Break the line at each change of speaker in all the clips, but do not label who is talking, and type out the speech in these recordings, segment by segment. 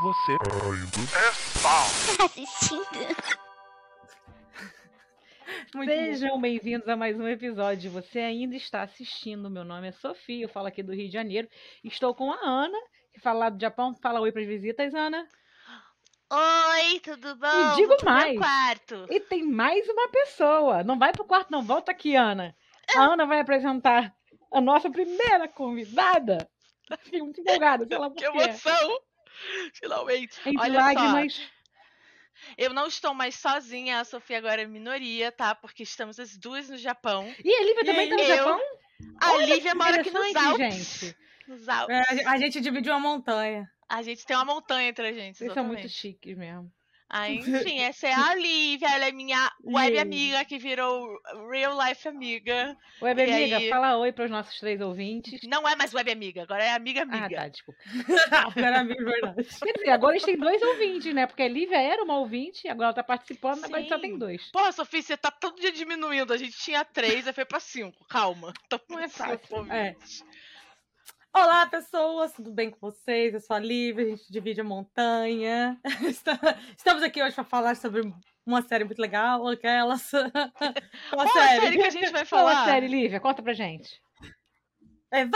você
assistindo.
Muito
Sejam bem-vindos a mais um episódio. Você ainda está assistindo. Meu nome é Sofia, eu falo aqui do Rio de Janeiro. Estou com a Ana, que fala lá do Japão. Fala oi para as visitas, Ana.
Oi, tudo bom?
digo
Vou pro meu
mais.
quarto.
E tem mais uma pessoa. Não vai pro quarto, não. Volta aqui, Ana. A
Ah.
Ana vai apresentar a nossa primeira convidada. Fiquei muito empolgada, sei lá por
Que
quê.
emoção! Finalmente.
é? Entre
Olha
lágrimas.
só, eu não estou mais sozinha, a Sofia agora é minoria, tá? Porque estamos as duas no Japão.
E a Lívia
E
também tá no
eu-
Japão?
A
Olha
Lívia
que
mora aqui nos
interessante,
Alpes.
gente.
Nos Alpes.
É, a- a gente dividiu a montanha.
A gente tem uma montanha entre a gente,
Vocês são
exatamente.
muito chiques mesmo.
Aí, enfim, essa é a Lívia, ela é minha web
Yay.
amiga que virou real life amiga.
Oi,
E
amiga,
aí?
fala oi para os nossos três ouvintes.
Não é mais web amiga, agora é amiga
Ah,
amiga.
tá, desculpa.
Era mesmo, Ah, verdade.
Quer dizer, agora a gente tem dois ouvintes, né? Porque a Lívia era uma ouvinte, agora ela tá participando, agora a gente só tem
Sim.
dois.
Porra, Sofia, você tá todo dia diminuindo. A gente tinha três, aí foi pra cinco. Calma. Então,
Não é
cinco
fácil,
ouvintes.
Olá, pessoas, tudo bem com vocês? Eu sou a Lívia, a gente divide a montanha. Está- Estamos aqui hoje para falar sobre uma série muito legal, aquelas. Qual a
Qual a série que a gente vai
Fala
falar?
sério, Lívia, conta pra gente.
É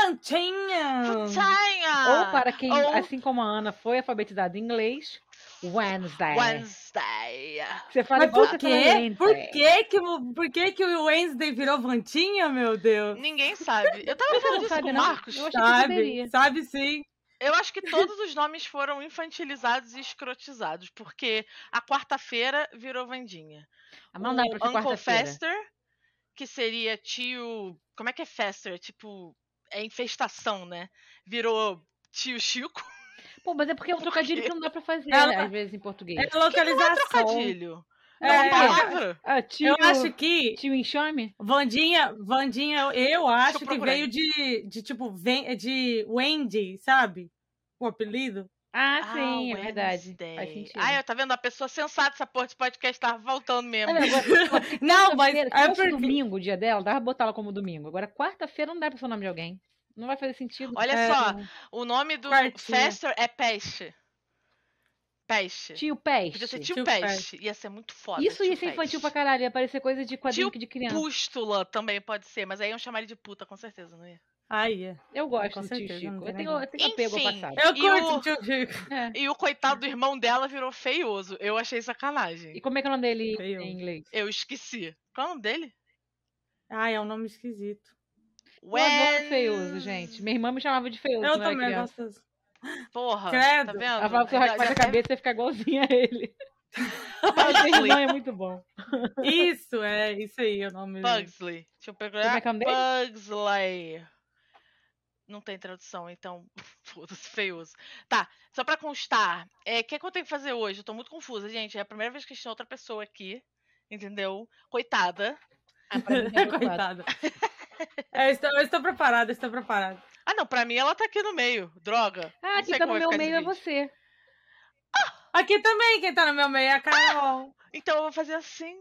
Vantinha!
Putanha!
Ah, Ou para quem,
ou-
assim como a Ana, foi alfabetizada em inglês, Wednesday.
Wednesday.
Você fala
Mas
igual
por
você
quê?
fala
Por
Wednesday.
que que, o- por que que o Wednesday virou Vantinha, meu Deus?
Ninguém sabe. Eu tava
não
falando isso
sabe,
com o
não?
Marcos.
Eu acho- que
Sabe,
deveria.
sabe sim.
Eu acho que todos os nomes foram infantilizados e escrotizados, porque a quarta-feira virou Vandinha.
Ah, mas não dá
O
pra ser
Uncle
quarta-feira.
Fester, que seria tio. Como é que é Fester? Tipo, é infestação, né? Virou tio Chico.
Pô, mas é porque é um trocadilho que não dá pra fazer,
Ela-
né, às vezes, em português.
É localização.
Trocadilho.
É,
É uma palavra.
Ah, tio,
eu acho que
tio enxame?
Vandinha, Vandinha, eu acho que
procurar.
veio de, de tipo, ven- de Wendy, sabe? O apelido.
Ah, sim, é
Wednesday.
verdade. Faz sentido.
Ai, eu tá vendo? A pessoa sensata, essa porra de podcast tá voltando mesmo.
Olha, agora-
Não, mas
Quarta-feira, se
é
fosse
porque...
domingo, o dia dela, dava pra botar ela como domingo. Agora, quarta-feira não dá pra ser o nome de alguém. Não vai fazer sentido.
Olha
É.
só, o nome do
Quartinha.
Fester é Peste. Peste.
Tio Peste.
Podia ser tio,
Tio
peste.
Peste.
Ia ser muito foda.
Isso
tio
ia ser
Peste.
infantil pra caralho. Ia parecer coisa de quadrinho
Tio
de criança.
Pústula também pode ser, mas aí iam chamar ele de puta, com certeza, não ia?
Ai, é.
Eu gosto
Com
do tio
certeza, não
Chico.
tem
Eu tenho,
negócio.
eu tenho apego ao
Enfim.
passado.
Eu
E
curto,
o-
tio Chico.
É.
E o coitado do irmão dela virou feioso. Eu achei
E
sacanagem.
como é que é o nome dele
Feio.
em inglês?
Eu esqueci. Qual é o nome dele?
Ai, é um nome esquisito.
Eu adoro é feioso, gente. Minha irmã me chamava de feioso
eu
quando era
também
é criança.
gosto. desse.
Porra. Tá
Credo.
vendo?
Ela falava que se eu
Já-
raspar
já
a
serve
cabeça, ia ficar igualzinha a ele.
pra
Minha
Pugsley.
irmã é muito bom.
Isso, é, isso aí é o nome. dele.
Pugsley. Deixa eu
Como
procurar.
é que é o nome
Pugsley. Não tem tradução, então. Foda-se, feioso. Tá, só pra constar, é, o que, é que eu tenho que fazer hoje? Eu tô muito confusa, gente. É a primeira vez que a gente tem outra pessoa aqui. Entendeu? Coitada.
Ah, pra mim é muito fácil.
Coitada. É, eu, estou, eu estou preparada, eu estou preparada.
Ah, não, pra mim ela tá aqui no meio. Droga.
Ah,
Não sei
quem tá
como vai
no meu
ficar esse
meio é
vídeo.
você.
Aqui também, quem tá no meu meio é a Carol.
Então eu vou fazer assim.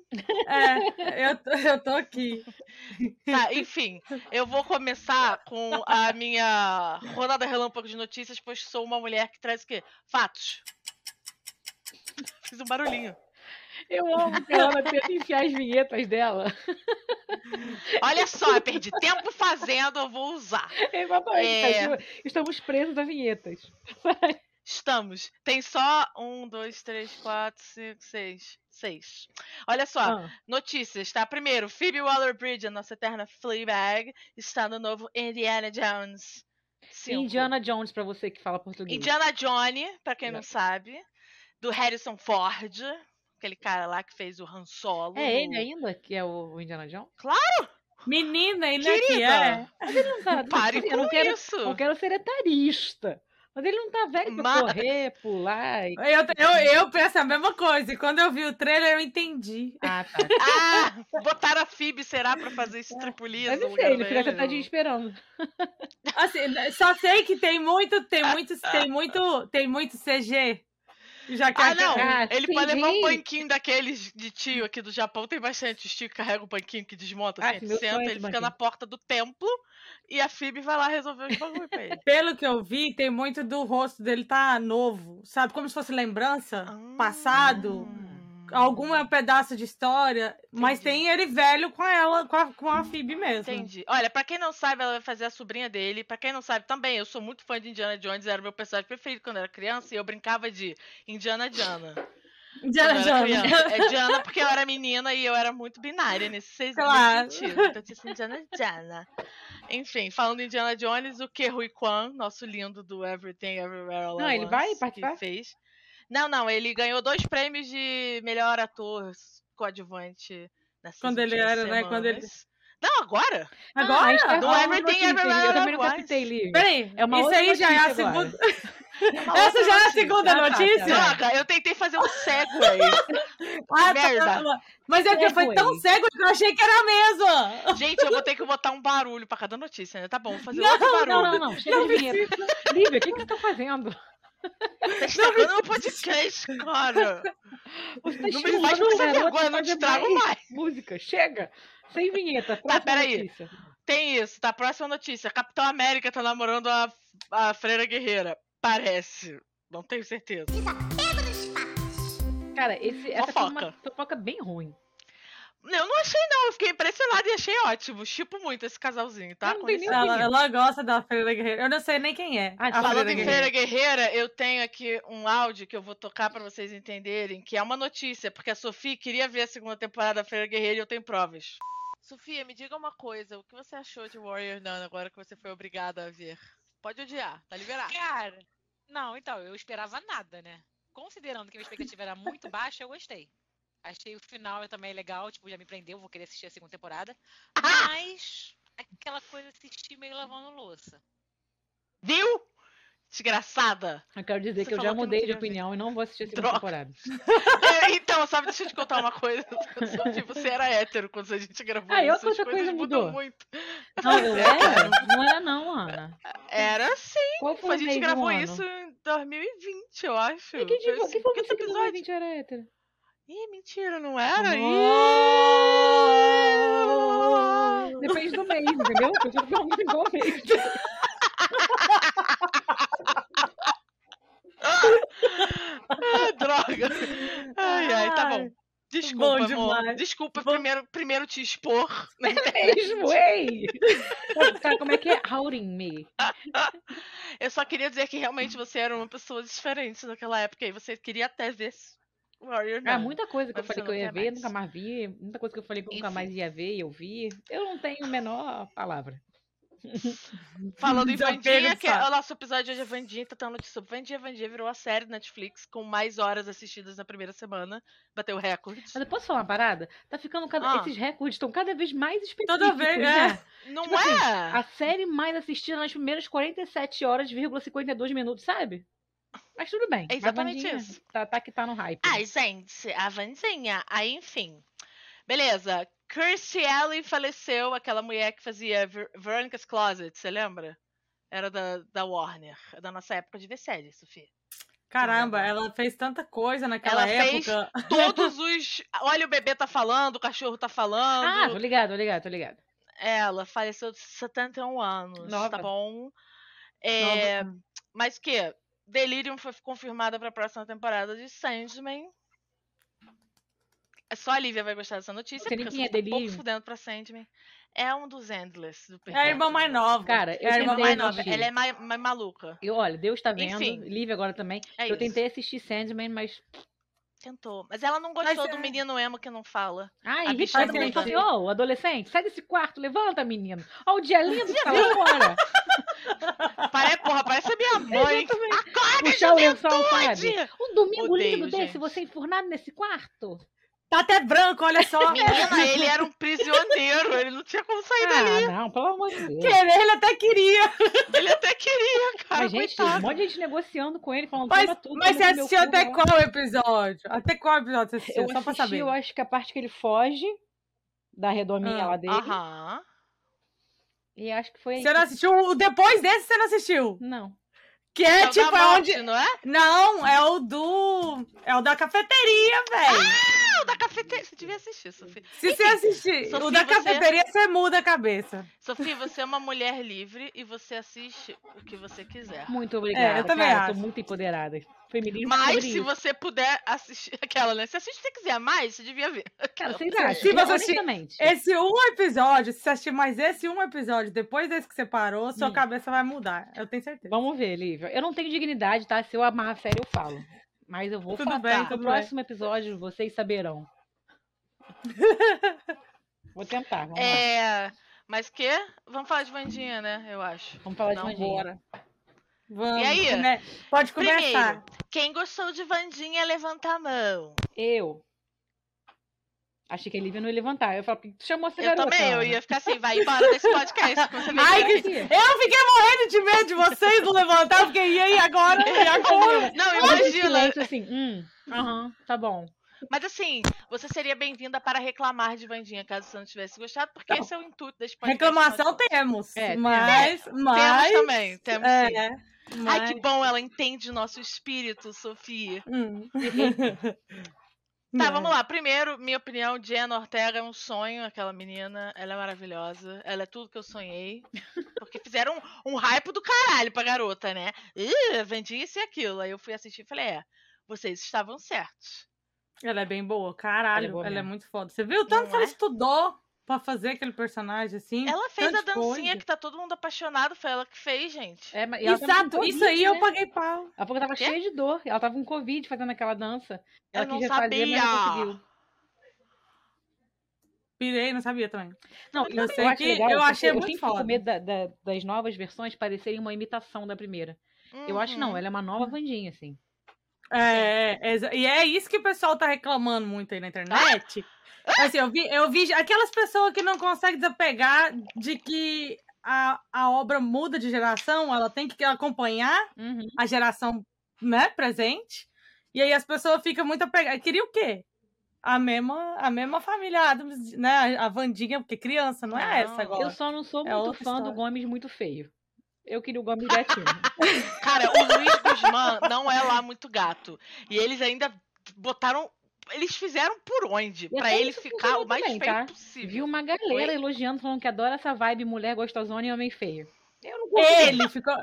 É, eu, tô- eu tô aqui.
Tá, enfim, eu vou começar com a minha rodada relâmpago de notícias, pois sou uma mulher que traz o quê? Fatos. Fiz um barulhinho.
Eu amo que ela tenta enfiar as vinhetas dela.
Olha só, eu perdi tempo fazendo, eu vou usar. É.
Exatamente. tipo, Estamos presos a vinhetas.
Estamos. Tem só um, dois, três, quatro, cinco, seis. Seis. Olha só,
Ah.
notícias, tá? Primeiro, Phoebe Waller-Bridge, a nossa eterna Fleabag, está no novo Indiana Jones. cinco.
Indiana Jones, pra você que fala português.
Indiana Jones, pra quem não sabe, do Harrison Ford, aquele cara lá que fez o Han Solo.
É ele
no-
ainda que é o o Indiana Jones?
Menina, ele aqui é.
Querida,
Não tá, não,
pare
eu
com
não quero,
isso.
não quero ser etarista. Mas ele não tá velho pra
Mas-
correr, pular. E...
Eu, eu, eu penso a mesma coisa, e quando eu vi o trailer, eu entendi.
Ah, tá.
Ah, botaram a Phoebe, será, pra fazer esse tripulismo?
Deve ser, É. ele fica sentadinho esperando.
Assim, só sei que tem muito, tem muito, tem muito, tem muito CG. Já que
Ah,
a-
não!
Ah,
Ele
sim,
pode levar um
gente.
banquinho daqueles de tio aqui do Japão, tem bastante. Os tios que carregam o banquinho que desmonta,
Ah,
assim, ele
meu sonho é
senta,
esse
ele fica na
banquinho.
porta do templo e a Phoebe vai lá resolver os bagulho pra ele.
Pelo que eu vi, tem muito do rosto dele tá novo, sabe? Como se fosse lembrança, passado,
Hum,
algum é um pedaço de história, mas
Entendi.
tem ele velho com ela, com a, com a Phoebe mesmo.
Entendi. Olha, pra quem não sabe, ela vai fazer a sobrinha dele. Pra quem não sabe também, eu sou muito fã de Indiana Jones, era o meu personagem preferido quando eu era criança e eu brincava de Indiana Diana.
Indiana
quando eu era
Jones.
criança. É Diana porque eu era menina e eu era muito binária nesse, se- nesse
Claro.
sentido. Então eu disse Indiana Diana. Enfim, falando em Indiana Jones, o que Rui Kwan, nosso lindo do Everything Everywhere All
Não,
at
ele vai
Once, que
participar?
fez. Não, não, ele ganhou dois prêmios de melhor ator coadjuvante nessas
Quando ele
últimas
era, né, quando ele-
semanas. Não, agora?
Agora?
a gente tá
Do
falando
Everything
notícia,
Everywhere
Lívia, Eu também
All
não
at
captei, Lívia.
Peraí,
É uma
isso
outra
aí já é a
notícia agora.
segunda.
É uma
Essa
outra
já é a
notícia.
segunda né?
Ah, tá, tá.
notícia?
Não,
Droga, eu tentei fazer um segue.
Ah, tá,
merda.
tá. Mas é porque foi tão
Segway.
cego que eu achei que era a mesma.
Gente, eu vou ter que botar um barulho pra cada notícia, né? Tá bom, vou fazer
Não,
outro
Não,
barulho.
não, não. Chega de vinheta. Lívia, o que, que você tá fazendo?
Tá estragando meu podcast, cara.
Você tá
Não me faz
estimulando o
passar
garoto a
vergonha, eu não te
fazer
trago mais.
Música, chega. Sem vinheta.
Tá,
próxima
peraí.
notícia.
Tem isso, tá? Próxima notícia. Capitão América tá namorando a, a Freira Guerreira. Parece. Não tenho certeza.
Cara, esse, essa foi uma
Fofoca.
fofoca bem ruim.
Eu não achei, não. Eu fiquei impressionada e achei ótimo. Tipo muito esse casalzinho, tá?
Eu não
Com
tenho nem
licença.
opinião.
Ela, ela gosta da Freira Guerreira. Eu não sei nem quem é.
Ah,
a
falando
Falando
Freira
em
Guerreira.
Freira Guerreira, eu tenho aqui um áudio que eu vou tocar pra vocês entenderem, que é uma notícia, porque a Sofia queria ver a segunda temporada da Freira Guerreira e eu tenho provas.
Sofia, me diga uma coisa, o que você achou de Warrior Nun agora que você foi obrigada a ver? Pode odiar, tá liberado.
Cara, não, então, eu esperava nada, né? Considerando que minha expectativa era muito baixa, eu gostei. Achei o final também legal, tipo, já me prendeu, vou querer assistir a segunda temporada. Mas aquela coisa assistir meio lavando louça.
Viu? Desgraçada.
Eu quero dizer
Você
que eu já
falou que não
mudei de
queria ver.
opinião e não vou assistir a segunda
Droga.
temporada.
É, então, sabe, deixa eu te contar uma coisa. Eu sou, tipo, você era hétero quando a gente gravou
Ah, e
isso.
outra
As coisas
coisa
mudam
mudou.
muito.
Não, eu era? Não era não, Ana.
Era sim.
Qual foi
A
o mês
gente
do
gravou
um ano?
isso em 2020, eu acho.
E
Foi
que tipo,
o
que foi você
quinto
que
episódio.
provavelmente era hétero?
Ih, mentira, não era? Ih!
Oh!
Depende do mês, entendeu? Eu já não igual o mês.
Ah, droga. Ai, ai, tá bom.
Ai,
Desculpa,
bom
amor.
demais.
Desculpa
Bom-
primeiro, primeiro te expor. na internet.
Mesmo, ei! Sabe- Sabe como é que é? Howling me.
Eu só queria dizer que realmente você era uma pessoa diferente naquela época e você queria até ver esse Warrior
Ah,
Nun.
muita coisa que eu
Mas
falei
você
que eu
não
ia
quer
ver,
mais.
nunca mais vi. Muita coisa que eu falei que eu nunca
Enfim.
mais ia ver e eu vi. Eu não tenho a menor palavra.
Falando em
Desapego
Vandinha,
do
que é
saco.
o nosso episódio de hoje é Vandinha, tá tendo notícia sobre Vandinha. Vandinha virou a série da Netflix com mais horas assistidas na primeira semana. Bateu recorde.
Mas eu posso falar uma parada? Tá ficando cada...
Ah.
Esses recordes estão cada vez mais específicos,
Toda vez,
né?
Não
Tipo assim,
é?
A série mais assistida nas primeiras 47 horas, 52 minutos, sabe? Mas tudo bem.
É
a
exatamente
Wandinha
isso. Ah, então
Tá, tá que tá no hype.
Ai, gente, a Vandinha. Aí, enfim. Beleza. Kirstie Alley faleceu, aquela mulher que fazia Ver- Veronica's Closet, você lembra? Era da, da Warner, é da nossa época de ver série, Sofia.
Caramba, ela fez tanta coisa naquela
Ela fez
época.
Todos os. Olha, o bebê tá falando, o cachorro tá falando.
ah, tô ligado, tô ligado, tô ligado.
Ela faleceu de 71 anos, tá
Nova.
bom? É,
hum.
mas o que? Delirium foi confirmada pra próxima temporada de Sandman. É Só a Lívia vai gostar dessa notícia,
Você nem
porque
quem
eu
é
sou um pouco
Delirium?
fudendo pra Sandman. É um dos Endless. Do
É a irmã mais nova.
Cara, eu
é a irmã
tentei
mais
não
nova.
assistir.
Ela é mais, mais maluca.
E olha, Deus tá vendo,
Enfim.
Lívia agora também.
É
eu
isso.
tentei assistir Sandman, mas.
Tentou. Mas ela não gostou
Mas
do
é-
menino emo que não fala.
Ai,
A bicha
Richard
não
falou assim:
entende.
ô, adolescente, sai desse quarto, levanta, menino. Ó, o dia lindo que tá lá fora.
Parece, porra, parece a minha mãe.
Exatamente.
Acorda,
Puxar o lençol,
juventude!
sabe? Um domingo
Odeio,
lindo desse,
gente.
você enfurnado nesse quarto.
Tá até branco, olha só.
Menina, ele era um prisioneiro, ele não tinha como sair dali.
Ah, não, pelo amor de Deus.
Querer, ele até queria.
Ele até queria, cara.
Mas, gente, um
coitado.
monte de gente negociando com ele, falando
Mas,
toma tudo.
mas você
toma meu
assistiu
cu,
até
vai lá.
qual episódio? Até qual episódio você assistiu?
Eu
Só pra
assisti,
saber.
eu acho que a parte que ele foge da redominha
Ah,
lá dele.
Aham.
E acho que foi aí.
Você não assistiu o depois desse, você não assistiu?
Não.
Que é
o da
tipo, é
morte,
onde.
não é?
Não, é o do. É o da cafeteria,
Ah,
velho.
Não, da cafeteria. Você devia assistir, Sofia.
Se você assistir
Sofia,
o da
você-
cafeteria, você muda a cabeça.
Sofia, você é uma mulher livre e você assiste o que você quiser.
Muito obrigada.
eu também
cara,
acho.
Tô muito empoderada. Feminismo sobre
Mas se
isso.
você puder assistir aquela, né? Se assiste o que você quiser mais, você devia ver.
Cara, vocês
Se
acham?
você-
honestamente.
Esse um episódio, se você assistir mais esse um episódio depois desse que você parou, sua
Hum.
cabeça vai mudar. Eu tenho certeza.
Vamos ver, Lívia. Eu não tenho dignidade, tá? Se eu amarrar a série, eu falo. Mas eu vou
Tudo
falar.
bem,
tá?
tudo
no próximo episódio, vocês saberão. vou tentar. Vamos, lá.
É. Mas que? Vamos falar de Vandinha, né? Eu acho.
vamos falar de
não,
Vandinha.
bora.
Vamos.
E aí?
come- Pode começar.
Primeiro, quem gostou de Vandinha, levanta a mão.
Eu. Achei que a Lívia não ia levantar. Eu falo, tu chamou essa
Eu
garota?
também, eu ia ficar assim, vai embora desse podcast. que Você vem
Ai,
aqui.
que...
Eu fiquei morrendo de medo de vocês não levantar, porque e aí agora? E agora?
Não,
Tá Olha esse
imagina.
silêncio assim, hum, aham, tá bom.
Mas assim, você seria bem-vinda para reclamar de Vandinha, caso você não tivesse gostado, porque esse é o intuito desse podcast.
Reclamação
afinal de
temos,
É, temos.
mas,
contas.
mas...
Temos também, temos sim.
É, mas...
Ai, que bom, ela entende o nosso espírito, Sofia.
Hum. É.
Tá, vamos lá. Primeiro, minha opinião, Jenna Ortega é um sonho, aquela menina. Ela é maravilhosa. Ela é tudo que eu sonhei. Porque fizeram um, um hype do caralho pra garota, né? Ih, vendi isso e aquilo. Aí eu fui assistir e falei, é, vocês estavam certos.
Ela é bem boa, caralho.
Ela é
Ela é,
boa mesmo.
muito foda. Você viu o tanto
Não
que ela
é?
estudou pra fazer aquele personagem assim?
Ela fez a
Tanta
dancinha
coisa.
que tá todo mundo apaixonado, foi ela que fez, gente.
É, mas- e ela tava com
Exato, isso
Covid,
aí
né?
eu paguei pau.
Ela falou que tava
Quê?
cheia de dor. Ela tava com Covid fazendo aquela dança.
Eu
Ela
não
quis refazer, mas não
sabia.
conseguiu.
Pirei, não sabia também.
Não,
Eu sei
acho
que
legal,
eu
porque
achei
eu
muito
sempre fico
foda.
com medo da- da- das novas versões parecerem uma imitação da primeira. Eu acho não,
Uhum.
ela é uma nova Vandinha, assim.
É, é, exa- e é isso que o pessoal tá reclamando muito aí na internet. Assim, eu vi, eu vi aquelas pessoas que não conseguem desapegar de que a, a obra muda de geração, ela tem que acompanhar
Uhum.
a geração né, presente. E aí as pessoas ficam muito apegadas. Queria o quê? A mesma, a mesma família Adams, né? A Vandinha, porque criança, não é
Não,
essa agora.
Eu só não sou
É
muito
outra
fã do
história.
Gomes muito feio. Eu queria o Gomes gatinho.
Cara, o Luiz Guzmán não é lá muito gato. E eles ainda botaram. Eles fizeram por onde?
E
Pra
até
ele
isso
ficar
funcionou
o mais
também,
feio
tá?
possível.
Vi uma galera elogiando, falando que adora essa vibe mulher gostosona e homem feio. Eu não gosto.
é
Ele ficou.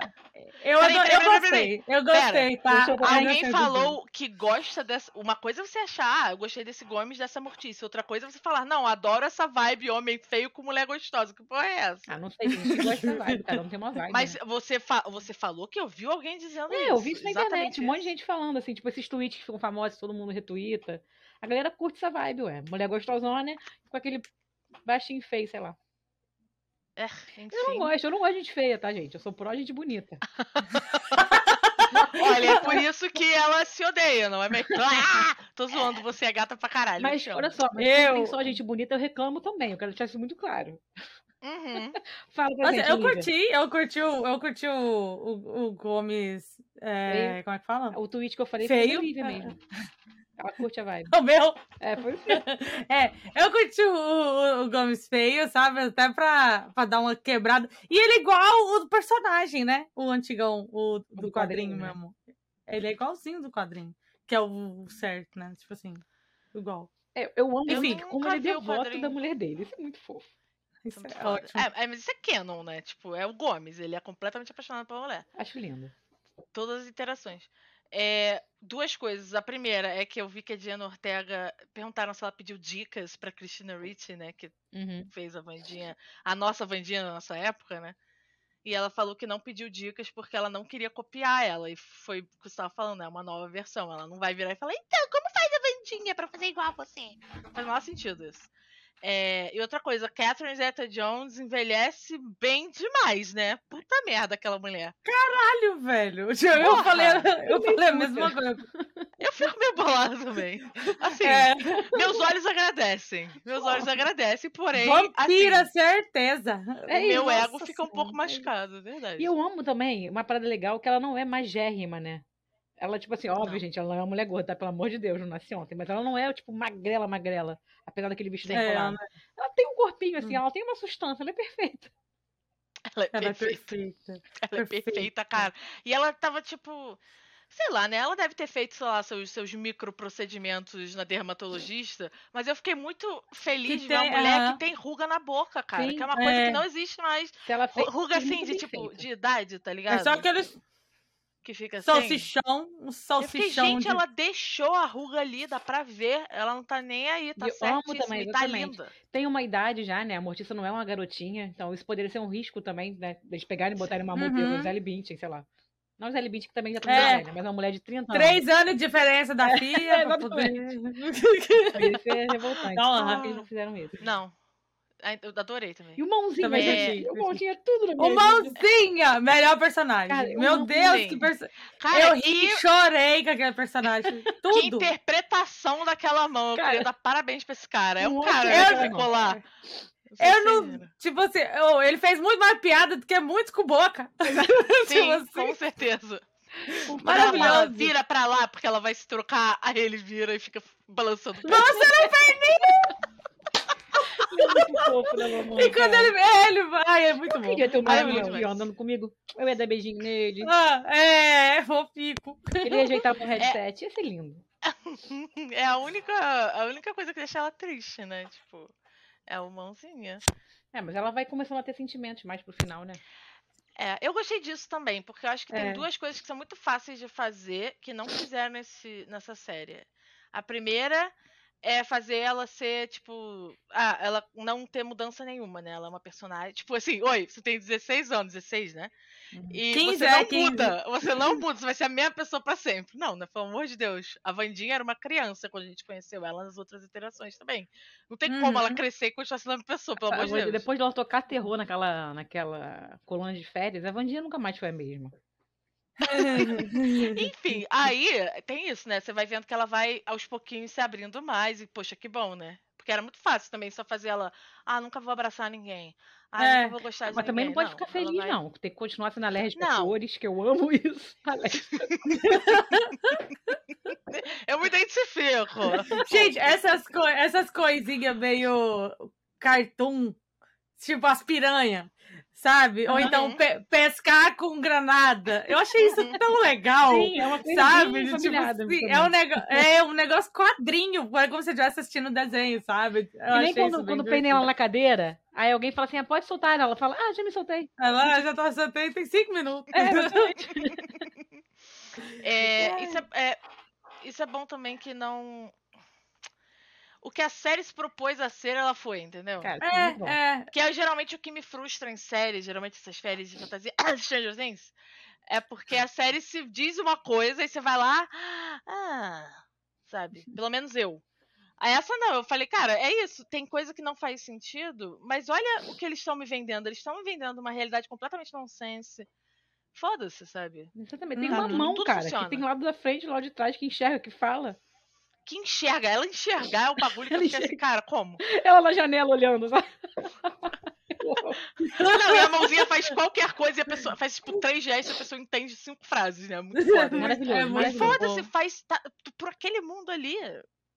Eu,
Peraí,
adorei,
peraí, peraí,
eu gostei. Eu gostei,
deixa
tá?
eu-
Ai,
Alguém
gostei do
falou que gosta dessa. Uma coisa é você achar, ah, eu gostei desse Gomes, dessa Mortícia. Outra coisa é você falar, não, adoro essa vibe homem feio com mulher gostosa. Que porra é essa?
Ah, não sei, tem gente que gosta da vibe, cada um tem uma vibe.
Mas
né?
você, fa- você falou que ouviu alguém dizendo
É,
isso.
eu vi isso na internet,
exatamente
um monte de gente falando, assim, tipo, esses tweets que ficam famosos, todo mundo retuita. A galera curte essa vibe, ué. Mulher gostosona, com aquele baixinho feio, sei lá.
isso.
Eu não
Enfim.
gosto, eu não gosto de gente feia, tá, gente? Eu sou pró gente bonita.
Ah, Olha, é por isso que ela se odeia, não é mesmo? Ah, tô zoando, você é gata pra caralho. eu
Mas,
te amo.
olha só, mas eu... tem
Eu-
só gente bonita, eu reclamo também. Eu quero deixar isso muito claro.
Uhum.
Fala pra
Nossa,
gente,
eu
Lívia.
curti, eu curti o, eu curti o, o, o Gomes. é, como é que fala?
O tweet que eu falei foi
Feio?
da Lívia
Ah.
mesmo. Ela curte a vibe.
O meu.
É, foi o seu.
É, eu curti o, o- o Gomes feio, sabe? Até pra, pra dar uma quebrada. E ele é igual o do personagem, né? O antigão, o do,
do quadrinho,
quadrinho,
né?
mesmo. Ele é igualzinho do quadrinho. Que é o, o certo, né? Tipo assim, igual.
É, eu amo
Eu
Enfim,
nunca
como ele é
vi o
devoto
quadrinho.
da mulher dele. Isso é muito fofo.
Isso
Muito
é
foda.
ótimo.
É, é, mas isso é Canon, né? Tipo, é o Gomes, ele é completamente apaixonado pela mulher.
Acho lindo.
Todas as interações. É, duas coisas. A primeira é que eu vi que a Diana Ortega perguntaram se ela pediu dicas pra Christina Ricci, né? Que
Uhum.
fez a Vandinha, a nossa Vandinha na nossa época, né? E ela falou que não pediu dicas porque ela não queria copiar ela. E foi o que você estava falando, é uma nova versão. Ela não vai virar e falar, então, como faz a Vandinha pra fazer igual a você? Não faz o menor sentido isso. É, e outra coisa, Catherine Zeta Jones envelhece bem demais, né? Puta merda, aquela mulher.
Caralho, velho. Eu
Porra!
falei, eu falei a mesma
puta.
coisa.
Eu fico meio bolada também. Assim,
É,
meus olhos agradecem. Meus olhos agradecem, porém.
vampira,
assim,
certeza.
É
meu
isso.
ego
Nossa
fica um
Senhora.
pouco machucado, é verdade.
E eu amo também uma parada legal que ela não é magérrima, né? Ela, tipo assim, óbvio,
Não.
gente, ela não é uma mulher gorda, tá? pelo amor de Deus, não nasci ontem. Mas ela não é, tipo, magrela, magrela. Apesar daquele vestido
É,
enrolado.
ela-
Ela tem um corpinho, assim,
Hum.
ela tem uma sustância, ela é perfeita.
Ela é
Ela é
perfeita.
perfeita.
Ela é perfeita, cara. E ela tava, tipo. Sei lá, né? Ela deve ter feito, sei lá, seus, seus micro procedimentos na dermatologista, mas eu fiquei muito feliz de ver
tem-
uma mulher
aham.
que tem ruga na boca, cara.
Sim,
que é uma coisa
é.
que não existe mais.
Se ela fez,
Ruga
foi
assim,
muito
de
bem
tipo,
feita.
de idade, tá ligado?
É só aqueles
Que fica assim.
salsichão, um
Eu fiquei,
salsichão
gente,
de
ela deixou a ruga ali, dá pra ver. Ela não tá nem aí, tá
E eu amo
certíssima
também,
e tá
exatamente.
linda.
Tem uma idade já, né? A Mortícia não é uma garotinha, então isso poderia ser um risco também, né? Eles pegarem e botarem uma mulher,
Uhum.
uhum. Gisele Bündchen, sei lá. Não Gisele Bündchen, que também já tá
É.
mais velha, mas uma mulher de 30 anos.
Três anos de diferença da filha. pra
exatamente.
poder-
Poderia ser é revoltante.
Dá uma
Só que
raiva.
Eles não fizeram isso.
Não. Ai, Eu adorei também.
E o mãozinho,
Também
gente.
é.
O mãozinho é tudo na
O
minha vida.
Mãozinha, melhor personagem.
Cara, o
Meu Deus,
Mãozinha.
que personagem.
Cara,
é
eu ri,
que,
chorei com aquele personagem.
que
Tudo.
interpretação daquela mão. Eu
Cara,
queria dar parabéns pra esse cara. É um
ótimo
cara
eu-
que ficou lá.
Eu não- Tipo assim, eu- ele fez muito mais piada do que muitos com boca.
Sim,
assim.
com certeza. Quando ela fala,
Maravilhoso.
vira pra lá, porque ela vai se trocar, aí ele vira e fica balançando.
É muito fofo, né, mamãe?
E quando ele. ele ai, é muito bom.
Queria ter um
Ai,
mãozinho
muito
aqui, ó,
mais.
andando comigo. Eu ia dar beijinho nele.
Ah, é, é fofico.
Ele ia ajeitar meu
É.
headset. Ia ser lindo.
É a única, a única coisa que deixa ela triste, né? Tipo, é o mãozinha.
É, mas ela vai começando a ter sentimentos mais pro final, né?
É, eu gostei disso também, porque eu acho que tem
É.
duas coisas que são muito fáceis de fazer que não fizeram nesse, nessa série. A primeira é fazer ela ser, tipo. Ah, ela não ter mudança nenhuma, né? Ela é uma personagem. Tipo assim, oi, você tem 16 anos, 16, né?
Uhum.
E
15,
você
é,
não
15.
muda. Você não muda, você vai ser a mesma pessoa pra sempre. Não, né? Pelo amor de Deus. A Vandinha era uma criança quando a gente conheceu ela nas outras iterações também. Não tem como ela
Uhum.
crescer e continuar sendo a mesma pessoa, pelo
A
amor de
Wanda-
Deus.
Depois de ela tocar terror naquela, naquela colônia de férias, a Vandinha nunca mais foi a mesma.
Enfim, aí tem isso, né? Você vai vendo que ela vai aos pouquinhos se abrindo mais. E, poxa, que bom, né? Porque era muito fácil também só fazer ela. Ah, nunca vou abraçar ninguém. Ah,
É,
nunca vou gostar de
Mas também
ninguém."
não pode ficar
ela
feliz,
vai-
não. Tem que continuar sendo alérgica a
Não.
cores, que eu amo isso. Alérgica.
Eu me identifico.
Gente, essas, co- essas coisinhas meio cartoon, tipo as piranha, sabe? Ou então
Uhum.
pe- pescar com granada. Eu achei isso tão legal.
Sim, é uma coisa
assim, Sabe?
bem
Tipo
familiada
assim,
também.
é, um nego- é um negócio quadrinho, é como se eu estivesse assistindo desenho, sabe? Eu
E nem
achei
quando,
isso bem
quando prendem ela
divertido.
na cadeira, aí alguém fala assim, ah, pode soltar ela. Ela fala, ah, já me soltei.
Ela "Ah, já tá só tem, tem cinco minutos.
É, exatamente.
É, isso, é, é- isso é bom também que não. O que a série se propôs a ser, ela foi, entendeu?
Cara, isso é muito bom.
É, é.
Que é geralmente o que me frustra em séries, geralmente essas férias de fantasia, Stranger Things, é porque a série se diz uma coisa e você vai lá, ah, sabe? Pelo menos eu. Aí Essa não, eu falei, cara, é isso, tem coisa que não faz sentido, mas olha o que eles estão me vendendo. Eles estão me vendendo uma realidade completamente nonsense. Foda-se, sabe?
Exatamente. Tem uma
Tudo-
mão,
tudo
cara,
funciona.
que tem lado da frente, lado de trás, que enxerga, que fala.
Que enxerga, ela enxergar é o bagulho que eu
Ela
fiquei assim, cara, como?
Ela na janela olhando, sabe? Eu amo.
Não, e a mãozinha faz qualquer coisa e a pessoa faz tipo três gestos e a pessoa entende cinco frases, né? Muito foda. né?
Maravilhoso,
É muito
Mas
maravilhoso.
bom.
foda-se, faz. Tá, tu- por aquele mundo ali.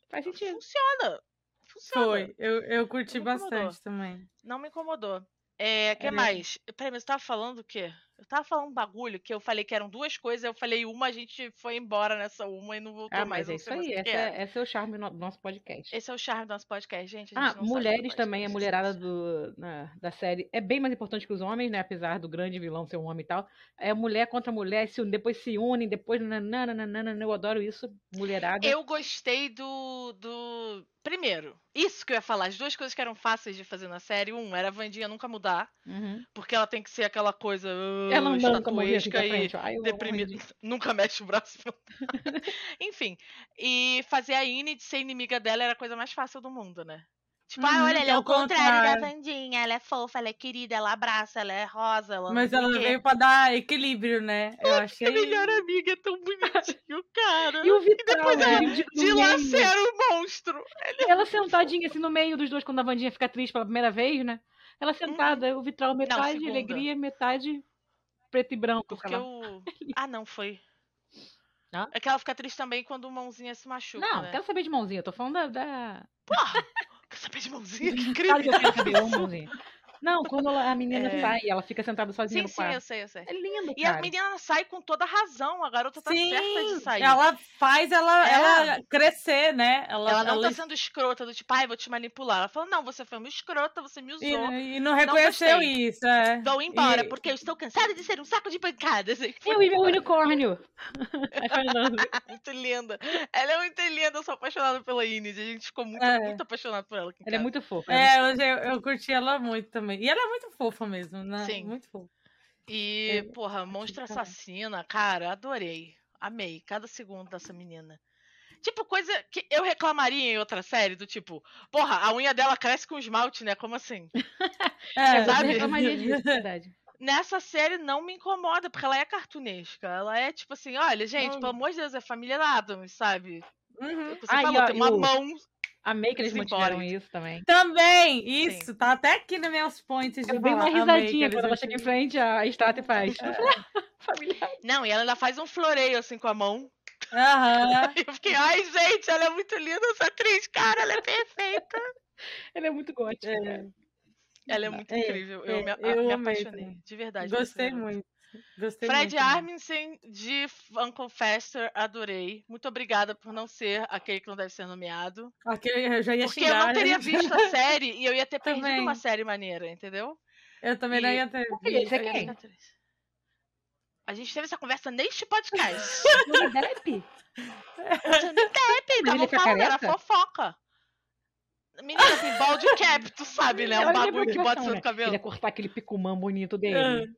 Faz sentido.
Funciona. Funciona.
Foi, eu, eu curti
Me incomodou.
bastante também.
Não me incomodou. É, que mais? Peraí, mas eu tava falando o quê? Eu tava falando um bagulho que eu falei que eram duas coisas, eu falei uma, a gente foi embora nessa uma e não voltou
Ah,
mais.
mas é
eu não
isso
sei mais o
aí.
que
Esse
que era.
é, esse é o charme do no- do nosso podcast.
Esse é o charme do nosso podcast, gente. a
Ah,
gente não sabe
mulheres
falar
também,
de
a
coisas.
mulherada do, na- da série é bem mais importante que os homens, né? Apesar do grande vilão ser um homem e tal. É mulher contra mulher, se, un- depois se unem, depois nananana, eu adoro isso. Mulherada.
Eu gostei do, do. Primeiro, isso que eu ia falar, as duas coisas que eram fáceis de fazer na série. Um, era a Vandinha nunca mudar,
Uhum.
porque ela tem que ser aquela coisa. ah,
Ela andando com a mulher assim
estatuesca
pra
e
frente, ó. Ai, eu amo
deprimido.
isso.
Nunca mexe o braço. pra trás. Enfim, e fazer a Inid ser inimiga dela era a coisa mais fácil do mundo, né? Tipo, ah,
Uhum,
olha, ela
que
é
é
o
o
contrário da
contrário.
Vandinha, ela é fofa, ela é querida, ela abraça, ela é rosa, ela não
Mas
sei o
ela
quê.
veio pra dar equilíbrio, né? Eu achei.
A melhor amiga é tão bonitinho, cara.
E o Vital,
depois ela
ele no
De lá
meio.
ser o monstro.
Ela sentadinha assim no meio dos dois, quando a Vandinha fica triste pela primeira vez, né? Ela sentada, o vitral metade
Uhum. segunda.
alegria, metade preto e branco. sei
Porque
lá.
o. Ah, não, foi.
Não?
É que ela fica triste também quando o mãozinha se machuca.
Não,
né?
tá
quero saber de mãozinha, eu tô falando da. da...
Porra! Quer saber de mãozinha? Que
Claro
crime!
que eu quero saber, eu amo mãozinha. Não, quando ela- a menina
É.
sai, ela fica sentada sozinha
Sim,
no
sim, eu
quarto.
sei, eu sei.
É lindo,
E a
cara.
menina sai com toda razão, a garota tá certa de sair.
ela faz ela,
É.
ela crescer, né? Ela,
Ela não
ela-
tá sendo escrota, do tipo, ai, vou te manipular. Ela fala, não, você foi uma escrota, você me usou.
e, e não reconheceu
gostei.
isso, é.
Vão embora,
E-
porque eu estou cansada de ser um saco de pancadas. E foi
Eu e meu unicórnio. Aí foi andando.
muito linda. Ela é muito linda, eu sou apaixonada pela Inês. A gente ficou muito,
É.
muito apaixonado por ela. aqui em
Ela é
casa.
muito fofa. ela
É, hoje eu, eu curti ela muito também. E ela é muito fofa mesmo, né?
Sim.
Muito fofa.
E, porra, Monstro
também.
Assassina, cara, adorei. Amei cada segundo dessa menina. Tipo, coisa que eu reclamaria em outra série, do tipo, porra, a unha dela cresce com esmalte, né? Como assim?
É,
Eu
sabe?
reclamaria disso, é verdade.
Nessa série não me incomoda, porque ela é cartunesca. Ela é tipo assim, olha, gente,
Não.
pelo amor de Deus, é família Adams, sabe? É
Uhum.
Você
Aí,
falou,
ó,
tem uma
e o-
mão.
Amei que eles
Simbora,
mantiveram
gente.
isso também.
Também, isso, tá até aqui nos meus points de
Eu dei uma
falar. Amei
risadinha
que
quando ela
eles
chega em frente à estátua e faz.
É.
Eu falei, "Ah, Familiar.
Não, e ela ainda faz um floreio assim com a mão.
Aham.
Eu fiquei, ai, gente, ela é muito linda, essa atriz, cara, ela é perfeita.
Ela é muito gótica.
É.
cara.
Ela é muito
É,
incrível. Eu
é,
me, a-
eu
me
amei
apaixonei,
também.
de verdade. pela
Gostei
Senhora.
muito. Gostei
Fred
muito.
Armisen de F- Uncle Fester, adorei. Muito obrigada por não ser aquele que não deve ser nomeado.
Aqui eu já ia
Porque eu
xingar. né?
não teria visto a série e eu ia ter perdido
Também.
uma série maneira, entendeu?
Eu também não
E-
ia ter.
Olha, isso é
Eu ia
quem?
ficar triste. A gente teve essa conversa neste podcast.
Johnny é um Depp?
Pepe,
Mas ele
tava
é fica
falando, um era
careca?
fofoca. Menina, assim, balde cap, tu sabe, né? Um
Olha que
bagulho que bota
preocupação,
no
né?
cabelo.
Ele ia cortar aquele picumã bonito dele.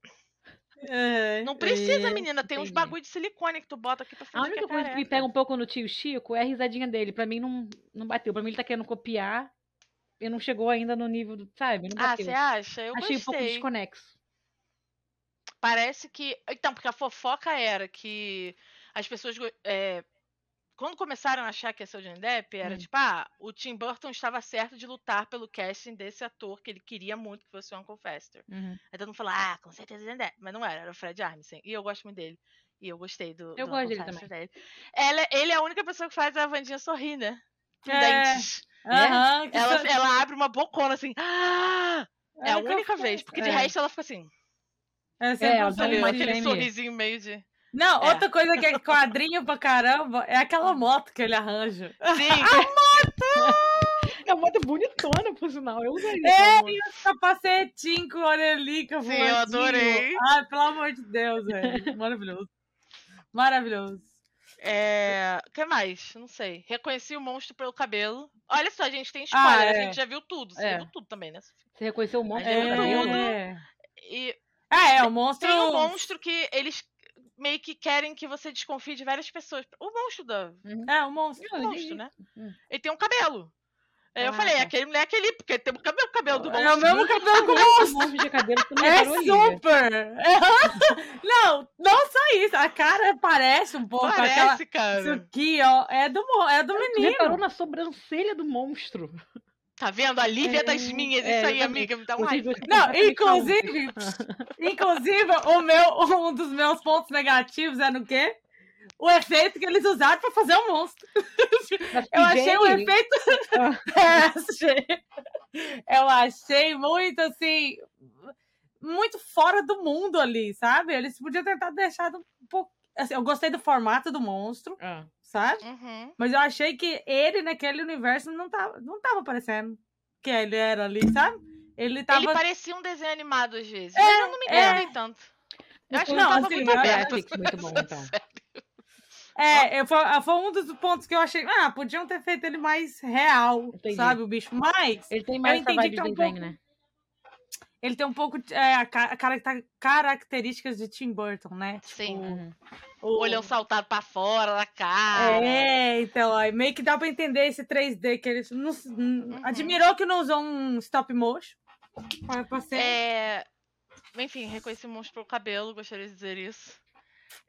É,
Não precisa, menina. Tem uns
entendi.
bagulho de silicone que tu bota aqui pra
A
fingir que
única
é
coisa que me
careca.
pega um pouco no tio Chico é a risadinha dele. Pra mim não, não bateu. Pra mim ele tá querendo copiar e não chegou ainda no nível do. Sabe? Não
Ah,
bateu.
você acha? Eu
Achei um pouco
gostei.
desconexo.
Parece que. Então, porque a fofoca era que as pessoas. go- é, Quando começaram a achar que ia ser o Johnny Depp, era
Hum.
tipo, ah, o Tim Burton estava certo de lutar pelo casting desse ator que ele queria muito que fosse o Uncle Fester. Aí todo mundo falou, ah, com certeza o Johnny Depp. Mas não era, era o Fred Armisen. E eu gosto muito dele. E eu gostei do. do
Eu gosto
Uncle
dele
Fester dele. Ela- ele é a única pessoa que faz a Vandinha sorrir, né? Com
É.
dentes.
Aham, que
né? Ela,
sa-
ela abre uma bocona assim. "Ah!" É a
Ai, que
única vez,
ofensa.
porque de
É.
resto ela fica assim.
É, sempre
ela
um
dá
Olha,
uma
sorrisinho.
aquele
gêmea.
sorrisinho meio de.
Não,
É. Hum.
outra coisa que é quadrinho pra caramba é aquela moto que ele arranja.
Sim,
É uma moto bonitona, por sinal. Eu usaria.
É,
essa moto.
Capacetinho com orelica,
Sim, eu
volantinho.
adorei.
Ai, pelo amor de Deus, velho. Maravilhoso. Maravilhoso.
é. O que mais? Não sei. Reconheci o monstro pelo cabelo. Olha só, a gente tem spoiler,
é.
a gente já viu tudo. Você
Ah, É.
viu tudo também, né?
Você reconheceu o monstro?
É.
É.
E
É, é o monstro.
tem um monstro que eles meio que querem que você desconfie de várias pessoas. O monstro da.
É, o monstro.
O
Não,
monstro,
ele-
né?
Hum.
Ele tem um cabelo. Aí eu
Ah,
falei,
tá.
aquele não é aquele, porque tem o cabelo, o cabelo do monstro.
É o mesmo cabelo que o monstro.
O monstro de cabelo também
É
é Olivia.
super! É- Não, não só isso. A cara parece um pouco
Parece,
aquela. Isso
é cara.
aqui, ó, é do, mo- é do
Tu reparou
menino.
na sobrancelha do monstro.
Tá vendo? A Lívia
É,
das minhas.
é,
Isso aí,
exatamente.
amiga, me dá um
Inclusive,
raiva.
eu tô
Não,
completamente na outra.
inclusive, inclusive, o meu, um dos meus pontos negativos é no quê? O efeito que eles usaram pra fazer o monstro.
Mas
Eu achei o
PJ,
efeito.
Ah.
É, achei- Eu achei muito assim. Muito fora do mundo ali, sabe? Eles podiam tentar deixar um pouco. assim, eu gostei do formato do monstro,
Ah,
sabe?
Uhum.
Mas eu achei que ele, naquele universo, não tava, não tava parecendo que ele era ali, sabe? Ele tava.
Ele parecia um desenho animado às
É,
vezes. mas eu não me incomodei tanto. Eu acho que
Não,
não, tava
assim,
muito
a-
aberto.
Netflix, é muito bom, então.
É, eu, foi, foi um dos pontos que eu achei. Ah, podiam ter feito ele mais real,
Entendi.
sabe? O bicho. Mas
Ele tem mais essa
entendi
vibe
que é
de
um
desenho,
pouco-
né?
ele tem um pouco de, é, a ca- a caracta- características de Tim Burton, né?
Sim.
Uhum.
O
o-
olhão saltado pra fora da cara.
É, então, aí meio que dá pra entender esse 3D que ele. Não,
Uhum.
Admirou que não usou um stop motion. Pra- pra
né?
ser-
É, Enfim, reconheci o monstro pelo cabelo, gostaria de dizer isso.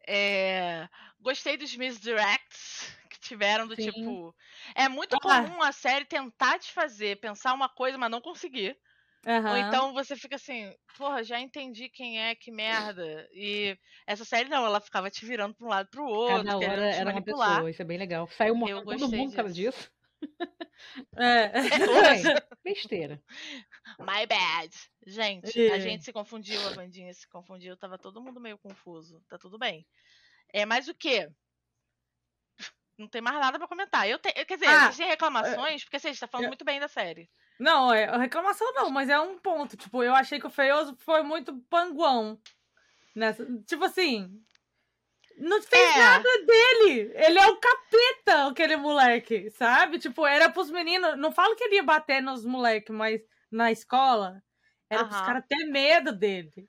É, Gostei dos misdirects que tiveram, do
Sim.
tipo. É muito
Ah.
comum a série tentar te fazer pensar uma coisa, mas não conseguir. Ou
Aham.
então você fica assim, porra, já entendi quem é, que merda. E essa série não, ela ficava te virando pra um lado pro outro,
Cada hora
querendo te
era uma
manipular.
pessoa, isso é bem legal. Saiu morrendo todo
gostei
mundo por causa disso.
É.
É,
Tudo bem, Besteira.
My bad. Gente, a
Ih.
gente se confundiu, a bandinha se confundiu, tava todo mundo meio confuso. Tá tudo bem. É, mas o quê? Não tem mais nada pra comentar. Eu tenho, quer dizer,
Ah, É.
existem reclamações, porque assim, a gente tá falando
eu-
muito bem da série.
Não, é reclamação não, mas é um ponto. Tipo, eu achei que o Feioso foi muito panguão. Nessa... Tipo assim. Não fez
É.
nada dele. Ele é o capeta, aquele moleque, sabe? Tipo, era pros meninos. Não falo que ele ia bater nos moleques, mas na escola. Era pros
Aham.
caras ter medo dele.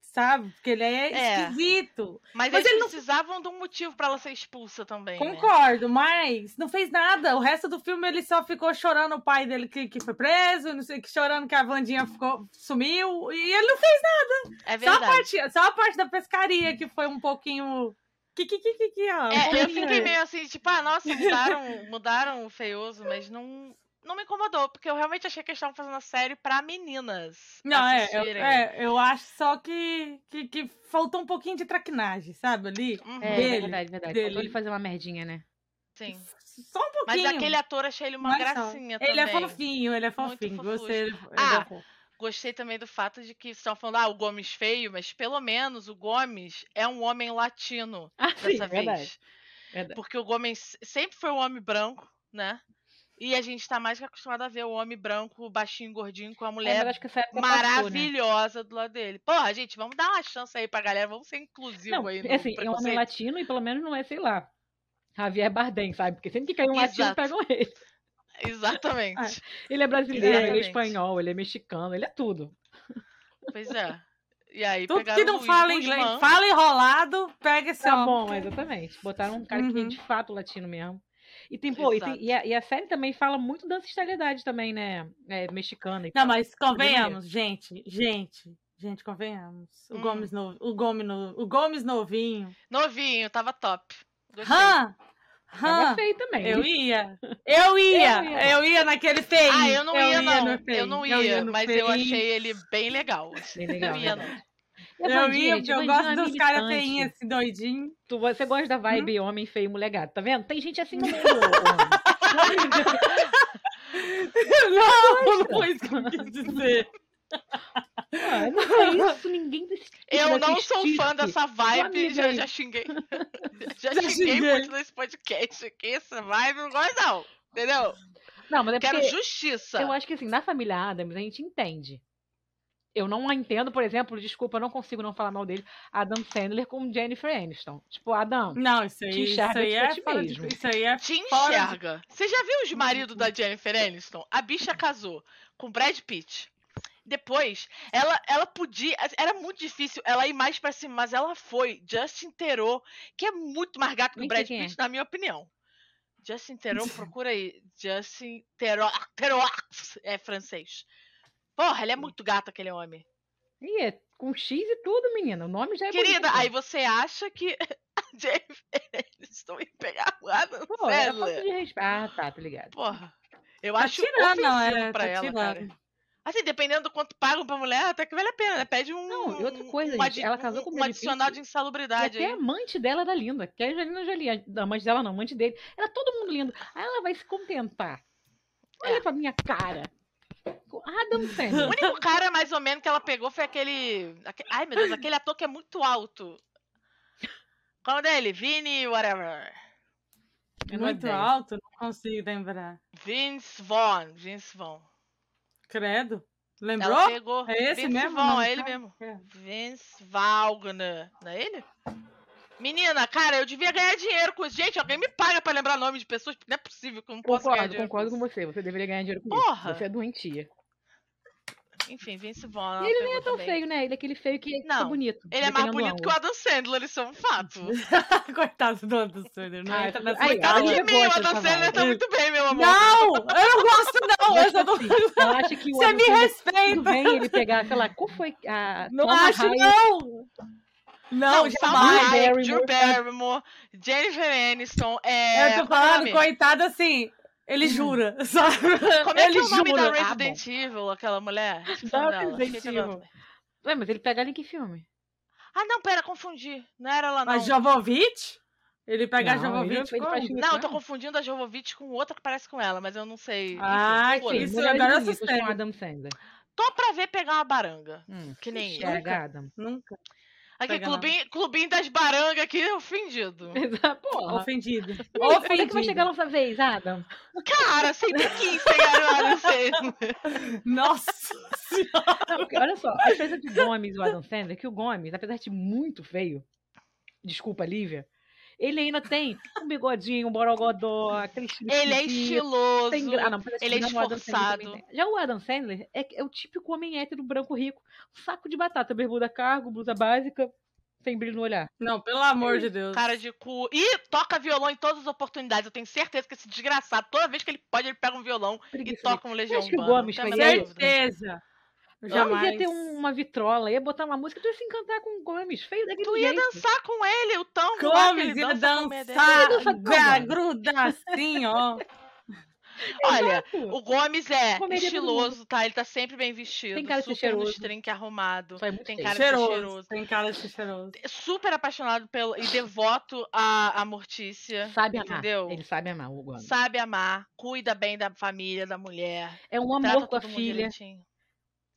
Sabe? Porque ele é,
É.
esquisito.
Mas,
Mas
eles
ele não-
precisavam de um motivo pra ela ser expulsa também. né?
Concordo, mas não fez nada. O resto do filme ele só ficou chorando o pai dele que, que foi preso, não sei que chorando que a Vandinha ficou, sumiu. E ele não fez
É
só a,
verdade.
parte, só a parte da pescaria que foi um pouquinho. Que que que que que, ó.
É, eu
Bolinha.
fiquei meio assim, tipo, ah, nossa, mudaram, mudaram o feioso, mas não, não me incomodou, porque eu realmente achei que eles estavam fazendo a série pra meninas.
Não, é eu,
assistirem.
é, eu acho só que, que, que faltou um pouquinho de traquinagem, sabe? Ali.
Uhum,
É,
Dele,
verdade, verdade.
dele.
Faltou ele fazer uma merdinha, né?
sim.
Só um
Mas
pouquinho.
aquele ator achei ele uma
mas só.
gracinha também.
Ele é fofinho, ele é fofinho.
fofucho.
Você, ele, ele
Ah,
é fofo.
Gostei também do fato de que estão falando, ah, o Gomes feio, mas pelo menos o Gomes é um homem latino
Ah,
dessa vez.
verdade.
Porque o Gomes sempre foi um homem branco, né? E a gente tá mais que acostumado a ver o homem branco, baixinho, gordinho, com a
É,
mulher
mas acho que essa época passou, né?
maravilhosa do lado dele. Porra, gente, vamos dar uma chance aí pra galera, vamos ser inclusivo
Não,
aí no
assim, é um homem
preconceito.
latino e pelo menos não é, sei lá, Javier Bardem, sabe? Porque sempre que cai um latino,
Exato.
pegam ele.
Exatamente.
Ele é brasileiro, ele é
Exatamente.
espanhol, ele é mexicano, ele é tudo.
Pois é. E aí
Tudo
pegaram
que não
o Luiz
fala inglês,
Guzmán.
fala enrolado, pega esse
Tá
homem.
bom, exatamente. Botaram um cara que é
Uhum.
de fato latino mesmo. E tem, pô, e, tem-
Exato.
e a, e a série também fala muito da ancestralidade também, né? É, mexicana e
Não,
tal.
mas
maneiro.
convenhamos, gente, gente, gente, convenhamos. O,
Hum.
Gomes, no, o, Gomes, no, o Gomes novinho.
Novinho, tava top. Gostei.
Hã?
Tava
Hã?
feio também.
Eu ia. Eu ia.
Eu
Eu
ia.
ia, naquele feio.
Ah, eu não ia, não.
no
Eu
feio,
não ia,
no
mas eu
feio.
achei ele bem legal. assim.
Bem
Eu
legal,
Não ia,
né?
não.
E a
Eu tipo,
Vandinha,
ia,
gente,
porque eu
Vandinha é
gosto dos caras
militante.
feinhos, esse doidinho.
Tu, você gosta da vibe homem feio molegado, tá vendo? Tem gente assim no mundo. ô,
Não, não foi isso que eu quis dizer.
Ana. Não é isso, ninguém desse tipo,
Eu não
desse
sou fã
estirpe.
dessa vibe,
amiga
já,
aí.
já xinguei. Já,
Já
xinguei,
xinguei.
muito nesse podcast aqui, essa vibe, não gosto não. Entendeu?
Não, mas é
Quero
porque
justiça.
eu acho que assim, na família Adams a gente entende. Eu não a entendo, por exemplo, desculpa, eu não consigo não falar mal dele, Adam Sandler com Jennifer Aniston. Tipo, Adam,
Não, isso
Te
aí, isso
enxerga
aí é
de ti
fora
mesmo.
de... Isso aí é...
Te
Fora de-
enxerga. Você já viu os maridos da Jennifer Aniston? A bicha casou com Brad Pitt. Depois, ela, ela podia. Era muito difícil ela ir mais pra cima, mas ela foi. Justin Theroux, que é muito mais gato que o
Nem sei
Brad
quem é.
Pitt, na minha opinião. Justin Theroux, procura aí. Justin Theroux. Theroux é francês. Porra, ele é muito gato, aquele homem.
Ih, é com X e tudo, menina. O nome já é
Querida,
bonito.
aí você acha que a Jennifer Aniston ia pegar o Adam
Pô, é era falta
Sandler?
de respeito. Ah, tá, tô ligado.
Porra. Eu
Tá
acho
tirando,
né?
ofensivo
é,
pra
tá
ela,
tirando.
cara. Assim, dependendo do quanto pagam pra mulher, até que vale a pena, né? Pede um.
Não, e outra coisa,
um,
gente,
adi-
ela casou
um-
com o
um
Brad
adicional
Pitt,
de
E
insalubridade.
até a
aí.
amante dela era linda, que a Angelina Jolie, a a amante dela não, a amante dele, era todo mundo lindo. Aí ela vai se contentar. Olha pra minha cara. Com Adam
O
Sandler.
único cara, mais ou menos, que ela pegou foi aquele. aque- Ai, meu Deus, aquele ator que é muito alto. Qual é o dele? Vini, whatever.
Menor
Muito
ideia.
alto, não consigo lembrar.
Vince Vaughn. Vince Vaughn.
Credo.
Ela
Lembrou?
pegou.
É esse
Vince
mesmo o
Vaughn,
nome
é
do
ele
cara?
mesmo.
É.
Vince Vaughn. Não é ele? Menina, cara, eu devia ganhar dinheiro com isso. Gente, alguém me paga pra lembrar nome de pessoas, porque não é possível que eu não possa ganhar
Concordo,
dinheiro.
concordo com
isso.
você. Você deveria ganhar dinheiro com
Porra!
isso. Você é doentia.
Enfim, Vince Vaughn.
E
ela
ele nem é
pegou
tão
também.
feio, né? Ele é aquele feio que é
Não,
bonito.
Ele é mais
dependendo do
bonito que o
ângulo.
Adam Sandler, isso é um fato.
Coitado do Adam Sandler, não
Ah,
entra
eu-
nessa
aí,
brincadeira.
Coitado
ela
de mim,
levou
o
essa
um é Adam Sandler
vibe.
tá muito bem, meu amor.
Não, eu não gosto não,
Eu
eu
acho
só tô...
assim, Eu acho que o
Você
Adam
me
Sandler- tá Tudo
respeita.
bem ele pegar, sei lá, qual foi a.
Não
Toma
acho
Hayek,
não. Não,
Não, Salma
jamais.
Hayek,
Drew
Drew Barrymore, Jennifer Aniston, é...
eu tô
qual é o
falando,
nome?
coitado assim, ele jura, sabe?
Como é
ele
que é o nome
jura.
da
ah, bom.
Resident Evil, aquela mulher? Esqueci o nome
Da
dela,
Resident
esqueci o nome.
Evil. Ué, mas ele pega ali em que filme?
Ah, não, pera, confundi. Não era ela, não.
Mas Jovovich? Ele pega
Não,
Jovovich
ele- ele faz
como?
filme
Não, eu
com
tô
ela.
confundindo a Jovovich com outra que parece com ela, mas eu não sei. Enfim,
Ah, que
foda-se.
Enfim,
isso
mulheres
agora eu
bonitas com
assustei.
Adam Sandler.
Tô pra ver pegar uma baranga.
Hum,
Que nem eu.
Chega, Adam.
Nunca.
Aqui,
pega nada.
clubinho, clubinho das barangas aqui, ofendido.
Porra.
Ofendido.
Quando é que vai chegar a
Ofendido.
nossa vez, Adam?
Cara, sempre quis pegar uma, não sei.
Nossa senhora.
Não, porque, olha só, a diferença de Gomes e o Adam Sandler é que o Gomes, apesar de muito feio, desculpa, Lívia, ele ainda tem um bigodinho, um borogodó, aquele
Ele é
estilo.
estiloso.
Tem gra- ah, não, parece que
ele é
não, o Adam Sandler também
esforçado.
tem. Já o Adam Sandler é, é o típico homem hétero branco rico. Saco de batata, bermuda cargo, blusa básica, sem brilho no olhar.
Não, pelo amor de Deus.
Cara de cu. E toca violão em todas as oportunidades. Eu tenho certeza que esse desgraçado, toda vez que ele pode, ele pega um violão e
Preguiça
toca um Legião
acho que o
Urbana.
Gomes
não tem a
faz
menor
isso?
dúvida.
Certeza.
de-
Jamais.
Eu ia ter um- uma vitrola, ia botar uma música, tu ia se encantar com o Gomes, feio daquele
Tu ia
jeito.
dançar com ele, o tango lá que
Gomes
ele
ia
dança com o Medeiros.
dançar,
Ele dança com
gra-
Gomes.
grudar assim, ó.
Olha,
Exato.
o Gomes é
Comeria todo
estiloso, tá? Ele tá sempre bem vestido.
Tem cara de ser
super
cheiroso.
nos trinques, arrumado.
Só é muito
tem
feio.
cara de ser
Cheiroso.
cheiroso.
Tem cara de ser cheiroso.
Super apaixonado pelo e devoto à, à Mortícia.
Sabe amar.
Entendeu?
Ele sabe amar o Gomes.
Sabe amar, cuida bem da família, da mulher.
É um
trata
amor com a
todo mundo
filha.
direitinho.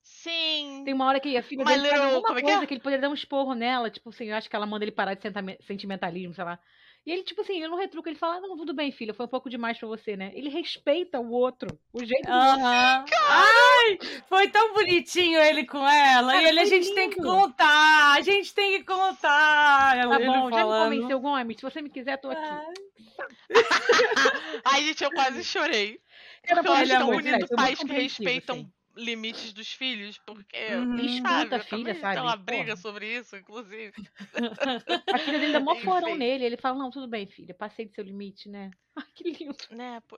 Sim.
Tem uma hora que a filha
My
dele faz
little-
alguma
como é que
coisa
é?
que ele poderia dar um esporro nela, tipo assim, eu acho que ela manda ele parar de sentame- sentimentalismo, sei lá. E ele, tipo assim, ele não retruca, ele fala, não, tudo bem, filha, foi um pouco demais pra você, né? Ele respeita o outro, o jeito do
Ah,
outro.
Aham. Ai, foi tão bonitinho ele com ela.
Cara,
e ele, a
foi
gente tem que
lindo.
contar, a gente tem que contar. Ela
Tá bom, já me
falando.
convenceu, Gomes, se você me quiser, tô aqui.
Ah,
Ai,
Ai, gente, eu quase chorei.
Era
Porque eu
pra
acho
ele,
tão
amor,
bonito
sério, foi muito
pais que
compreensivo,
respeitam
assim.
limites dos filhos, porque.
Uhum.
Ele
Sabe,
escuta a
eu
filha,
também
sabe?
tenho uma
Porra.
briga sobre isso, inclusive.
A filha dele dá mó
Enfim.
corão nele, ele fala, não, tudo bem, filha, passei do seu limite, né? É, Ai, que lindo.
Né? pô.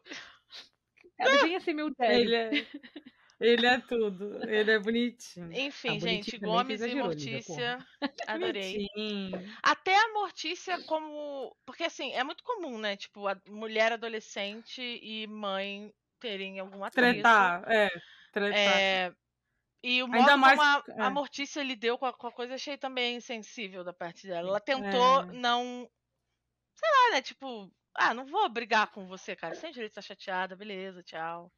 Ela devia ser meu dele.
Ele é, ele é tudo. Ele é bonitinho.
Enfim,
Ah, bonitinho
gente,
também,
Gomes e
exagerou, Lívia,
Mortícia. Adorei.
Bonitinho.
Até a Mortícia como. Porque assim, é muito comum, né? Tipo, a mulher adolescente e mãe terem alguma treta.
Tretar, é. Tretar.
É, E o modo
Ainda mais-
como a, a
é.
Mortícia lideu com a, com a coisa, achei também insensível da parte dela. Ela tentou
É.
não. Sei lá, né? Tipo, ah, não vou brigar com você, cara. Você tem direito de estar chateada, beleza, tchau.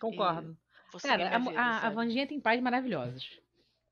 Concordo.
Vou seguir
Cara,
minha
a,
vida,
a, a
sabe?
Vandinha tem pais maravilhosos.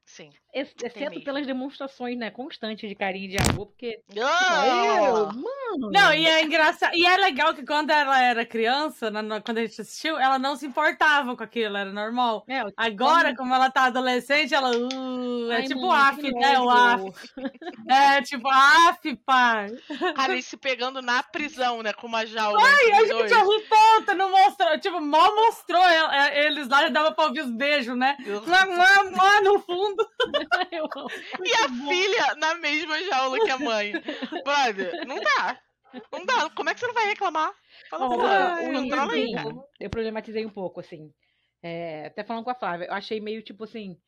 Sim.
Ex- Exceto
mesmo.
pelas demonstrações, né, constantes de carinho e de amor, porque.
Ah!
Eu, mano!
Não, e é engraçado. E é legal que quando ela era criança, na- na- quando a gente assistiu, ela não se importava com aquilo, era normal.
É, o-
Agora, como ela tá adolescente, ela. uh, é
Ai,
tipo o
mãe,
AF,
que
né? O AF.
nojo.
É, tipo, af, pai.
Cara, eles se pegando na prisão, né? Com uma jaula.
E
entre
a
os
gente
dois.
já ri tanto, não mostrou. Tipo, mal mostrou el- é, eles lá, já dava pra ouvir os beijos, né?
é,
Lá, lá, lá no fundo.
Eu amo.
E a filha na mesma jaula que a mãe. Brother, não dá. Não dá. Como é que você não vai reclamar? Fala,
Ó,
porra,
o
controla aí,
Luizinho,
cara.
eu problematizei um pouco, assim. É, até falando com a Flávia, eu achei meio tipo assim.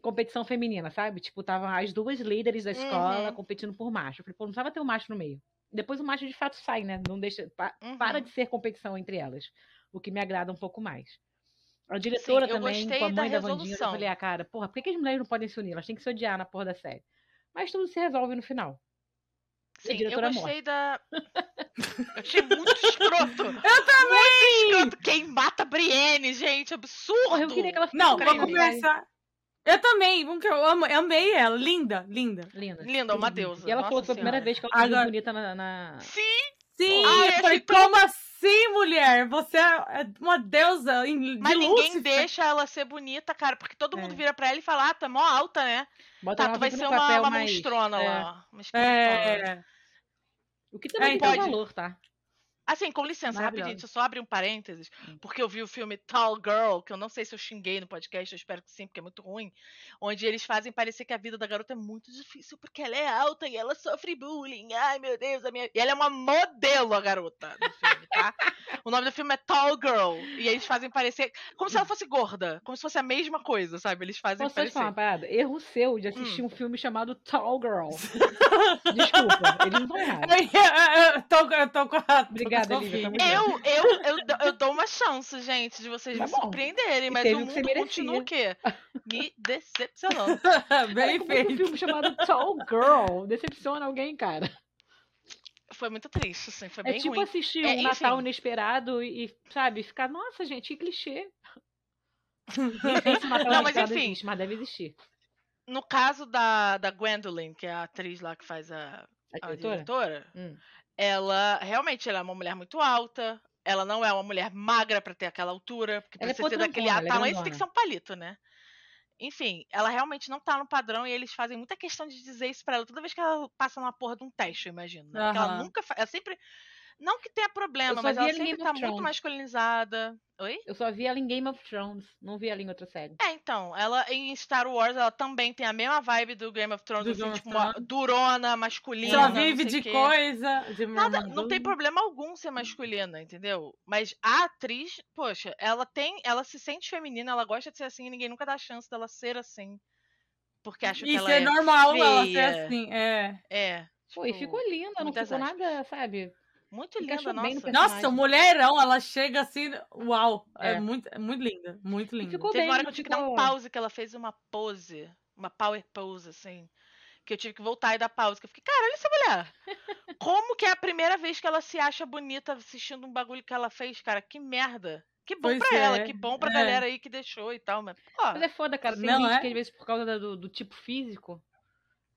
Competição feminina, sabe? Tipo, tava as duas líderes da escola
Uhum.
competindo por macho. Eu falei, pô, não precisava ter um macho no meio. Depois o macho de fato sai, né? Não deixa. pa-
Uhum.
para de ser competição entre elas, o que me agrada um pouco mais. A diretora
eu
também,
gostei
com a
da
mãe da, Vandinha, eu já
resolução.
falei, ah, cara, porra, por que, que as mulheres não podem se unir? Elas têm que se odiar na porra da série. Mas tudo se resolve no final.
Uhum. Sim, eu
diretora morre.
gostei da. Eu achei muito escroto. Eu também! Muito escroto. Quem mata a Brienne, gente? Absurdo!
Porra, eu queria que ela fosse
Não,
pra
pra
incrível.
começar. Eu também, um que eu amo, eu amei ela, linda, linda.
Linda.
Linda, uma deusa.
E ela
nossa
falou que foi a primeira
senhora.
vez que ela se viu
Agora-
bonita na, na-
Sim,
Sim,
Ai,
eu falei,
achei tão-
como assim, mulher? Você é uma deusa em- de
mas ninguém
Lúcifer.
deixa ela ser bonita, cara, porque todo
É.
mundo vira pra ela e fala: ah, tá mó alta, né?
Bota
Tá,
ela
tu vai
sempre
ser
num
uma,
papel
uma
mais-
monstrona
é.
lá. Uma esquisitona.
É,
O que também
É,
não tem
pode.
valor, tá?
Assim, com licença, rapidinho,
Maravilhosa. Hum.
deixa eu só abrir um parênteses, porque eu vi o filme Tall Girl, que eu não sei se eu xinguei no podcast, eu espero que sim, porque é muito ruim, onde eles fazem parecer que a vida da garota é muito difícil, porque ela é alta e ela sofre bullying, ai meu Deus, a minha... E ela é uma modelo, a garota, do filme, tá? o nome do filme é Tall Girl, e eles fazem parecer, como se ela fosse gorda, como se fosse a mesma coisa, sabe? Eles fazem
Posso só
parecer. Hum.
te falar uma parada? Erro seu de assistir um filme chamado Tall Girl. Desculpa, eles não estão errados.
Eu- eu- eu tô, eu tô com a.
Obrigada,
tô
Lívia,
com a
tamo
Sofia.
junto.
Eu, eu, eu, dou- eu dou uma chance, gente, de vocês
Tá
me
bom.
surpreenderem,
E
mas
teve
o
o que você
mundo continua o quê? Me decepcionando.
Cara,
Bem
como é que
feito.
um filme chamado Tall Girl decepciona alguém, cara.
Foi muito triste, assim, foi
É
bem
tipo
ruim.
assistir
É,
um Natal
enfim.
inesperado e, e, sabe, ficar, nossa, gente, que clichê. Não,
Não, mas enfim.
Existe, mas deve existir.
No caso da, da Gwendolyn, que é a atriz lá que faz a, a
A diretora?
diretora,
Hum.
ela realmente ela é uma mulher muito alta. Ela não é uma mulher magra pra ter aquela altura, porque pra
Ela é
você ter daquele
potrambona, ela é
tamanho você tem que
grandona.
ser um palito, né? Enfim, ela realmente não tá no padrão e eles fazem muita questão de dizer isso pra ela toda vez que ela passa numa porra de um teste, eu imagino. Né? Porque ela
Aham.
nunca faz. Ela sempre. Não que tenha problema,
só
mas
vi
ela
ela em
sempre
Game
tá
of
muito
Thrones.
masculinizada. Oi?
Eu só vi ela em Game of Thrones, não vi ela em outra série.
É, então, ela em Star Wars, ela também tem a mesma vibe do Game of Thrones,
Do
assim,
Game of
tipo, uma durona, masculina.
Só
não
vive
sei
de
o quê.
coisa. De
Nada, não
mamadura.
tem problema algum ser masculina, entendeu? Mas a atriz, poxa, ela tem, ela se sente feminina, ela gosta de ser assim e ninguém nunca dá a chance dela ser assim. Porque acha que
Isso
ela
é
é,
normal ela ser
feia.
assim. É.
É.
Pô, e
tipo,
ficou linda, não
muitas
ficou
aspas.
nada, sabe?
muito linda,
encaixou bem no
nossa.
personagem.
Nossa, mulherão, ela chega assim, uau. É,
É.
muito, é muito linda, muito linda.
ficou
Teve
bem,
uma
tipo,
hora que
não
eu tive que dar um
ficou-
pause, que ela fez uma pose, uma power pose, assim. Que eu tive que voltar e dar pause. Que eu fiquei, cara, olha essa mulher. Como que é a primeira vez que ela se acha bonita assistindo um bagulho que ela fez, cara? Que merda. Que bom
Pois
pra ela,
é,
que bom pra
é.
galera aí que deixou e tal, mas, pô,
Mas é foda, cara. Tem
Não
gente
é?
que, às vezes, por causa da- do, do tipo físico,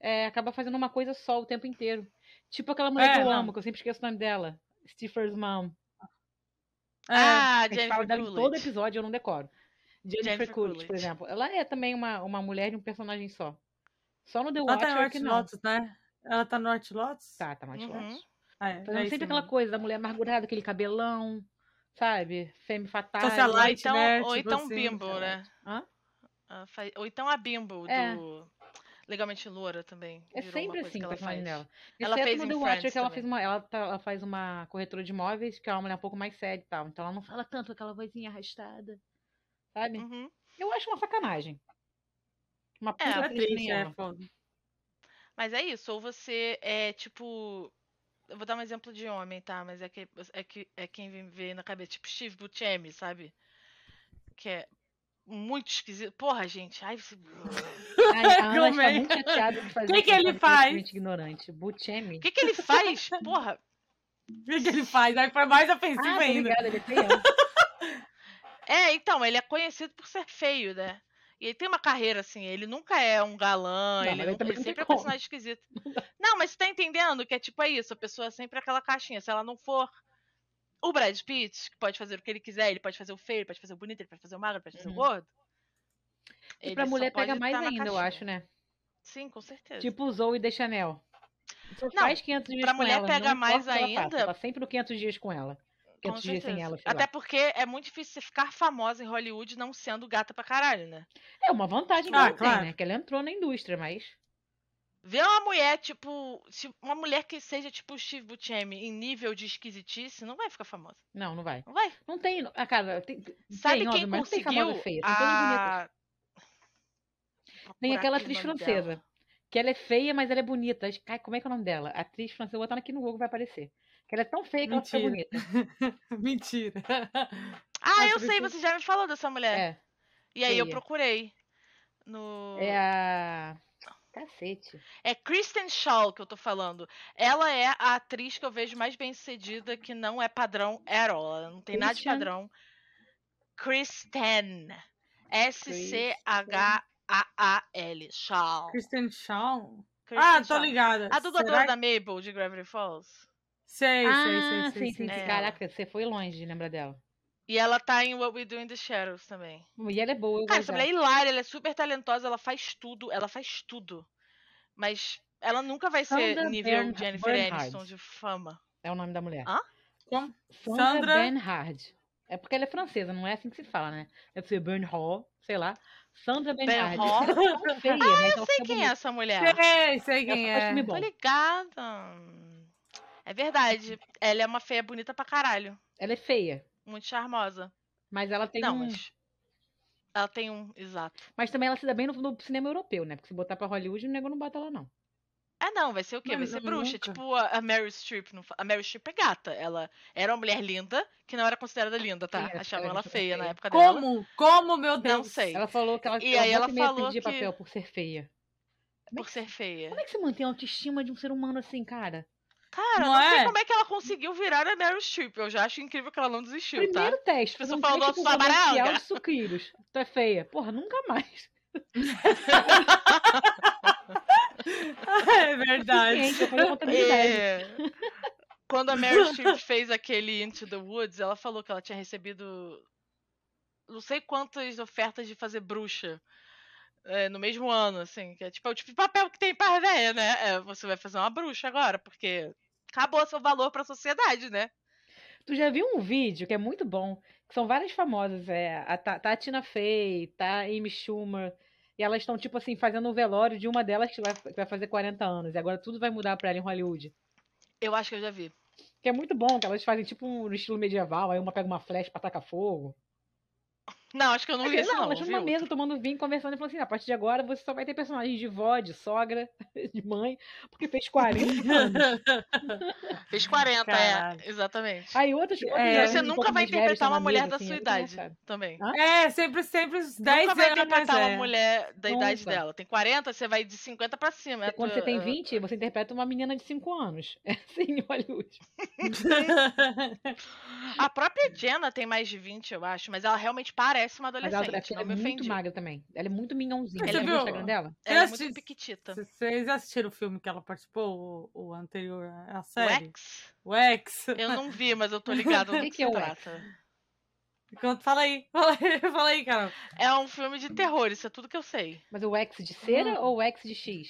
é, acaba fazendo uma coisa só o tempo inteiro. Tipo aquela mulher
É,
que eu
não.
amo, que eu sempre esqueço o nome dela. Stifler's Mom.
É.
Ah,
A gente
Jennifer
fala dela em
Coolidge.
todo episódio, eu não decoro. Jennifer,
Jennifer
Coolidge, por
Coolidge.
exemplo. Ela é também uma, uma mulher de um personagem só. Só no The
Ela tá
Watcher
no North
que não.
Lotus, né? Ela tá no North Lotus?
Tá, tá mais
Uhum.
forte.
Ah, é,
Fazendo
é
sempre
isso
aquela
mesmo.
coisa da mulher amargurada, aquele cabelão, sabe? Femme fatal.
Socialite.
Ou
Light,
então,
né?
ou
Tipo
então
assim,
Bimbo,
sei lá.
né?
é. Hã?
Ah, fa- Ou então a Bimbo
É.
do Legalmente Loura também.
É
virou uma
sempre
coisa
assim
que
o
ela
personagem
faz.
dela.
Ela
Exceto
fez
no
em
The
Friends
Watcher, que ela,
também.
fez uma, ela, tá- ela faz uma corretora de imóveis, que é uma mulher um pouco mais séria e tal. Então ela não fala tanto com aquela vozinha arrastada, sabe?
Uhum.
Eu acho uma sacanagem. Uma puta
É,
É
atriz que
triste,
nem
é
ela.
foda.
Mas é isso, ou você é tipo. Eu vou dar um exemplo de homem, tá? Mas é que é, que, é quem me vem na cabeça, tipo Steve Buscemi, sabe? Que é muito esquisito. Porra, gente, ai, você-
Ai, a Ana está
Também.
muito chateada de fazer
Que que
isso,
ele
sabe?
faz?
Completamente ignorante. Buscemi.
o que que ele faz? Porra,
O que, que ele faz? Aí foi mais ofensivo
Ah, tô
ainda.
ligada, ele é criança.
é, então, ele é conhecido por ser feio, né? E ele tem uma carreira assim, ele nunca é um galã,
Não,
ele,
mas ele
nunca-
também
ele
não tem
sempre é um
como.
personagem esquisito. Não, mas você tá entendendo que é tipo é isso, a pessoa é sempre aquela caixinha, se ela não for o Brad Pitt, que pode fazer o que ele quiser, ele pode fazer o feio, ele pode fazer o bonito, ele pode fazer o magro, ele pode fazer
Uhum.
o gordo.
E
ele
pra
só
mulher
pode
pega mais
tá na
ainda, eu
caixinha.
acho, né?
Sim, com certeza.
Tipo Zoe e Chanel. Só
Não,
faz 500 dias
pra
com
mulher
ela,
pega
não
mais
importa o que ela faça,
ainda-
Tá sempre no 500 dias com ela.
com
500 dias sem
certeza.
ela, sei
Até
lá.
porque é muito difícil você ficar famosa em Hollywood não sendo gata pra caralho, né?
É uma vantagem que
Ah,
ela
claro.
tem, né? Que ela entrou na indústria, mas...
Ver uma mulher, tipo. se- Uma mulher que seja tipo o Steve Buscemi em nível de esquisitice, não vai ficar famosa.
Não, não vai.
Não vai.
Não tem... Ah, cara, tem...
Sabe
tem, óbvio,
quem
mas não tem
conseguiu?
famosa feia, são todas bonitas.
a... Vou
Tem
procurar
aquela
aqui o
atriz
nome dela.
francesa. Que ela é feia, mas ela é bonita. Ai, como é que é o nome dela? Atriz francesa. Vou botar aqui no Google, vai aparecer. Que ela é tão feia que ela fica
Mentira.
bonita.
Mentira.
Ah, eu
Nossa,
sei,
preciso-
você já me falou dessa mulher.
É.
e aí eu
feia.
procurei.
Hum.
No...
É a... Cacete.
É Kristen Shaw que eu tô falando. Ela é a atriz que eu vejo mais bem sucedida, que não é padrão at all. Ela não tem nada de
Christian?
padrão. Kristen. S-C-H-A-A-L. Shaw.
Kristen Shaw? Ah,
Kristen
tô
Shaw.
ligada.
A dubladora
Ah,
da
Será
Mabel de Gravity Falls.
Sei, sei, sei,
ah,
sei,
sim,
sei,
sim,
sei.
sim.
É
Caraca, você foi longe, lembra dela.
E ela tá em What We Do in the Shadows também.
E ela é boa, eu
Cara, essa
gosto dela.
mulher é hilária, ela é super talentosa, ela faz tudo, ela faz tudo. Mas ela nunca vai ser
Sandra
nível
Bern-
Jennifer
Bernhard.
Aniston de fama.
É o nome da mulher.
Hã?
Como?
Sandra,
Sandra-
Bernhard. É porque ela é francesa, não é assim que se fala, né? Deve ser Bernhard, sei lá. Sandra Bernhard.
Bernhard?
Ela é tão feia, mas ela
Sei
fica
quem é
bonita.
essa mulher.
Sei, sei
Ela
quem
só faz
é.
filme
Tô
bom.
ligada. É verdade. Ela é uma feia bonita pra caralho.
Ela é feia,
Muito charmosa.
mas ela tem
Não,
um- mas...
mas. Ela tem um. Exato.
também ela se dá bem no, no cinema europeu, né? Porque se botar pra Hollywood, o nego não bota ela, não.
Ah, não, vai ser o quê? Vai
Mas
ser
não,
bruxa.
nunca.
Tipo a, a Mary Streep. não fa- A Mary Streep é gata. Ela era uma mulher linda, que não era considerada linda, tá?
Sim,
Achavam
ela
ela
super
feia na
feia.
época dela.
Como? Como, meu Deus?
Não sei.
Ela falou que ela,
E aí ela
volta meia
falou
pedia
que-
papel por ser feia.
Por ser feia. Tá.
é Como é que você mantém a autoestima de um ser humano assim, cara?
Cara,
Não
não, sei
é?
como é que ela conseguiu virar a Meryl Streep. Eu já acho incrível que ela não desistiu,
Primeiro
tá?
teste.
Você
fazer um
falou
teste
do Sabaranga?
comercial de sucrilhos. Tu é feia. Porra, nunca mais.
É verdade.
Suficiente, eu falei contabilidade.
É. Quando a Meryl Streep fez aquele Into the Woods, ela falou que ela tinha recebido não sei quantas ofertas de fazer bruxa é, no mesmo ano, assim. Que é tipo é o tipo de papel que tem pra véia, né? É, você vai fazer uma bruxa agora, porque acabou seu valor pra sociedade, né?
Tu já viu um vídeo que é muito bom, que são várias famosas, é, a, Ta- tá a Tina Fey, tá a Amy Schumer, e elas estão, tipo assim, fazendo o velório de uma delas que vai, que vai fazer 40 anos, e agora tudo vai mudar pra ela em Hollywood.
Eu acho que eu já vi.
Que é muito bom, que elas fazem tipo um estilo medieval, aí uma pega uma flecha pra tacar fogo.
Não, acho que eu não
Quer
vi
dizer,
isso não.
elas
eu vi
numa
outro.
mesa tomando vinho, conversando, e falando assim, a partir de agora você só vai ter personagens de vó, de sogra, de mãe, porque fez 40 anos.
Fez 40,
Caralho.
é. Exatamente.
Aí outros... outros
É,
jovens
você
um
nunca
pouco
vai
mais velhos
interpretar
estão na
uma mulher
mesa,
da
assim,
sua
é bem
idade
engraçado.
também.
É, sempre, sempre os 10
Nunca vai
anos é. mais
interpretar uma
velho.
mulher da idade
é. Nunca.
dela. Tem 40, você vai de 50 pra cima. é
Porque Quando
tu-
você tem 20, você interpreta uma menina de 5 anos. É assim, Hollywood.
A própria Jenna tem mais de 20, eu acho, mas ela realmente parece uma
Mas ela, ela
adolescente.
é
Não me
muito
ofendi.
magra também. Ela é muito minhãozinha.
Você
Ela viu
viu?
o Instagram dela?
Ela é muito
assisti-
piquitita.
Vocês assistiram o filme que ela participou, o, o anterior, a série?
Wax?
O X?
Eu não vi, mas eu tô ligada no
Que
que,
que
se
é o
trata.
Enquanto- Fala aí, fala aí, fala aí, cara.
É um filme de terror, isso é tudo que eu sei.
Mas o X de cera ou o X de X?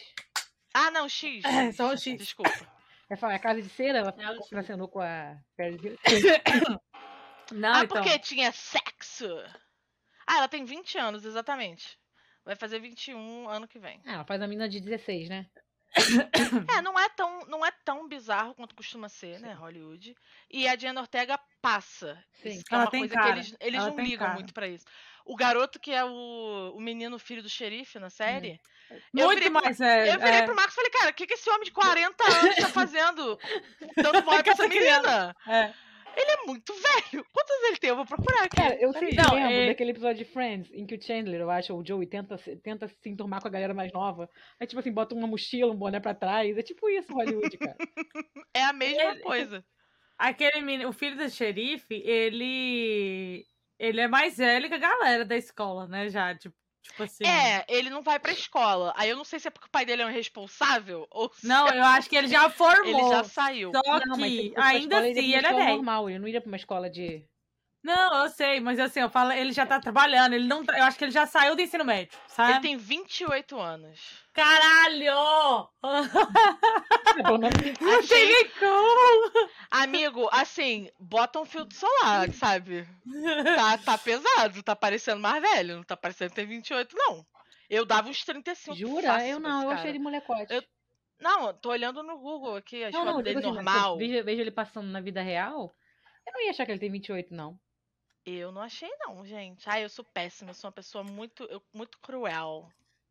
Ah, não, X.
É, Só o X.
Desculpa.
Vai falar, "É a casa de cera, ela
Não, sim.
contracenou com a Paris Hilton.
Não,
Ah,
então.
porque tinha sexo. Ah, ela tem 20 anos, exatamente. Vai fazer 21 ano que vem.
Ah, ela faz a menina de 16, né?
Hum.
É, não é tão, não é tão bizarro quanto costuma ser, né, Hollywood. E a Diana Ortega passa.
Sim.
Isso que é
Ela
uma
tem
coisa
cara.
que eles, eles
Ela
não
tem
ligam
cara.
muito pra isso. O garoto que é o, o menino filho do xerife na série. Eu
Muito
virei pro-
mais velho.
Eu virei
Hum. é,
pro Marcos e falei, cara, o que, que esse homem de 40 anos tá fazendo? Dando mole pra
essa
essa menina.
é.
Ele é muito velho. Quantos ele tem? Eu vou procurar aqui.
Cara, eu
Peraí.
sempre
Não,
lembro
é-
daquele episódio de Friends em que o Chandler, eu acho, ou o Joey, tenta, se- tenta se enturmar com a galera mais nova. Aí, tipo assim, bota uma mochila, um boné pra trás. É tipo isso, Hollywood, cara.
É a mesma
Ele-
coisa.
Aquele menino, o filho do xerife, ele. Ele é mais velho que a galera da escola, né? Já, tipo, tipo assim.
É, ele não vai pra escola. Aí eu não sei se é porque o pai dele é um irresponsável ou se é
Não, eu acho que ele já formou.
ele já saiu.
Só
Não, mas se ele
que,
fosse pra
ainda
escola,
assim,
ele, ia
ele
pra
é
uma escola
velho.
normal, ele não iria pra uma escola de...
Não, eu sei, mas assim, eu falo, ele já tá trabalhando, ele não. tá- Eu acho que ele já saiu do ensino médio,
Ele
sabe?
tem 28 anos.
Caralho!
É, Pelo menos
Não tem
Achei-
nem como!
Amigo, assim, bota um filtro solar, sabe? Tá, tá pesado, tá parecendo mais velho, não tá parecendo ter 28, não. Eu dava uns 35.
Jura?
fácil
Eu
pra
não,
esse
eu
cara.
achei ele molecote.
Eu- Não, tô olhando no Google aqui, as
Não,
fotos
não,
dele
tipo assim,
normal.
Se eu vejo, vejo ele passando na vida real, eu não ia achar que ele tem 28, não.
Eu não achei, não, gente. Ai, eu sou péssima, eu sou uma pessoa muito, eu- muito cruel.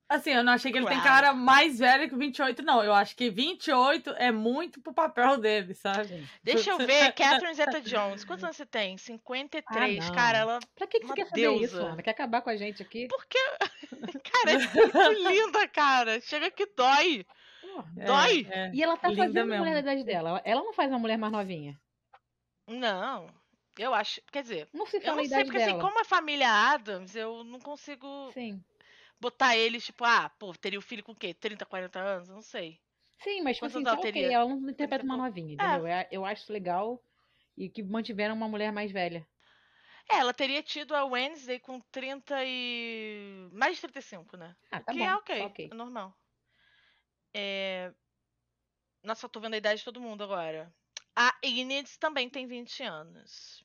Assim, eu não achei que ele tem
Claro.
cara mais velho que 28, não. Eu acho que 28 é muito pro papel dele, sabe?
Deixa eu ver, Catherine Zeta Jones. Quantos anos você tem? 53.
Ah, não.
cara, ela.
Pra que, que você
Uma
quer saber isso,
deusa.
Ana? Quer acabar com a gente aqui?
Por que? Cara, é muito linda, cara. Chega que dói.
Porra.
É,
Dói?
é.
E ela tá
Linda
fazendo a
mesmo.
mulher da idade dela. Ela- Ela não faz uma mulher mais novinha.
Não, eu acho. Quer dizer,
Não se
Eu
fala a
não sei,
idade
porque assim,
dela.
como é família Adams, eu não consigo
Sim.
botar eles, tipo, ah, pô, teria o filho com o quê? 30, 40 anos? Não sei.
Sim, mas tipo
Quantos anos
assim, tá
ela
ok,
teria?
ela não interpreta uma
pouco.
novinha, entendeu? É, Eu acho legal e que mantiveram uma mulher mais velha.
É, ela teria tido a Wednesday com 30 e. mais de 35, né?
Ah, tá
que
bom.
é
tá
ok,
ok.
é normal. É... Nossa, eu tô vendo a idade de todo mundo agora. A Inês também tem 20 anos.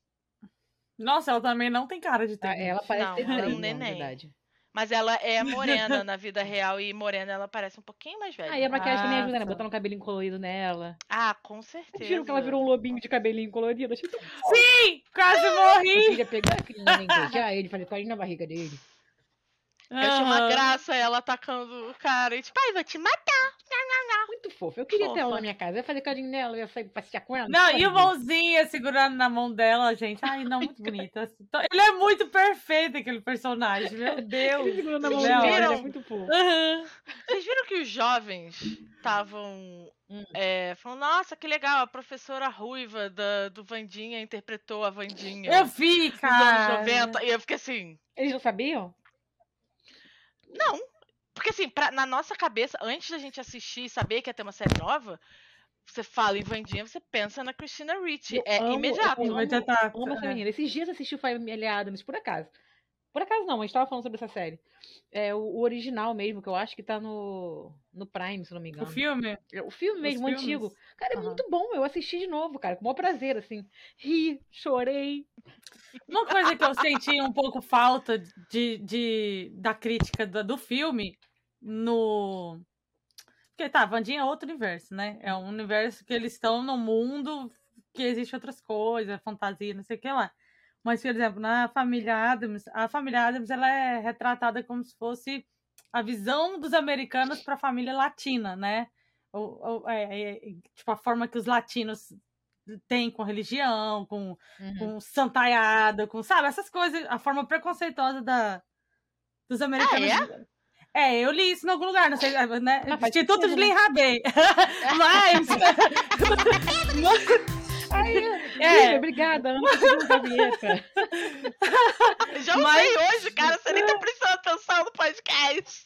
Nossa, ela também não tem cara de ter.
Tá, ela
20.
parece
Não,
ter
ela é um
3 anos de
neném.
idade.
Mas ela é morena na vida real e morena ela parece um pouquinho mais velha.
Ah, e a maquiagem também ajuda, né?
Nossa.
Botando um cabelinho colorido nela.
Ah, com
Vocês
certeza.
viram que ela virou um lobinho de cabelinho colorido? Achei tão
Sim, quase morri!
Eu queria pegar aquele neném, beijar Ah, ele, fazer carinho na barriga dele.
Eu achei é uma
Aham.
graça ela atacando o cara e tipo, ai, vou te matar.
Muito muito fofo. Eu queria ter ela
Fofa.
na minha casa. Eu ia fazer carinho nela, eu ia sair passear com ela.
Não,
Só
e o
isso.
mãozinha segurando na mão dela, gente. Ai, não, muito bonito. Assim, tô- Ele é muito perfeito, aquele personagem, meu
Ele
Deus.
segurando a
Vocês
mão dela, ele
viram?
é muito fofo.
Aham.
Vocês viram que os jovens estavam
Hum.
é, falando, nossa, que legal, a professora ruiva da, do Vandinha interpretou a Vandinha
Eu
nos
vi,
anos
cara.
90. E eu fiquei assim,
Eles não sabiam?
não. Porque assim, pra- na nossa cabeça, antes da gente assistir e saber que ia ter uma série nova, você fala em Vandinha, você pensa na Christina Ricci.
Eu
É
amo- eu
imediato.
amo
Vai tentar-
Eu amo essa
é.
menina. Esses dias eu assisti o Family Adams, por acaso. Por acaso não, a gente tava falando sobre essa série. É o, o original mesmo, que eu acho que tá no, no Prime, se não me
O
engano.
filme?
É, O filme mesmo,
filmes?
antigo. Cara, é
Aham.
muito bom. Eu assisti de novo, cara, com o maior prazer, assim. Ri, chorei.
Uma coisa que eu senti um pouco falta de, de- da crítica da- do, filme no. Porque tá, Vandinha é outro universo, né? É um universo que eles estão num mundo que existe outras coisas, fantasia, não sei o que lá. Mas, por exemplo, na família Adams, a família Adams ela é retratada como se fosse a visão dos americanos para a família latina, né? Ou- ou, é, é, tipo, a forma que os latinos têm com religião, com com santaiada, com, sabe, essas coisas, a forma preconceituosa da, dos americanos. é? eu li isso em algum lugar, não sei, né?
Ah, faz
Instituto de
sentido, né?
Lin Rabei. Mas.
Aí,
É.
Lívia, obrigada, Ana, por ter dado a vinheta.
Já usei hoje, cara, você
é.
nem tá prestando atenção no podcast.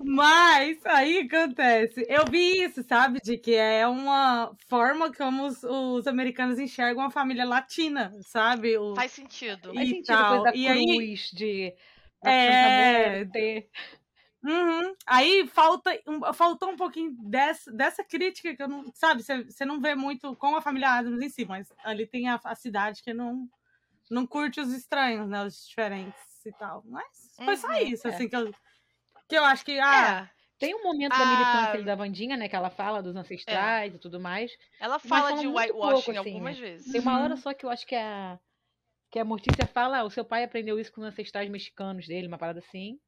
Mas aí o que acontece, eu vi isso, sabe, de que é uma forma como os, os americanos enxergam a família latina, sabe? O-
Faz sentido.
Faz
E
sentido, a coisa
tal.
da
Então, E aí-
cruz, de... Da
É,
Santa Muerte.
Uhum. Aí falta um, faltou um pouquinho dessa, dessa crítica que eu não. Sabe, você você não vê muito com a família Adams em si, mas ali tem a, a cidade que não, não curte os estranhos, né? Os diferentes e tal. Mas foi só
Uhum,
isso,
é.
assim, que eu, que eu acho que.
É,
Ah,
Tem um momento da
Ah.
militância ali da Vandinha, né? Que ela fala dos
É.
ancestrais e tudo mais.
Ela
Mas
fala
fala
de
muito
whitewashing
pouco, assim,
algumas
Tem
vezes.
uma
Uhum.
hora só que eu acho que a que a Mortícia fala, ah, o seu pai aprendeu isso com os ancestrais mexicanos dele, uma parada assim.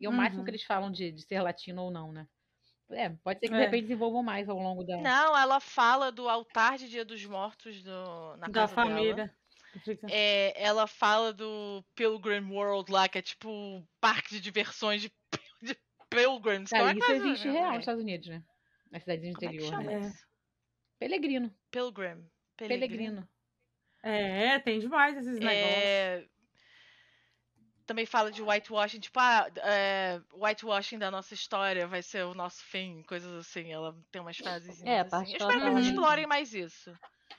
E é o máximo
Uhum.
que eles falam de, de ser latino ou não, né? É, pode ser que
É.
de repente desenvolvam mais ao longo da.
Não, ela fala do altar de Dia dos Mortos do- na
da
casa dela.
família. Fica-
É, ela fala do Pilgrim World lá, que é tipo um parque de diversões de, pil- de pilgrims.
Cara,
Como é que
isso
é
existe
nome?
real nos Estados Unidos, né? Na cidade do
Como é que
interior.
chama
né?
né?
isso?
Pelegrino.
Pilgrim. Pelegrino.
Pelegrino.
É, tem demais esses negócios.
É, Também fala de whitewashing, tipo, ah, é, whitewashing da nossa história vai ser o nosso fim, coisas assim. Ela tem umas frases.
É, a
assim.
parte
Eu
que
espero
ela
que eles
fala, né?
explorem mais isso.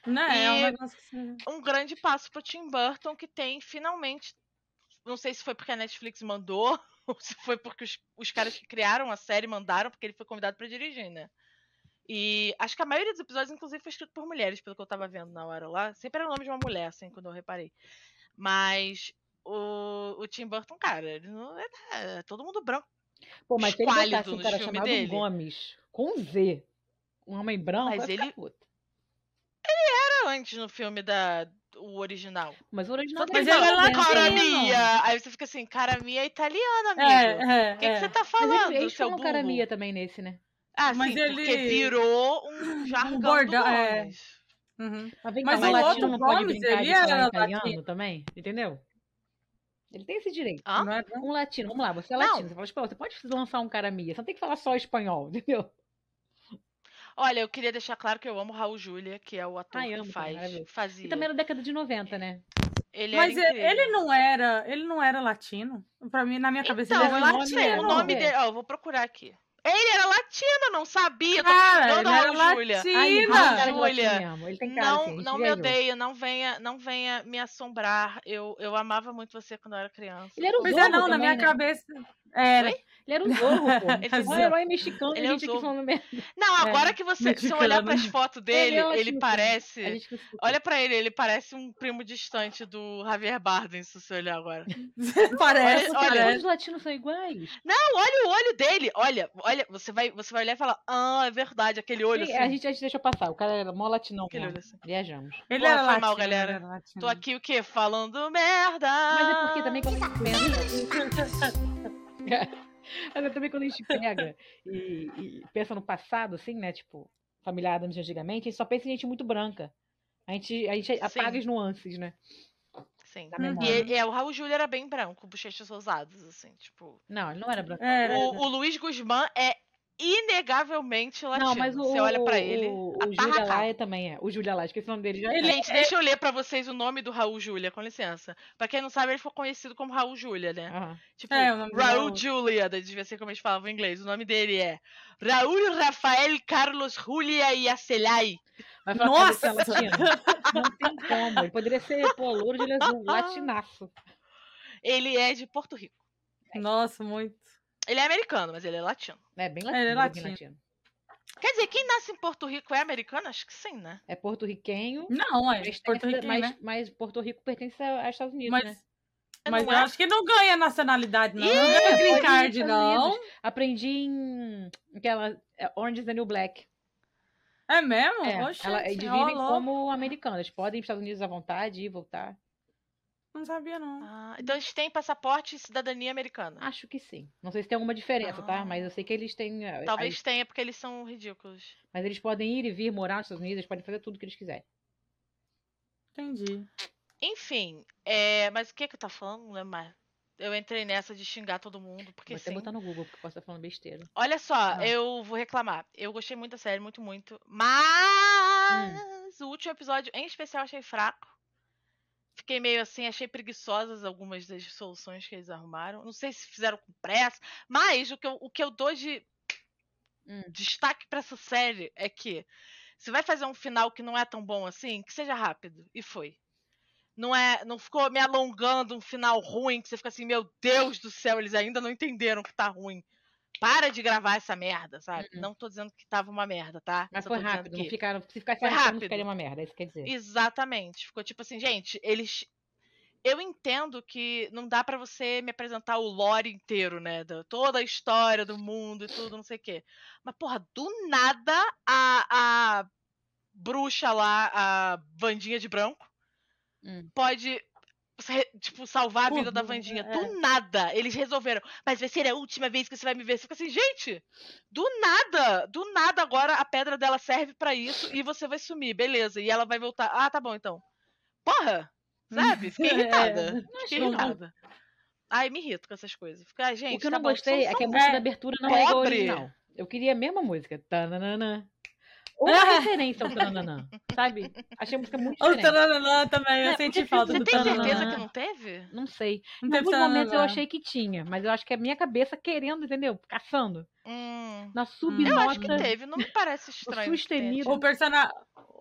Né? É um
e-
negócio que. você-
um grande passo pro Tim Burton, que tem finalmente. Não sei se foi porque a Netflix mandou, ou se foi porque os, os caras que criaram a série mandaram, porque ele foi convidado pra dirigir, né? E acho que a maioria dos episódios, inclusive, foi escrito por mulheres, pelo que eu tava vendo na hora lá. Sempre era o nome de uma mulher, assim, quando eu reparei. Mas o, o Tim Burton, cara, ele não é, é todo mundo branco.
Pô, mas se ele
Esquálido
botasse um
no
cara
filme
chamado
dele.
Gomes com Z, um homem branco,
Mas
mas ele...
ele- Era é antes no filme da, o original.
Mas o original
Mas
dele
ele
tá
é
lá dentro,
latino.
Cara
né?
Mia! Aí você fica assim, cara Mia é italiana, amigo.
É, é,
O que, que
é.
você tá
Mas
falando,
eles, eles
seu
falam
burro?
caramia também nesse, né?
Ah,
Mas
sim, porque
ele-
virou um jargão
bordão,
do
é.
Gomes.
Uhum.
Mas, vem
Mas
cá,
o
o
outro
latino não pode
Gomes,
brincar
ele
de falar
era
italiano
latino.
também, entendeu? Ele tem esse direito.
Hã?
Não é bom?
Um latino, vamos lá, você é
Não.
latino, você fala espanhol, você pode lançar um cara mia, você não tem que falar só espanhol, entendeu?
Olha, eu queria deixar claro que eu amo Raul Júlia, que é o ator
Ai,
que
amo, cara,
faz.
maravilhoso.
Fazia.
E também na década de 90, né?
Ele
Mas
era
é-
incrível.
ele não era, ele não era latino. Pra mim, na minha cabeça,
Então,
ele
eu
era um
não
latino.
sei o nome
É.
dele. Ó, eu vou procurar aqui. Ele era latino, não sabia. Tô
Cara,
xingando
ele
a
era
Raul Júlia.
Ai,
latino.
Raul
cara de
Júlia,
latino mesmo, ele tem cara
Não,
assim, a gente
não me
viajou.
odeia, não venha, não venha me assombrar. Eu, eu amava muito você quando eu era criança.
Ele era o
Pois
Zorro
é, não, na
também,
minha
né?
cabeça. Era.
Ele era o Zorro, pô.
Ele
Ele
era o
um herói mexicano e
Ele
a
era o
gente aqui
Zorro.
falando merda.
Não, agora que você, se eu olhar
mexicano.
para as fotos dele,
Ele é
ele,
latino,
parece.
A gente fica-
Olha pra ele, ele parece um primo distante do Javier Bardem, se você olhar agora.
Parece,
Porque
olha-
todos
parece.
os latinos são iguais.
Não, Ah, olha o olho dele. Olha, olha, você vai, você vai olhar e falar: "Ah, é verdade, aquele olho
Sim,
assim".
a, gente, a gente deixou passar, o cara era mó latinão
Aquele olho
mesmo.
assim.
Viajamos.
Ele
Porra,
era
foi mal,
latino.
galera.
ele era latino.
Tô aqui o quê? Falando merda.
é
Ah,
Mas é porque também quando a gente pensa... Mas é também quando a gente pega e, e pensa no passado, assim, né? Tipo, familiar Adams de antigamente, a gente só pensa em gente muito branca. A gente, a gente apaga as nuances, né?
Sim.
Da
Uhum.
E
memória.
ele- é, o Raul Júlio era bem branco, bochechas ousadas, assim, tipo.
Não, ele não era branco.
É,
O, o Luiz Guzmán é inegavelmente latino.
Não, mas o,
Você olha pra
o-
ele.
o, o
atarracado.
Júlia Laia também é. O Júlia Laia, esqueci o nome dele já.
Ele-
Gente, deixa eu ler pra vocês o nome do Raul Júlia, com licença. Pra quem não sabe, ele ficou conhecido como Raul Júlia, né?
Aham.
Tipo,
É, o nome do
Raul
Raul.
Julia, daí devia ser como eles falavam em inglês. O nome dele é Raul Rafael Carlos Julia Iacelai.
Vai falar que
Nossa!
ele é latino? Não tem como. Ele poderia ser, pô, louro de olho azul, latinaço.
Ele é de Porto Rico.
Nossa, muito.
Ele é americano, mas ele é latino.
É bem
É,
latino.
ele é
bem
latino.
latino.
Quer dizer, quem nasce em Porto Rico é americano? Acho que sim, né?
É porto-riquenho,
Não, é
mas, tem
Porto
essa-
Rico,
mas,
né?
mas Porto Rico pertence a- aos Estados Unidos, né?
Mas, mas
não
eu
é?
acho que não ganha nacionalidade, não.
Ih,
não ganha green
Origem dos
card,
Estados
não.
Unidos. Aprendi em aquela é, Orange is the New Black.
É mesmo?
Ah,
É,
Oxe,
ela, eles
gente,
vivem
ó, louco.
como americanas. Podem ir para os Estados Unidos à vontade e voltar.
Não sabia, não.
Ah, então eles têm passaporte e cidadania
Ah,
americana.
Acho que sim. Não sei se tem alguma diferença,
Ah.
tá? Mas eu sei que eles têm. é,
Talvez
aí-
tenha, porque eles são ridículos.
mas eles podem ir e vir morar nos Estados Unidos, eles podem fazer tudo o que eles quiserem.
Entendi.
Enfim, é, mas o que que eu tava falando? Não lembro mais. Eu entrei nessa de xingar todo mundo, porque
Vou até
sim.
botar no Google, porque eu posso estar falando besteira.
Olha só,
Ah.
eu vou reclamar. Eu gostei muito da série, muito, muito. Mas o último episódio, em especial, achei fraco. Fiquei meio assim, achei preguiçosas algumas das soluções que eles arrumaram. Não sei se fizeram com pressa, mas o que eu, o que eu dou de
Hum.
destaque pra essa série é que se vai fazer um final que não é tão bom assim, que seja rápido. E foi. Não é, não ficou me alongando um final ruim que você fica assim, meu Deus do céu, eles ainda não entenderam que tá ruim para de gravar essa merda, sabe?
Uhum.
Não tô dizendo que tava uma merda, tá?
Mas
Só
foi
tô dizendo
rápido.
que-
Não ficaram, se ficasse
Foi
arrastando,
rápido.
ficaria uma merda, é isso que quer dizer.
Exatamente. Ficou tipo assim, gente, eles. Eu entendo que não dá pra você me apresentar o lore inteiro, né? da- toda a história do mundo e tudo, não sei o quê. Mas, porra, do nada a, a bruxa lá, a Vandinha de branco,
Hum.
pode, se- tipo, salvar a
Pô,
vida da
do-
Vandinha.
é.
Do nada eles resolveram. Mas vai ser a última vez que você vai me ver. Você fica assim, gente, do nada, do nada agora a pedra dela serve pra isso e você vai sumir, beleza. E ela vai voltar. Ah, tá bom então. Porra! Sabe? Fiquei
É.
irritada. Fiquei
não-
irritada. Ai, me irrito com essas coisas. Fica, "Ai, gente,
o que eu
tá
não
bom,
gostei
são-
é que a
são-
música
é
da abertura não é igual a
pobre.
original. Eu queria a mesma música. Tananana. Ou uma referência ao tananana, sabe? Achei a música muito
O
diferente.
Tananã também, eu
É,
senti
porque
falta
Você
do
tem certeza
Tananã.
que não teve?
Não sei.
Não
Em
teve
alguns momentos eu
tananã.
achei que tinha, mas eu acho que é a minha cabeça querendo, entendeu? Caçando.
Hum.
Na
Eu acho que
subnota.
teve, não me parece estranho. que tenha
sustenido.
O persona...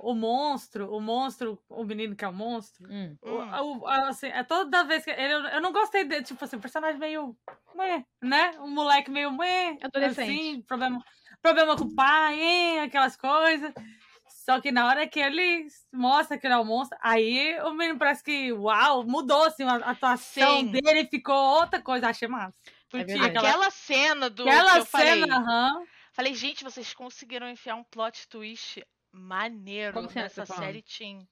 O monstro, o monstro, o menino que é o monstro.
Hum.
tido. Hum.
O- o- a- assim, é toda vez que. Ele, eu não gostei dele, tipo assim, um personagem meio. Meh, né? Um moleque meio. Meh,
Adolescente.
Assim, problema, problema com o pai, hein, aquelas coisas. Só que na hora que ele mostra que ele é o monstro, aí o menino parece que, uau, mudou assim, a atuação
Sim.
dele ficou outra coisa. Achei massa.
É
Curti
verdade.
aquela,
Aquela cena do. que
aquela
eu falei.
cena, aham.
Falei, gente, vocês conseguiram enfiar um plot twist maneiro
Qual cena que você
nessa
tá falando?
série Teen.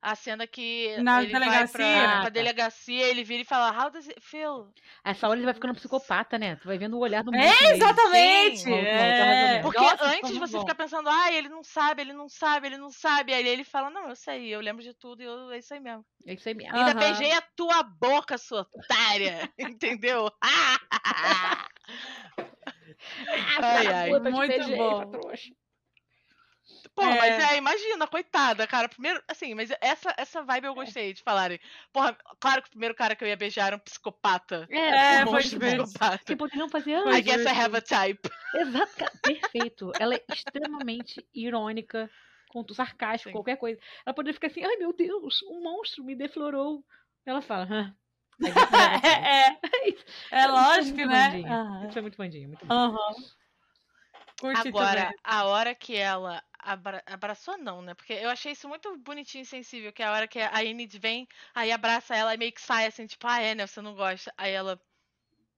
A cena que
Na
ele vai
delegacia?
pra,
Ah,
pra
tá.
delegacia, ele vira e fala, How does it feel?
Essa hora ele vai ficando psicopata, né? Tu vai vendo o olhar do
É,
mundo. dele.
Exatamente!
Sim, voltou,
é.
voltou,
Porque
Nossa,
antes
como
você
bom.
fica pensando, ah, ele não sabe, ele não sabe, ele não sabe. Aí ele fala, não, eu sei, eu lembro de tudo e eu- é isso aí mesmo.
É isso aí mesmo.
Ah.
Ainda
Aham.
beijei a tua boca, sua otária. Entendeu? Ah! Ai, ai.
Puta, te
Muito
beijei,
bom.
sua trouxa.
Pô,
É.
mas é, imagina, coitada, cara. Primeiro, assim, mas essa, essa vibe eu gostei de falarem. Porra, claro que o primeiro cara que eu ia beijar era um psicopata.
É,
um
foi
monstro de
divertido.
psicopata.
Que poderiam fazer antes.
I guess I have a type.
Exato, cara, perfeito. Ela é extremamente irônica, com tu- sarcástico,
Sim.
qualquer coisa. Ela poderia ficar assim, ai meu Deus, um monstro me deflorou. Ela fala, hã. I guess I have a type."
é, é. É
Isso
lógico,
é muito
né?
bandinha.
Ah.
Aham.
Isso é muito bandinho, muito bom.
Aham. Curti também.
Agora, a hora que ela abra- abraçou, não, né? Porque eu achei isso muito bonitinho e sensível, que é a hora que a Enid vem, aí abraça ela e meio que sai assim, tipo, ah, é, né? Você não gosta. Aí ela.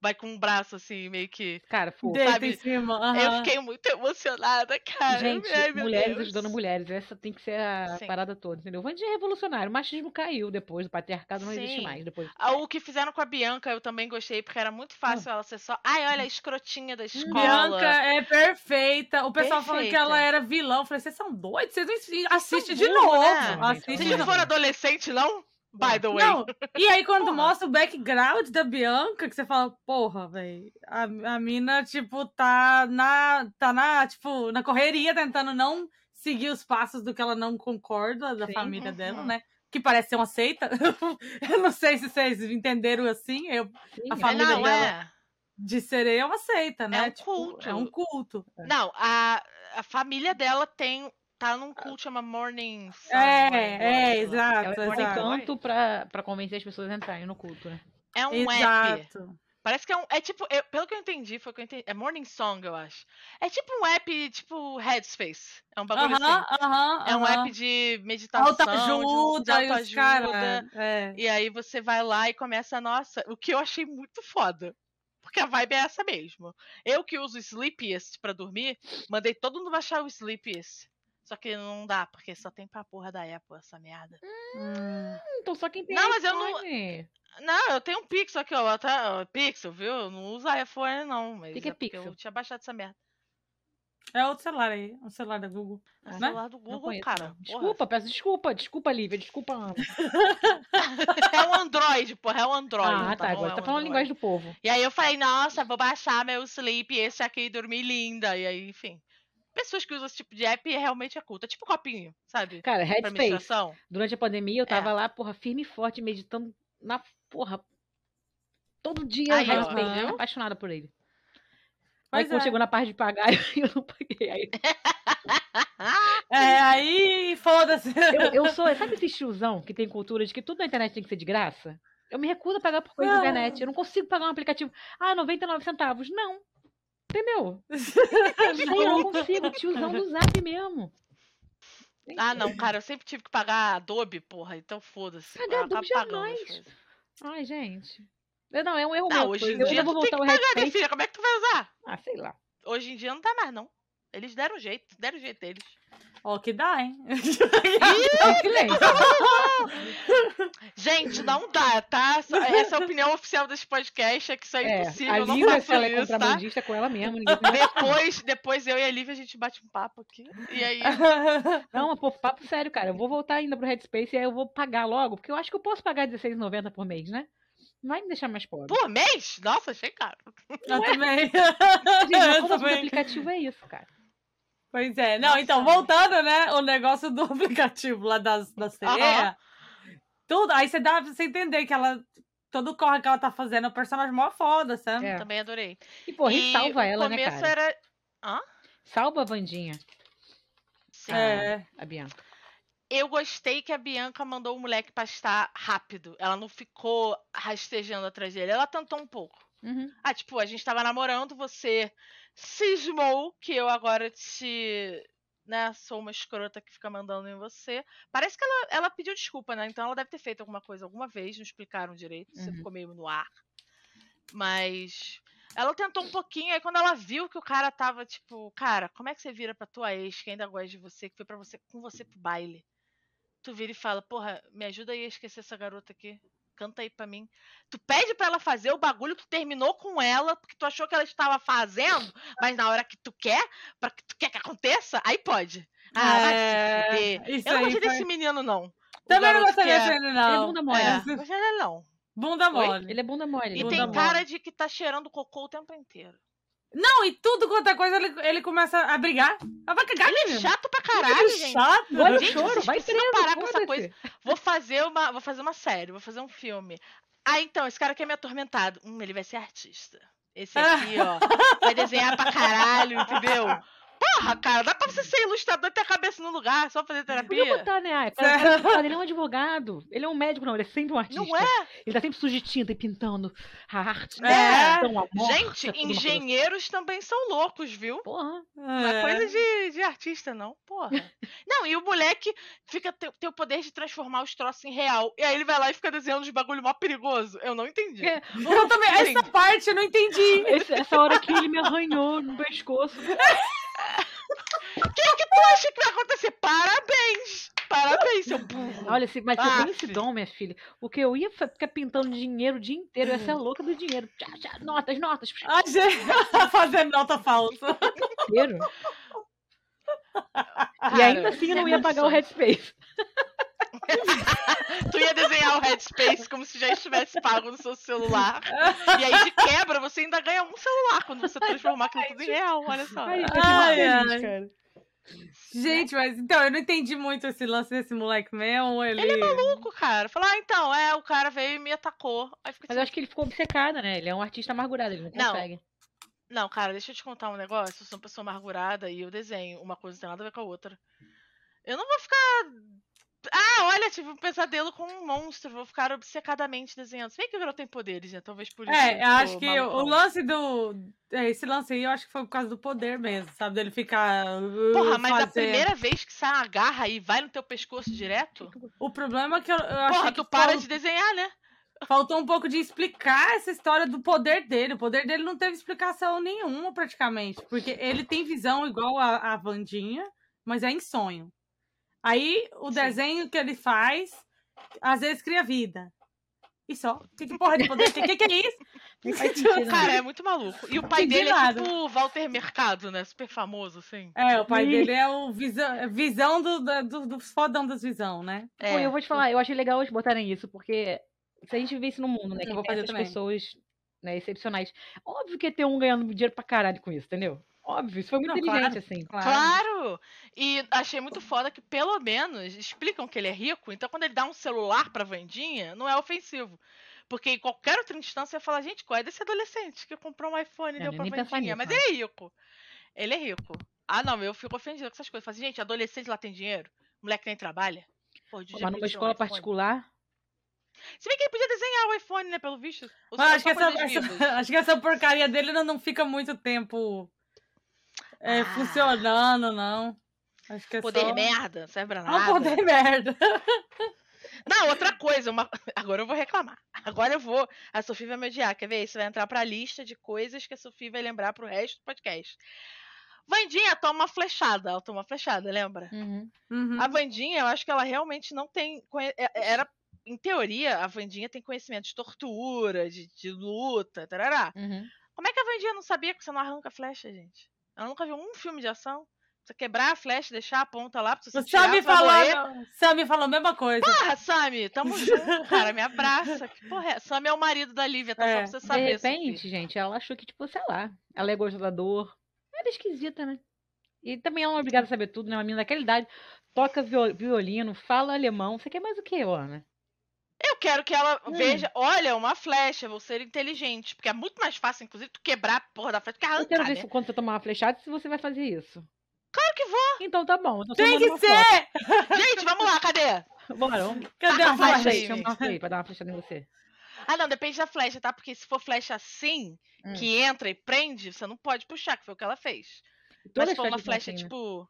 vai com um braço assim, meio que.
Cara, fofo.
Deita
sabe?
em cima.
Eu
aham.
fiquei muito emocionada, cara.
Gente,
Ai, meu
mulheres
Deus.
ajudando mulheres. Essa tem que ser a
Sim.
parada toda, entendeu? Vande é revolucionário. O machismo caiu depois, o patriarcado não existe
Sim.
mais depois.
Ah, O que fizeram com a Bianca eu também gostei, porque era muito fácil ela ser só. Ai, olha a escrotinha da escola.
Bianca é perfeita. O pessoal falando que
Perfeita.
ela era vilão. Eu falei, vocês são doidos? Vocês não ensi- assistem de
burros,
novo.
né?
Assiste
Vocês
de
não
novo.
foram adolescente, não? By the way. É,
Não, e aí quando
Porra.
mostra o background da Bianca, que você fala, porra, velho, a, a mina, tipo, tá na, tá na, tipo, na correria, tentando não seguir os passos do que ela não concorda da
Sim,
família
uhum.
dela, né? Que parece ser uma seita. eu não sei se vocês entenderam assim, eu,
Sim,
a
é.
família
não,
dela.
é.
de sereia é uma seita, né?
um
Tipo,
culto.
É um culto.
Não, a, a família dela tem. Tá num culto chama Morning Sun. Morning
É, é,
Glory, sei lá.
exato,
Ela é um
exato.
encanto pra, pra convencer as pessoas a entrarem no culto, né?
É um app.
Exato.
Parece que é um. É tipo. eu- pelo que eu entendi, foi o que eu entendi. É Morning Song, eu acho. É tipo um app, tipo Headspace. É um bagulho
Aham,
assim.
aham.
É um
aham.
app de meditação. de- um de
autoajuda e os
autoajuda.
caras. É.
E aí você vai lá e começa, nossa, o que eu achei muito foda. Porque a vibe é essa mesmo. Eu que uso o Sleepiest pra dormir, mandei todo mundo baixar o Sleepiest. Só que não dá, porque só tem pra porra da Apple essa merda.
Hum.
Hum, Então só quem tem
Não, mas eu não-
iPhone.
Não, eu tenho um Pixel aqui, ó. Tá, ó, Pixel, viu? Eu não uso iPhone, não. Mas
Que que é
porque Eu
Pixel?
tinha baixado essa merda.
É outro celular aí, um celular da Google.
É
Né?
o celular do
Ah. Não
Google,
conheço,
cara.
não.
porra. Tá
Desculpa, peço desculpa. Desculpa, Lívia. Desculpa, Ana.
É um Android, porra. É um Android.
ah, tá.
bom?
Agora
É
tá
um
falando a
Android.
linguagem do povo.
E aí eu falei, nossa, vou baixar meu sleep, esse aqui, dormir linda. E aí, enfim. Pessoas que usam esse tipo de app realmente é culta. É tipo copinho, sabe?
Cara,
Pra
Headspace.
menstruação.
Durante a pandemia, eu
É.
tava lá, porra, firme e forte, meditando na porra. Todo dia
Aí, ó,
Headspace,
viu?
apaixonada por ele. aí
Pois
quando
é.
chegou na parte de pagar, eu não paguei. Aí,
É, aí foda-se.
eu, eu sou, sabe esse tiozão que tem cultura de que tudo na internet tem que ser de graça? Eu me recuso a pagar por coisa
Ah.
na internet. Eu não consigo pagar um aplicativo. Ah, 99 centavos. Não. Entendeu? Eu sei, eu não consigo. Tiozão do zap mesmo.
Ah, não, cara, eu sempre tive que pagar Adobe, porra. Então foda-se.
Pagar
Eu acabo
Adobe
pagando as
jamais.
coisas.
Ai, gente. Eu- Não, é um erro
Não,
meu.
Ah, hoje em
eu
dia
vou
tu tem
voltar
que
o
pagar, minha
Headspace.
filha. Como é que tu vai usar?
Ah, sei lá.
Hoje em dia não tá mais, não. Eles deram jeito, deram jeito deles.
Ó, que dá, hein?
É que nem.
Gente, não dá, tá? Só- Essa é a opinião oficial desse podcast, é que isso é,
É,
impossível,
a
eu não
Lívia,
faço
se ela é
isso, tá?
contrabandista com ela mesma, ninguém tem
Depois, depois eu e a Lívia a gente bate um papo aqui. E aí.
Não, mas, pô, papo sério, cara. Eu vou voltar ainda pro Headspace e aí eu vou pagar logo, porque eu acho que eu posso pagar R$16,90 por mês, né? Não vai me deixar mais pobre.
Por mês? Nossa, achei caro.
Eu
é?
também.
Gente, mas
eu
como o
também.
aplicativo é isso, cara?
Pois é. Não, então, voltando, né? O negócio do aplicativo lá das, da sereia. Tudo. Aí você dá pra você entender que ela. Todo o corre que ela tá fazendo é um personagem mó foda, sabe?
É.
Também adorei.
E, porra, e
E
salva
o
ela, né,
começo é
cara?
era.
Salva a Vandinha,
Sim.
É.
a Bianca.
Eu gostei que a Bianca mandou o moleque pastar rápido. Ela não ficou rastejando atrás dele. Ela tentou um pouco.
Uhum.
Ah, tipo, a gente tava namorando, você cismou que eu agora te. Né, sou uma escrota que fica mandando em você. Parece que ela, ela pediu desculpa, né? Então ela deve ter feito alguma coisa alguma vez, não explicaram direito, você
Uhum.
ficou meio no ar. Mas ela tentou um pouquinho, aí quando ela viu que o cara tava tipo, cara, como é que você vira pra tua ex que ainda gosta de você, que foi pra você com você pro baile? Tu vira e fala, porra, me ajuda aí a esquecer essa garota aqui. Canta aí pra mim. Tu pede pra ela fazer o bagulho que tu terminou com ela, porque tu achou que ela estava fazendo, mas na hora que tu quer, pra que tu quer que aconteça, aí pode. Ah, vai
É,
se fuder.
Isso
Eu não
aí.
gostei
foi-
desse menino, não. O
Também não
garoto
gostei
que é-
desse menino,
Ele é
não.
bunda mole.
É,
Esse-
não gostei dele, não.
Bunda mole.
Ele é bunda mole.
E
ele é
Bunda
tem
bunda
mole.
cara de que tá cheirando cocô o tempo inteiro.
Não, e tudo quanto é coisa ele, ele começa a brigar. Ah, vai cagar,
Ele é
menino.
chato pra
Que
caralho, gente.
chato.
mole. Olha o
Gente,
choro,
vocês
vai
precisam
preso,
parar com essa
foda-se.
coisa. Vou fazer uma, vou fazer uma série, vou fazer um filme. Ah, então, esse cara aqui é meio atormentado. Hum,
Ah.
ele vai ser artista. Esse aqui, ó, vai desenhar pra caralho, entendeu? Pô, Porra, cara, dá pra você ser ilustrador e ter a cabeça no lugar, só fazer
Podia
terapia?
botar, né? Ah, cara, cara, cara, ele é um advogado. Ele é um médico, não. Ele é sempre um artista.
Não é?
Ele tá sempre sujo de tinta e pintando a arte.
É.
né? Então, a morte,
Gente,
alguma coisa assim.
engenheiros também são loucos, viu?
Porra.
Não é
É.
coisa de, de artista, não, porra. Não, e o moleque fica tem, tem o poder de transformar os troços em real. E aí ele vai lá e fica desenhando os bagulho mó perigoso. Eu não entendi.
É.
Eu também, essa
Gente.
parte eu não entendi.
Esse- essa hora que ele me arranhou no pescoço.
O que, que tu acha que vai acontecer? Parabéns! Parabéns, seu
Uhum.
burro!
Olha, se, mas
Ah,
eu tenho esse
filho.
dom, minha filha. Porque eu ia fa- ficar pintando dinheiro o dia inteiro. Eu ia ser
Uhum.
a louca do dinheiro. Tchá, tchá, notas, notas.
A gente tá fazendo nota falsa.
Dinheiro. E
Cara,
ainda assim eu
é
não ia pagar o headspace.
Tu ia desenhar o Headspace como se já estivesse pago no seu celular. E aí, de quebra, você ainda ganha um celular quando você transformar aquilo tudo em real. Olha
Ah,
só.
é.
Ai, eu fiquei
Ai,
feliz,
ai.
cara.
Né?
Gente, mas então, eu não entendi muito esse lance desse moleque meu. Ele,
Ele é maluco, cara. Falar, ah, então, é, o cara veio e me atacou. Aí fica assim,
Mas eu acho que ele ficou obcecado, né? Ele é um artista amargurado, ele não
Não.
consegue.
Não, cara, deixa eu te contar um negócio. Eu sou uma pessoa amargurada e eu desenho. Uma coisa não tem nada a ver com a outra. Eu não vou ficar. Ah, olha, tive um pesadelo com um monstro. Vou ficar obcecadamente desenhando. Se bem que o garoto tem poderes, né? Talvez por isso.
É,
eu
eu acho
sou
que o- o
malucão.
lance do. é, Esse lance aí eu acho que foi por causa do poder mesmo, sabe? Dele ficar. uh,
Porra, mas a
fazer-
primeira vez que sai uma garra e vai no teu pescoço direto.
O problema é que eu, eu
Porra,
acho que
tu para
fal-
de desenhar, né?
faltou um pouco de explicar essa história do poder dele. O poder dele não teve explicação nenhuma, praticamente. Porque ele tem visão igual a, a Vandinha, mas é em sonho. Aí o
Sim.
desenho que ele faz, às vezes cria vida. E só. Que, que porra de poder? Que, que, que é isso?
Não faz sentido, né?
Cara, é muito maluco. E o pai
Entendi
dele é
nada.
tipo o Walter Mercado, né? Super famoso, assim.
É, o pai dele é o visão, visão do, da- do, dos fodão das visão, né?
Pô, eu vou te falar, eu achei legal eles botarem isso, porque se a gente vivesse num mundo, né,
Eu
que
vou
tem
fazer
essas
também.
pessoas né, excepcionais, óbvio que ia ter um ganhando dinheiro pra caralho com isso, entendeu? Óbvio, isso foi muito
Não,
inteligente,
claro.
assim.
Claro! E achei muito foda que, pelo menos, explicam que ele é rico, então quando ele dá um celular pra Vandinha, não é ofensivo. Porque em qualquer outra instância ia falar, gente, qual é desse adolescente que comprou um iPhone e
É,
deu
né,
pra
nem pensar
Vandinha? Mas
nisso, né?
ele é rico. Ele é rico. Ah, não, eu fico ofendida com essas coisas. Falo assim, gente, adolescente lá tem dinheiro? Moleque nem trabalha? Pô, de
Pô,
jeito
Mas
que
numa
eles dão
escola
iPhone.
particular,
Se bem que ele podia desenhar o iPhone, né, pelo visto. Ou
Mas
só
acho, que essa,
coisas vivas.
essa- acho que essa porcaria dele não, não fica muito tempo é,
Ah.
funcionando, não. Acho que é
Poder
só...
merda, não serve pra
É um
nada.
poder merda.
Não, outra coisa, uma- agora eu vou reclamar. Agora eu vou. A Sofia vai me odiar, quer ver? Isso vai entrar pra lista de coisas que a Sofia vai lembrar pro resto do podcast. Vandinha toma uma flechada, ela toma uma flechada, lembra?
uhum.
Uhum.
A Vandinha, eu acho que ela realmente não tem. conhe- é- Era, em teoria, a Vandinha tem conhecimento de tortura, de, de luta, tarará.
Uhum.
Como é que a Vandinha não sabia que você não arranca flecha, gente? Ela nunca viu um filme de ação. Você quebrar a flecha, deixar a ponta lá, pra Ah, você
O
tirar,
Sammy
tu vai morrer.
falou, Sammy falou a mesma coisa.
Porra, Sami, tamo junto, cara. Me abraça. Que porra é? Sami é o marido da Lívia, tá? Só
É,
pra você
De
saber. Sofia.
repente, gente, ela achou que, tipo, sei lá, ela é gostador. Ela é esquisita, né? E também ela não é obrigada a saber tudo, né? Uma menina daquela idade toca viol- violino, fala alemão. Você quer mais o que, Ana?
Eu quero que ela
Hum.
veja. Olha, uma flecha, vou ser inteligente. Porque é muito mais fácil, inclusive, tu quebrar a porra da flecha do que
Eu quero
arrancar,
ver
né?
se quando você tomar uma flechada se você vai fazer isso.
Claro que vou.
Então tá bom. eu tô
Tem
tomando
que
uma
ser!
Gente, vamos lá, cadê?
foto. Bora, vamos
Cadê
Ah,
a
Chama
Vai,
a
flecha?
gente.
Frey, chama a Frey pra dar uma flechada em você.
Ah, não, depende da flecha, tá? Porque se for flecha assim,
Hum.
que entra e prende, você não pode puxar, que foi o que ela fez. Mas
Todas
se for uma
flechas são
flecha,
assim, né?
tipo.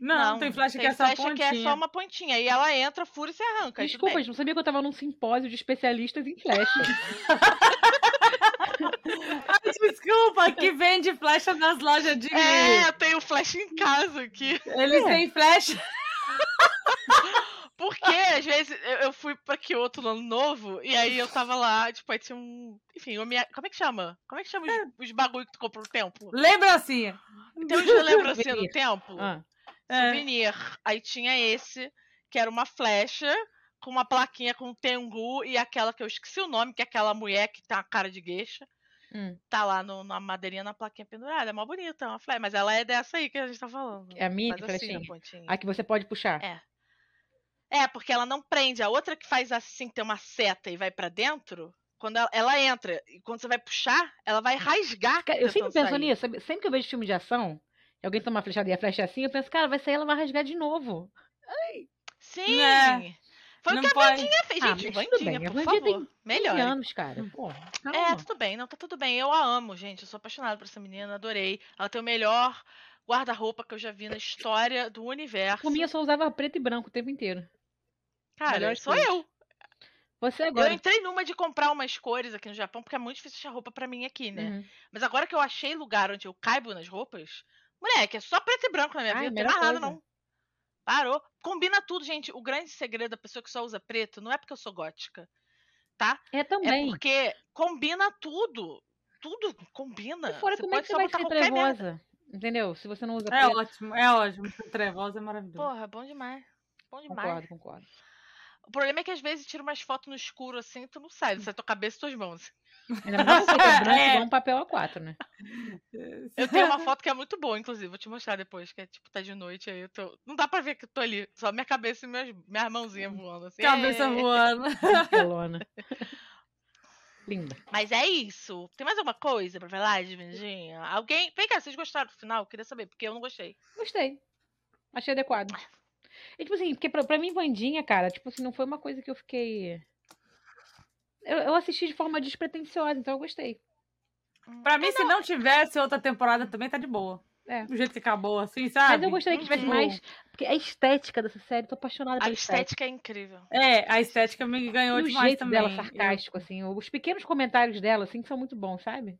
Não, tem flecha que é só
flecha
pontinha.
que é só uma pontinha. E ela entra, fura e se arranca. aí tudo
Desculpa,
bem.
gente, não sabia que eu tava num simpósio de especialistas em flechas.
Ai, desculpa, que vende flecha nas lojas de...
É, eu tenho flecha em casa aqui.
Eles têm flecha.
Porque, às vezes, eu, eu fui pra Kyoto no ano novo, e aí eu tava lá, tipo, aí tinha um. Enfim, uma minha. Como é que chama? Como é que chama os, os bagulho que tu compra no templo?
Lembrancinha.
Tem uns lembrancinha do
Souvenir.
templo?
Ah,
assim? É.
Souvenir. Aí tinha esse, que era uma flecha, com uma plaquinha com Tengu, e aquela que eu esqueci o nome, que é aquela mulher que tem a cara de gueixa.
Hum.
Tá lá no- na madeirinha, na plaquinha pendurada. É mó bonita, é uma flecha. Mas ela é dessa aí que a gente tá falando.
é a mini
Faz assim,
flechinha.
a pontinha.
a que você pode puxar.
É. É, porque ela não prende. A outra que faz assim, tem uma seta e vai pra dentro, quando ela, ela entra, e quando você vai puxar, ela vai rasgar.
Cara, eu sempre
tentando
penso
sair.
nisso. sabe? Sempre que eu vejo filme de ação, alguém toma uma flechada e a flecha é assim, eu penso, cara, vai sair, ela vai rasgar de novo.
Sim!
É.
Foi
Não
o que a
pode-
Vandinha fez,
Ah,
gente.
mas tudo
Vandinha,
bem, a
por
Vandinha tem
favor.
15
Melhor.
anos, cara. Pô,
É,
calma.
tudo bem, não, tá tudo bem. Eu a amo, gente. Eu sou apaixonada por essa menina, adorei. Ela tem o melhor guarda-roupa que eu já vi na história do universo.
Por mim, eu só usava preto e branco o tempo inteiro.
Cara,
melhores
sou
coisas.
eu.
Você
Eu
agora.
entrei numa de comprar umas cores aqui no Japão, porque é muito difícil achar roupa pra mim aqui, né?
Uhum.
Mas agora que eu achei lugar onde eu caibo nas roupas, moleque, é só preto e branco na minha
Ai,
vida, não tem
melhor
mais nada,
coisa.
não. Parou. Combina tudo, gente. O grande segredo da pessoa que só usa preto não é porque eu sou gótica.
É também.
É porque combina tudo. Tudo combina.
E fora, como é
pode
que você
só
vai
botar
ser
qualquer merda.
trevosa? Entendeu? Se você não usa
É
preto.
ótimo, é ótimo. Trevosa é maravilhoso.
Porra, bom demais. Bom demais.
Concordo, concordo.
O problema é que às vezes tira umas fotos no escuro assim e tu não sai, sai tua cabeça e tuas mãos.
Ainda mais você que é branco,
É.
igual um papel A4, né?
Eu tenho uma foto que é muito boa, inclusive. Vou te mostrar depois, que é tipo, tá de noite aí. Eu tô... Não dá pra ver que eu tô ali. Só minha cabeça e minhas, minhas mãozinhas voando. Assim.
Cabeça
É.
voando.
Pelona. Linda.
Mas é isso. Tem mais alguma coisa pra falar, Divindinha? Alguém. Vem cá, vocês gostaram do final? Eu Queria saber, porque eu não gostei.
Gostei. Achei adequado. E, tipo assim, porque pra, pra mim, Vandinha, cara, tipo assim, não foi uma coisa que eu fiquei. Eu, eu assisti de forma despretensiosa, então eu gostei.
Pra
É,
mim, se não tivesse outra temporada também, tá de boa.
É.
Do jeito que acabou, assim, sabe?
Mas eu gostaria que tivesse
Uhum.
mais. Porque a estética dessa série, tô apaixonada
A
pela estética.
estética é incrível.
É, a estética me ganhou
E o
demais
jeito
também.
dela sarcástico, assim. Os pequenos comentários dela, assim, que são muito bons, sabe?
Eu-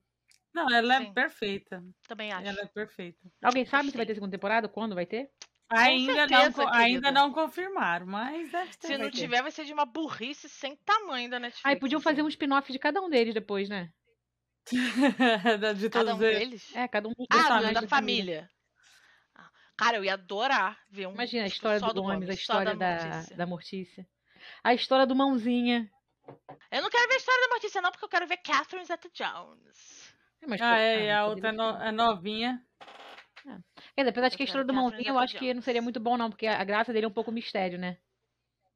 Não, ela é
Sim.
perfeita.
Também acho.
Ela é perfeita.
Alguém sabe se vai
Gostei.
ter segunda temporada? Quando vai ter?
Ainda, não,
certeza,
co- ainda
querida.
não confirmaram, mas deve ter.
Se não
vai ter.
tiver, vai ser de uma burrice sem tamanho da Netflix.
Aí podiam fazer um
assim.
spin-off de cada um deles depois, né?
Da- de
Cada um
todos eles.
deles?
É, cada um dos
Ah,
Personagem
do- da
personagens
família. Ah, Cara, eu ia adorar ver um.
Imagina a
tipo,
história
só
do Gomes, a
só
história da,
Mortícia.
da Mortícia. A história do Mãozinha.
Eu não quero ver a história da Mortícia, não, porque eu quero ver Catherine Zeta Jones.
É, mas, pô,
Ah, é, e
não poderia
a outra é,
ser.
no- é novinha.
Quer dizer, apesar de É, que a
Eu quero
história
que
do
a
Mãozinha, eu
Fernanda
acho que não seria muito bom, não, porque a a graça dele é um pouco mistério, né?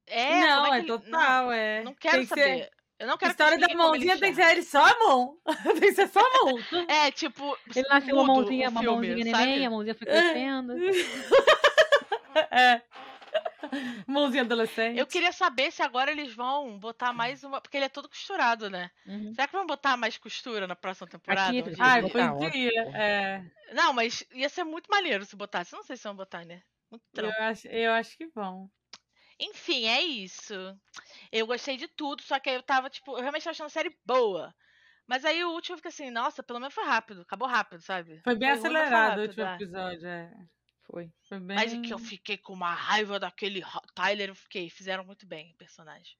É,
não,
como
é,
é, que ele-
total, é.
Não, não quero
Tem que ser-
saber. Eu não
A
quero que é
história da
expliquem como ele
mãozinha tem que
enxerga.
ser ele só a mão. tem que ser só a mão.
É, tipo.
Ele nasceu uma
mudo
mãozinha,
o
uma
filme,
mãozinha
sabe?
neném, a mãozinha foi crescendo.
É. Mãozinha adolescente.
assim.
Eu queria saber se agora eles vão botar mais uma. Porque ele é todo costurado, né?
Uhum.
Será que vão botar mais costura na próxima temporada?
Aqui,
um
Cris,
dia?
Ai,
Botar uma,
podia.
pô.
É,
Não, mas ia ser muito maneiro se botasse. Não sei se vão botar, né? Muito
eu,
trampo.
acho, eu acho que vão.
Enfim, é isso. Eu gostei de tudo, só que aí eu tava, tipo, eu realmente tava achando a série boa. Mas aí o último eu fiquei assim, nossa, pelo menos foi rápido, acabou rápido, sabe?
Foi bem
ruim, mas foi
acelerado o
rápido,
último
é.
episódio. É.
Foi.
Foi bem...
Mas é que eu fiquei com uma raiva daquele Ro- Tyler, eu fiquei, fizeram muito bem o personagem.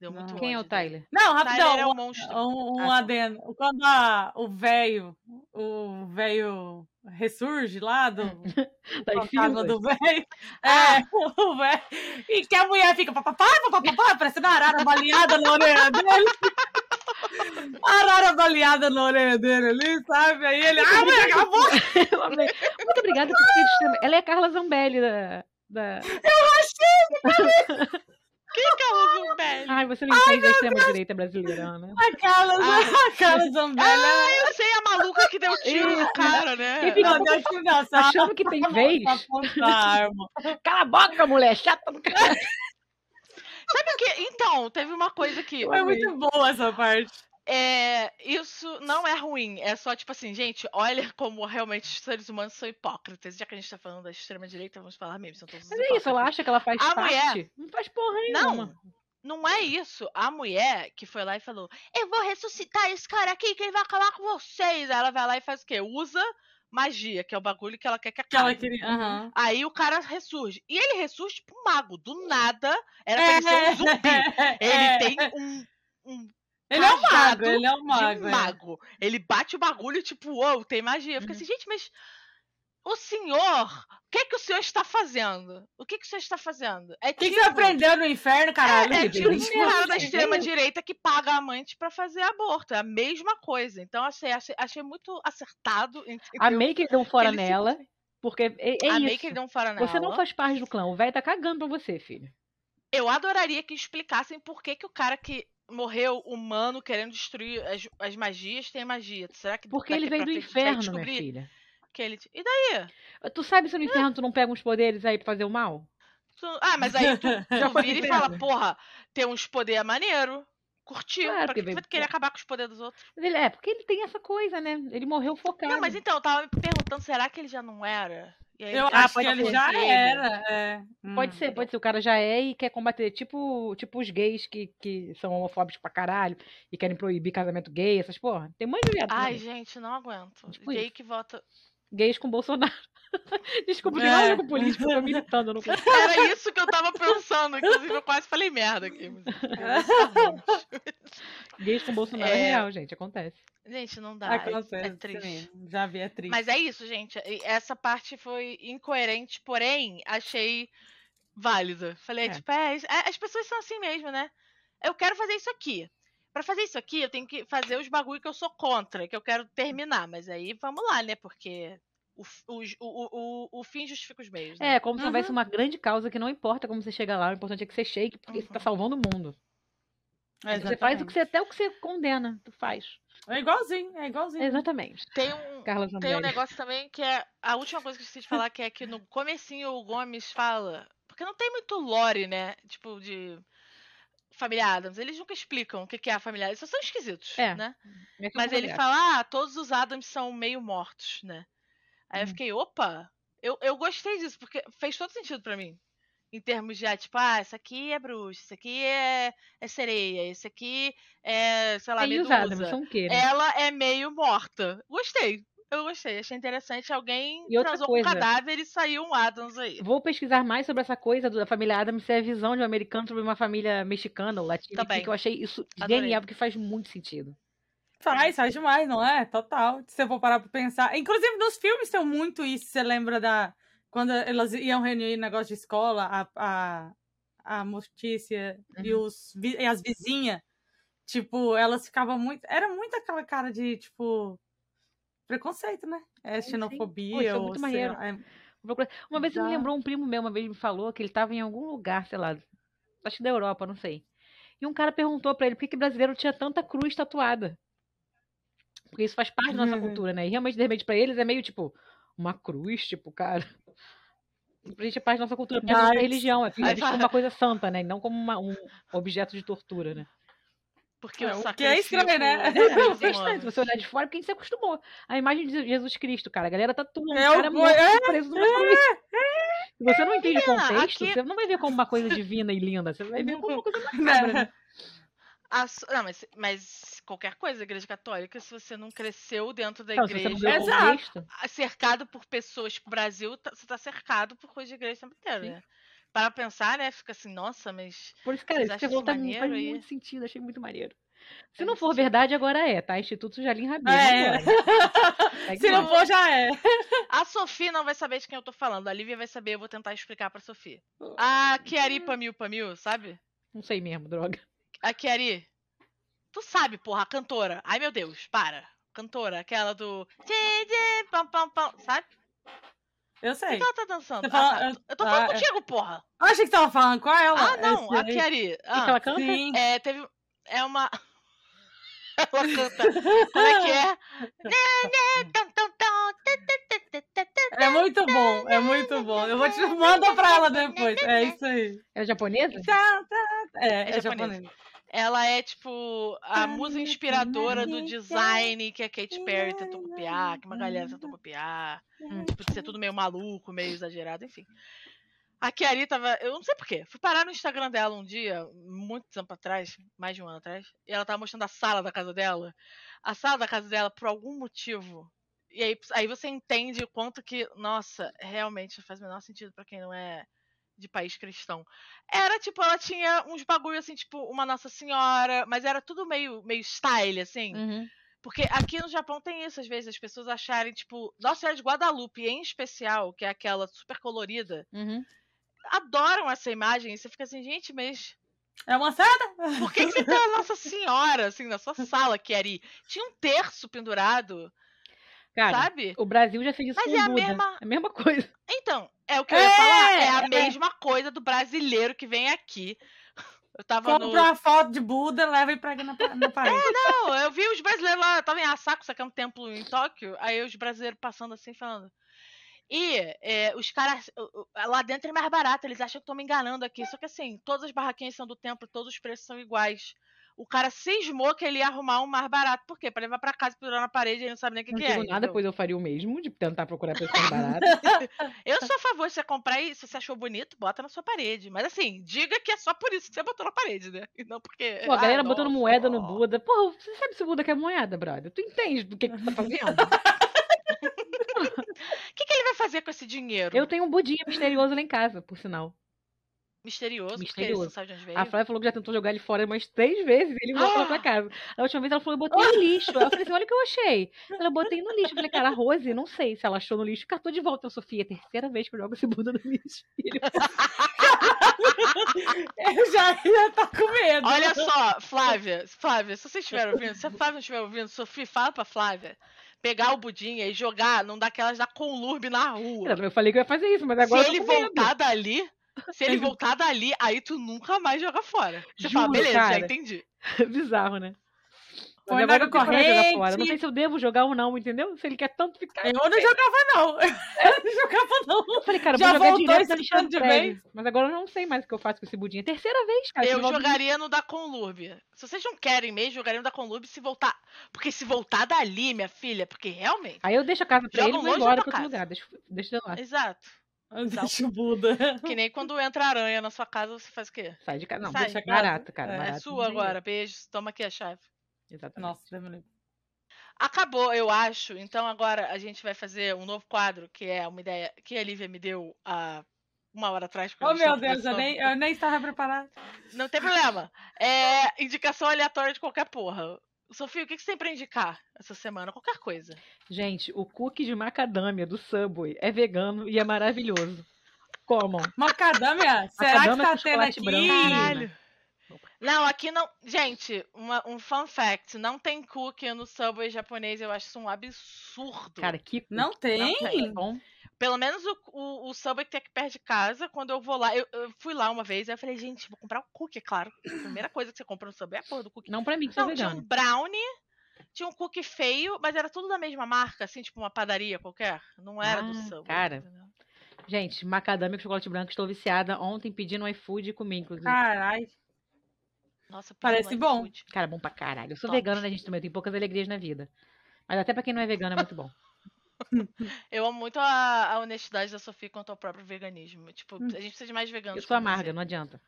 Deu muito
Não.
Quem é o
ódio dele.
Tyler?
Não,
Tyler é
rapidão.
um monstro.
Um, um
Ah, tá.
adendo. Quando a- o velho, o velho ressurge lá do
Das
fantasma
filhas?
do velho. É, o velho. E que a mulher fica papapá, papapá, parecendo uma arara baleada na orelha dele. Arara baleada na orelha dele ali, sabe? Aí ele, ah, mas acabou!
Muito obrigada por ter extrema- Ela é a Carla Zambelli da... da-
Calma, velho.
Ai, você não entende a extrema-direita brasileira, Ana.
A Carla, a Carla Zambelli.
Eu sei a maluca que deu tiro no cara,
Quem
né?
fica
Não, Deus que não, só
achando que tem vez?
aponta a arma.
Cala a boca, mulher chata do cara.
Sabe o que? Então, teve uma coisa que.
Foi muito boa essa parte.
É, isso não é ruim, é só tipo assim, gente, olha como realmente os seres humanos são hipócritas. Já que a gente tá falando da extrema-direita, vamos falar mesmo, são todos
Mas é isso, ela
hipócritas.
acha que ela faz
A
parte.
mulher-
Não faz porra nenhuma.
Não, não é isso. A mulher que foi lá e falou: Eu vou ressuscitar esse cara aqui, que ele vai acabar com vocês. Aí ela vai lá e faz o quê? Usa magia, que é o bagulho que ela quer que
Que ela
acabe.
queria. Aham.
Aí o cara ressurge. E ele ressurge tipo um mago, do nada. Era pra ele ser um zumbi. Ele
É.
tem um, um
Ele é um mago,
cajado
ele é um
de
mago.
um
é.
mago. Ele bate o bagulho e tipo, uou, tem magia. Fica
Uhum.
assim, gente, mas o senhor, o que que o senhor está fazendo? O que que o senhor está fazendo? É
O que, que você
tipo-
aprendeu no inferno, caralho?
É tipo
Deus,
um cara da
Deus.
extrema direita que paga amante pra fazer aborto. É a mesma coisa. Então, achei, achei, achei muito acertado. entendeu?
Amei que eles dão um fora
Ele se-
nela, porque é, é
Amei
isso.
que ele deu um fora nela.
Você não faz parte do clã. O velho tá cagando pra você, filho.
Eu adoraria que explicassem por que, que o cara que morreu humano querendo destruir as, as magias tem magia. Será que
Porque
daqui
ele veio
pra
do
frente a gente vai
inferno, minha
descobrir É.
filha. Ah,
Que ele. E daí?
Tu sabe se no inferno tu não pega uns poderes aí pra fazer o mal?
Tu- Ah, mas aí tu,
Já
tu
foi
vira e
inferno.
fala, porra, tem uns poder é maneiro. Curtiu.
Claro
pra
que
que tu
vem-
vai querer acabar com os poderes dos outros?
Mas ele- é, porque ele tem essa coisa, né? Ele morreu focado.
Não, mas então, eu tava me perguntando, será que ele já não era? E aí
Eu
ah,
acho que
pode
ele
ser
já era. é.
Pode
Hum.
ser, pode ser. O cara já é e quer combater. Tipo, tipo os gays que, que são homofóbicos pra caralho e querem proibir casamento gay, essas porra. Tem mãe de viado.
Ai,
também.
gente, não aguento.
Tipo
e aí
isso.
que vota.
Gays com Bolsonaro. Desculpa, tem
É.
nada a ver com política, eu tô militando. eu Não... consigo.
Era isso que eu tava pensando. Inclusive, eu quase falei merda aqui. mas- tá
Gays com Bolsonaro é...
É.
real, gente, acontece.
Gente, não dá. é-
Acontece,
é triste.
sim. Já vi, é triste.
Mas é isso, gente. E Essa parte foi incoerente, porém, achei válida. Falei,
É.
tipo, é, isso- é, as pessoas são assim mesmo, né? Eu quero fazer isso aqui. Pra fazer isso aqui, eu tenho que fazer os bagulho que eu sou contra, que eu quero terminar. Mas aí vamos lá, né? Porque o, f- o, ju- o, o, o fim justifica os meios. Né?
É, como se houvesse uma grande causa que não importa como você chega lá, o importante é que você chegue, porque
Uhum.
você tá salvando o mundo. Você faz o que você, até o que você condena, tu faz.
É igualzinho, é igualzinho.
Exatamente.
Tem um,
Carla
Tem um
Zambelli.
negócio também que é a última coisa que eu esqueci de falar, que é que no comecinho o Gomes fala. Porque não tem muito lore, né? Tipo, de família Adams. Eles nunca explicam o que que é a família Adams. Só são esquisitos,
É.
né?
É que eu
Mas
vou
ele
olhar.
fala, ah, todos os Adams são meio mortos, né? Aí eu
Hum.
fiquei, opa! Eu, eu gostei disso, porque fez todo sentido pra mim. Em termos de, ah, tipo, ah, esse aqui é bruxa, esse aqui é, é sereia, esse aqui é, sei lá,
Aí os
medusa
Adams são o quê? né?
ela é meio morta. Gostei. Eu gostei, achei interessante. Alguém
E outra
transou
coisa.
com um cadáver e saiu um Adams aí.
Vou pesquisar mais sobre essa coisa do- da família Adams, se é a visão de um americano sobre uma família mexicana ou latina,
Também.
que eu achei isso
Adorei.
genial, porque faz muito sentido.
Faz, faz demais, não é? Total. Se eu for parar pra pensar. Inclusive, nos filmes tem muito isso. Você lembra da. Quando elas iam reunir negócio de escola, a, a, a Mortícia e,
Uhum.
os, vi- e as vizinhas. Tipo, elas ficavam muito. Era muito aquela cara de, tipo. Preconceito, né? É
sim. Pô,
xenofobia.
isso é
ou
muito
sei
maneiro.
lá, é-
Vou procurar- Uma vez ele me
Exato.
lembrou um primo meu, uma vez me falou que ele estava em algum lugar, sei lá, acho que da Europa, não sei. E um cara perguntou pra ele por que, que brasileiro tinha tanta cruz tatuada. Porque isso faz parte da nossa
Uhum.
cultura, né? E realmente, de repente, pra eles é meio tipo uma cruz, tipo, cara. Pra gente é parte da nossa cultura, porque é a nossa
Mas-
religião, é
Aí
visto como
fala-
uma coisa santa, né? E não como uma- um objeto de tortura, né?
Porque
É,
eu
o
saco
que é estranho, né?
Não,
um
é estranho se você olhar de fora, porque a gente se acostumou. A imagem de Jesus Cristo, cara. A galera tatuando
É
o cara
o-
morto
é,
preso numa cruz. Se você não entende o
Menina,
contexto,
é. aqui-
você não vai ver como uma coisa divina e linda. Você vai ver como uma coisa macabra. né?
Não, mas, mas qualquer coisa, igreja católica, se você não cresceu dentro da
Não, se você não
igreja,
vê o
Exato.
contexto,
cercado por pessoas pro Brasil, tá- você tá cercado por coisa de igreja o tempo inteiro,
Sim.
né? Para pensar, né? Fica assim, nossa, mas.
por isso, cara,
Vocês
isso que você
acham
voltar
maneiro
faz
aí?
muito sentido. Achei muito maneiro. Se
Faz
não
muito
for
sentido.
verdade, agora é, tá? Instituto Jalim Rabin.
É.
vambora. Segue
Se não
lá.
for, já é.
A Sofia não vai saber de quem eu tô falando. A Lívia vai saber, eu vou tentar explicar pra "Ah, Sofia. A Kiari Pamil é Pamil, sabe?
Não sei mesmo, droga.
A Kiari. Tu sabe, porra, a cantora. Ai, meu Deus, para. Cantora, aquela do. Tchê, tchê, pam, pam, pam, sabe?
Eu
O que
sei.
que
Então
ela tá dançando?
Você fala-
Ah, tá.
eu-
Eu tô falando
ah, é.
contigo, porra.
Eu achei que você tava falando com ela.
Ah, não,
Eu
a
sei.
Kiari.
O que
Ah,
que ela canta?
Sim.
é, teve. É uma. ela canta. Como é que é? Né, né, tam, tam, tam, tê, tê, tê, tê, tê.
É muito bom, é muito bom. Eu vou te mandar pra ela depois. É isso aí.
Era japonesa?
Tá, tá. É,
É japonesa.
é japonesa.
Ela é, tipo, a
Ah,
musa
minha
inspiradora do
querida.
design que a Katy Perry tentou copiar, que uma galera tentou copiar.
Hum.
Tipo, de ser tudo meio maluco, meio exagerado, enfim. A Kiari tava. Eu não sei porquê. Fui parar no Instagram dela um dia, muito tempo atrás, mais de um ano atrás, e ela tava mostrando a sala da casa dela. A sala da casa dela, por algum motivo. E aí, aí você entende o quanto que, nossa, realmente faz o menor sentido pra quem não é de país cristão. Era tipo, ela tinha uns bagulho assim, tipo, uma Nossa Senhora, mas era tudo meio, meio style, assim.
Uhum.
Porque aqui no Japão tem isso, às vezes, as pessoas acharem, tipo, Nossa Senhora de Guadalupe, em especial, que é aquela super colorida,
Uhum.
adoram essa imagem. E você fica assim, gente, mas
É uma seta?
por que, que você tem a Nossa Senhora, assim, na sua sala, Keri? Tinha um terço pendurado,
Cara,
sabe?
o Brasil já fez isso
Mas
com
é a
o Buda.
mesma-
É a mesma coisa.
Então, é o que eu ia
É,
falar. É a
é.
mesma coisa do brasileiro que vem aqui. Eu tava
Compra
no.
uma foto de Buda, leva e prega na,
É,
pa- na parede.
Não, eu vi os brasileiros lá, eu tava em Asakusa, que é um templo em Tóquio, aí os brasileiros passando assim, falando. E é, os caras, o- o- lá dentro é mais barato, eles acham que estão me enganando aqui. Só que assim, todas as barraquinhas são do templo, todos os preços são iguais. O cara cismou que ele ia arrumar um mais barato. Por quê? Pra levar pra casa e pendurar na parede, ele não sabe nem o que,
Não
que
digo
é.
nada,
entendeu?
pois eu faria o mesmo, de tentar procurar pessoas baratas.
Eu sou a favor de você comprar e se você achou bonito, bota na sua parede. Mas assim, diga que é só por isso que você botou na parede, né? E não porque.
Pô, a
Ah,
galera botando
nossa,
moeda no
ó.
Buda. Pô, você sabe se o Buda quer moeda, brother? Tu entende do que, que tu tá fazendo?
O que, que ele vai fazer com esse dinheiro?
eu tenho um budinha misterioso lá em casa, por sinal.
Misterioso, porque ele
Misterioso.
não sabe de onde veio.
A Flávia falou que já tentou jogar ele fora umas três vezes e ele voltou pra
Ah!
sua casa. A última vez ela falou, eu botei no lixo. Aí eu falei assim, olha o que eu achei. Ela, eu botei no lixo. Eu falei, cara, a Rose, não sei se ela achou no lixo. Catou de volta. Eu, Sofia, é a terceira vez que eu jogo esse Buda no lixo. E ele,
Eu já ia estar com medo.
Olha só, Flávia, Flávia, se vocês estiverem ouvindo, se a Flávia não estiver ouvindo, Sofia, fala pra Flávia pegar o budinha e jogar, não dá aquelas da Conlurbe na rua.
eu falei que eu ia fazer isso, mas agora
se
eu
ele
tô com medo.
voltar dali, se ele voltar dali, aí tu nunca mais joga fora. Você fala,
Juro,
beleza, já
cara.
entendi.
Bizarro, né?
Põe
Mas
na
agora eu tenho coragem de jogar fora. Eu Não
corrente.
sei se eu devo jogar ou não, entendeu? Se ele quer tanto ficar.
Eu não jogava, não. Eu não jogava, não.
Eu falei, cara, eu
Já
vou jogar
voltou
direto
esse
na lixeira
tanto de
Mas agora eu não sei mais o que eu faço com esse budinha. Terceira vez, cara. que
Eu
ele volta-
jogaria no da Conlurbe. Se vocês não querem mesmo, jogariam no da Conlurbe se voltar. Porque se voltar dali, minha filha, porque realmente.
Aí eu deixo a casa pra
Joga
ele e
um
vou
longe da
embora
tua
pra outro
casa. É,
lugar. Deixa, deixa eu lá.
Exato.
Deixa o Buda.
Que nem quando entra aranha na sua casa, você faz o quê?
Sai de casa. Não,
Sai.
deixa
Deixa a casa.
barato, cara.
É. É
É
barato.
sua agora, beijo, toma aqui a chave.
Exatamente.
Nossa, Deus me livre.
Acabou, eu acho. Então agora a gente vai fazer um novo quadro, que é uma ideia que a Lívia me deu há uma hora atrás. quando
Oh,
a gente
meu
tava
Deus, eu
conversando.
nem, eu nem estava preparada.
Não tem problema. É indicação aleatória de qualquer porra. Sofia, o que que você tem pra indicar essa semana? Qualquer coisa.
Gente, o cookie de macadâmia do Subway é vegano e é maravilhoso. Comam.
Macadâmia, será que
Macadâmia
tá
com
tendo
chocolate
aqui?
branco, menina.
Não, aqui não. Gente, uma- um fun fact: não tem cookie no subway japonês. Eu acho isso um absurdo.
Cara, que cookie
Não tem?
é bom.
Pelo menos o, o, o Subway que tem aqui perto de casa, quando eu vou lá, eu, eu fui lá uma vez, aí eu falei, gente, vou comprar um cookie, claro. A primeira coisa que você compra no Subway é a porra do cookie.
Não pra mim, que sou
Não, tinha um
vegano.
brownie, tinha um cookie feio, mas era tudo da mesma marca, assim, tipo uma padaria qualquer. Não era do
Ah,
Subway.
cara.
entendeu?
Gente, macadâmia com chocolate branco. Estou viciada. Ontem pedi no iFood e comi, inclusive.
Caralho.
Nossa, eu pedi
Parece
no
bom.
iFood.
Cara, é bom pra caralho. Eu sou
Top.
vegana, né, gente? Também tem poucas alegrias na vida. Mas até pra quem não é vegano é muito bom.
Eu amo muito a, a honestidade da Sofia quanto ao próprio veganismo. Tipo,
Hum.
a gente precisa de mais veganos.
Eu sou
como você.
amarga, não adianta.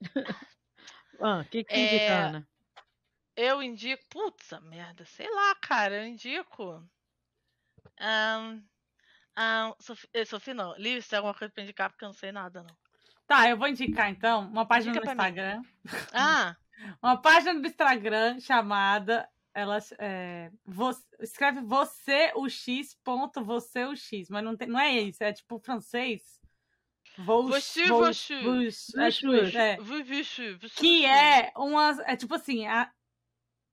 Ah, que que
É,
indica, Ana?
Eu indico. Puta merda, sei lá, cara, eu indico. Ahn, ahn, Sofi, eh, Sofi, não, Liv, se tem alguma coisa pra indicar, porque eu não sei nada, não.
Tá, eu vou indicar então uma página
Indica
no
pra mim.
Instagram.
Ah,
Uma página no Instagram chamada. Ela é, vo- escreve você o X ponto você o X, mas não, tem, não é isso, é tipo francês. Vou
Você,
vou-
você.
vos-
Vos,
é,
vos.
é.
vu- vixe, vixe,
que
vixe.
é umas. É tipo assim. a-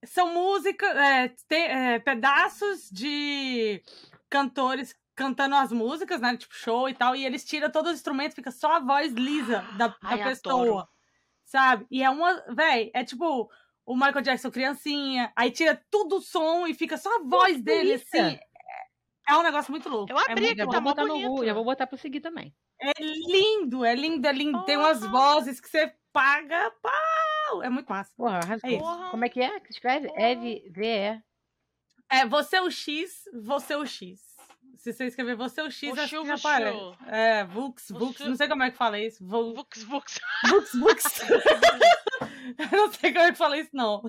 são músicas. é, te- é, pedaços de cantores cantando as músicas, né? Tipo show e tal. E eles tiram todos os instrumentos, fica só a voz lisa da, da
Ai,
pessoa.
adoro.
Sabe? E é uma. Véi, é tipo. O Michael Jackson, criancinha, aí tira tudo o som e fica só a voz dele,
delícia!
assim. É- É um negócio muito louco.
Eu abri
é
aqui,
Já
muito
vou
tá mó
botar no Google, já
bonito.
vou botar pra seguir também.
é lindo, é lindo, é lindo. Tem umas
Porra.
vozes que você paga pau. É muito massa.
Porra, arrasou.
É isso.
Porra.
Como é que é? que Escreve?
Porra.
E-V-E.
É você o X, você é o X. Se você escrever você é o X,
O
acho
Chu,
que já
o Chu.
aparece. É, Vux,
O
Vux,
Chu-
não sei como é que fala isso. Vux,
Vux, vux.
Vux. Vux. Eu não sei como é que fala isso, não.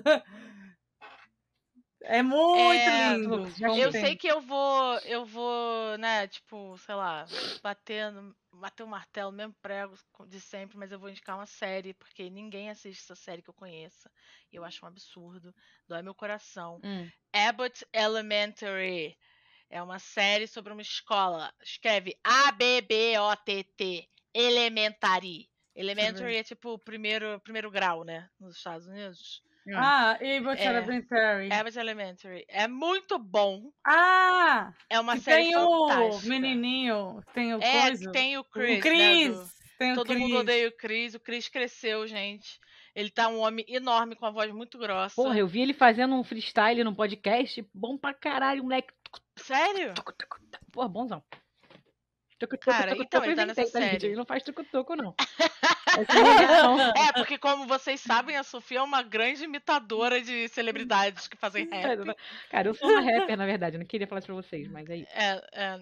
É muito
É,
lindo.
Vux, já
Bom,
Eu
Sim.
sei que eu vou, eu vou, né, tipo, sei lá, bater, no, bater o martelo, no mesmo prego de sempre, mas eu vou indicar uma série, porque ninguém assiste essa série que eu conheça. E eu acho um absurdo, dói meu coração.
Hum.
Abbott Elementary. É uma série sobre uma escola. Escreve A-B-B-O-T-T. Elementary. Elementary é tipo o primeiro, primeiro grau, né? Nos Estados Unidos.
Ah, e você
É.
era bem Perry.
Abbott Elementary. É muito bom.
Ah,
É uma
que
série
tem o
fantástica.
menininho, que tem o
É,
coisa.
que tem o
o
Chris. né,
Chris.
do-
Tem o
Todo
Chris.
mundo odeia o Chris. O Chris cresceu, gente. Ele tá um homem enorme, com a voz muito grossa.
Porra, eu vi ele fazendo um freestyle num podcast. Bom pra caralho, moleque.
Sério?
Porra, bonzão. Tucutucu,
Cara,
tucutucu,
então, ele tá
eu inventei,
nessa
tá, gente?
série.
Ele não faz tucutuco, não.
É, porque como vocês sabem, a Sofia é uma grande imitadora de celebridades que fazem
É,
rap.
Cara, eu sou uma rapper, na verdade. Eu não queria falar isso pra vocês, mas é isso.
É, é,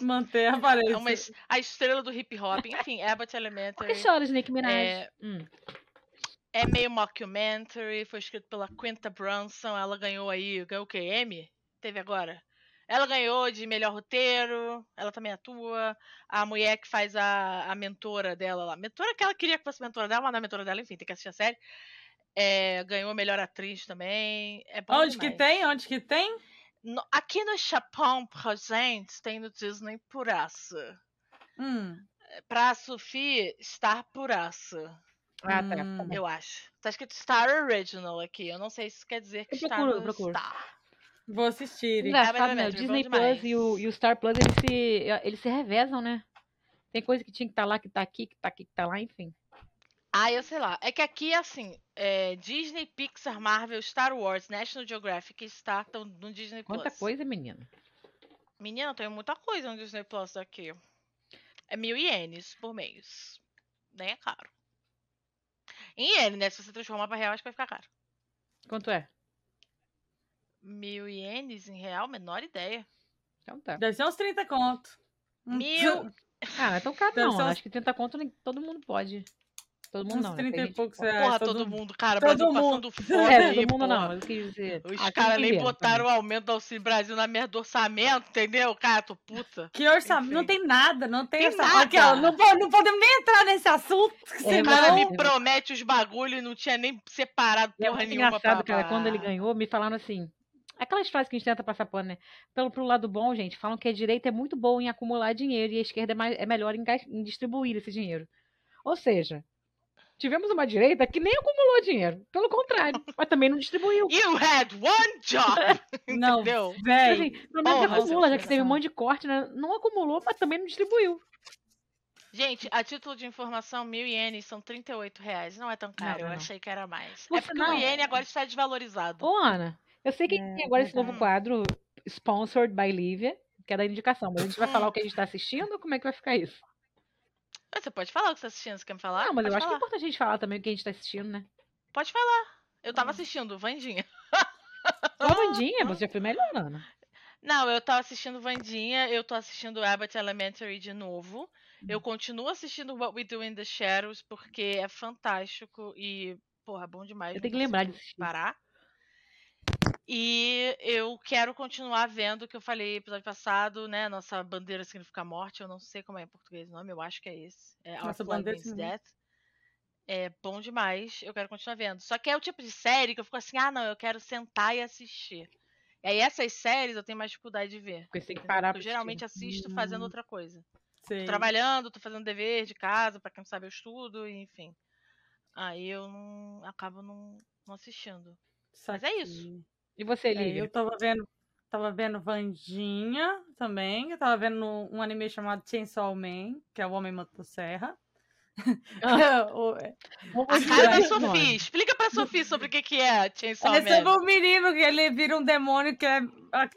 Manter a aparência.
é uma, es- a estrela do hip hop, enfim, Abbott Elementary.
Por que chora, Snake Minaj?
É,
Hum.
É meio mockumentary, foi escrito pela Quinta Brunson, ela ganhou aí, ganhou o quê? M? Teve agora? Ela ganhou de melhor roteiro, ela também atua. A mulher que faz a, a mentora dela lá, mentora que ela queria que fosse mentora dela, mas não é mentora dela, enfim, tem que assistir a série. É, ganhou melhor atriz também. É bom
Onde que
demais.
tem? Onde que tem?
No- aqui no Japão, pra gente, tem no Disney Puraça.
Hum.
Pra Sophie, Star Puraça.
Ah, tá.
Hum.
tá bom.
Eu acho. Tá escrito Star Original aqui. Eu não sei se isso quer dizer que
Eu
está
procuro, eu
no
procuro.
Star.
Vou assistir.
Engraçado,
Abbott
né?
Elementary,
O
é bom
Disney
demais.
Plus e o, e o Star Plus, eles se, eles se revezam, né? Tem coisa que tinha que estar lá, que tá aqui, que tá aqui, que tá lá, enfim.
Ah, eu sei lá. É que aqui, assim, é Disney, Pixar, Marvel, Star Wars, National Geographic e Star estão no Disney Plus.
Quanta coisa, menina.
Menina, tem muita coisa no Disney Plus daqui. É mil ienes por mês. Nem é caro. Em iene, né? Se você transformar pra real, acho que vai ficar caro.
Quanto é?
Mil ienes em real? Menor ideia.
Então tá.
Deve ser uns 30 conto. Um
Mil.
Ah, não é tão caro,
Então
Deve
não.
ser uns-
Acho que 30 conto nem todo mundo pode. Todo mundo
Uns
não. né?
30
Tem
e
gente-
poucos é reais.
Porra, todo mundo, cara.
todo
Brasil passando
mundo.
fome.
É, todo
aí,
mundo
porra.
não. Eu quis dizer.
Os
Ah,
caras nem
entenderam,
botaram o aumento do Auxílio Brasil na merda do orçamento, entendeu? Cara, tô puta.
Que orçamento?
Enfim.
Não tem nada, não tem,
Tem
orçamento.
nada.
Aquela, não, po- não podemos nem entrar nesse assunto.
É,
O
senão-
cara
mas-
me promete os bagulho e não tinha nem separado
E é
porra
muito
nenhuma pra...
engraçado, cara, quando ele ganhou, me falaram assim. Aquelas frases que a gente tenta passar pano, né? Pelo pro lado bom, gente, falam que a direita é muito boa em acumular dinheiro e a esquerda é, mais- é melhor em, gas- em distribuir esse dinheiro. Ou seja, tivemos uma direita que nem acumulou dinheiro. Pelo contrário, mas também não distribuiu.
You had one job!
Não,
Entendeu?
Mas,
velho.
assim, pelo menos
É, porra,
acumula,
seu
já que teve um
coração.
monte de corte, né? Não acumulou, mas também não distribuiu.
Gente, a título de informação, mil ienes são 38 reais. Não é tão caro,
não,
eu
não.
achei que era mais.
Por
é porque o
sinal- né?
iene agora está desvalorizado.
Ô, Ana, eu sei que tem agora esse novo
verdade.
quadro, Sponsored by Lívia, que é da indicação, mas a gente vai
Hum.
falar o que a gente tá assistindo ou como é que vai ficar isso?
Mas Você pode falar o que você tá assistindo, você quer me falar?
Ah, mas
pode
eu acho que é
falar.
importante a gente falar também o que a gente tá assistindo, né?
Pode falar. Eu
Hum.
tava assistindo, Vandinha.
Ô, Mandinha, você já foi melhor, Ana.
Não, eu tava assistindo Vandinha, eu tô assistindo Abbott Elementary de novo.
Hum.
Eu continuo assistindo What We Do in the Shadows, porque é fantástico e, porra, bom demais.
Eu
não
tenho que lembrar
consigo
disso.
parar. E eu quero continuar vendo o que eu falei no episódio passado, né? Nossa bandeira significa morte, eu não sei como é em português o nome, eu acho que é esse. É Our
Nossa
Flag
bandeira
Means
significa-
Death. É bom demais, eu quero continuar vendo. Só que é o tipo de série que eu fico assim, ah, não, eu quero sentar e assistir. E aí essas séries eu tenho mais dificuldade de ver.
Porque tem que
entendeu?
parar
Porque Então, tipo,
pra
eu geralmente
assistir.
assisto fazendo outra coisa. Tô
Sei.
trabalhando, tô fazendo dever de casa, pra quem não sabe eu estudo, e enfim. Aí eu não acabo não, não assistindo. mas é isso.
Saquei.
E você,
É,
Lívia?
eu tava vendo, tava vendo Vandinha também. Eu tava vendo um anime chamado Chainsaw Man, que é o Homem Motosserra.
Ah.
O- é,
Vamos
A
continuar
cara da
esse nome.
Sofia, explica pra Sofia sobre o que que é Chainsaw
é sobre
Man.
um menino que ele vira um demônio que é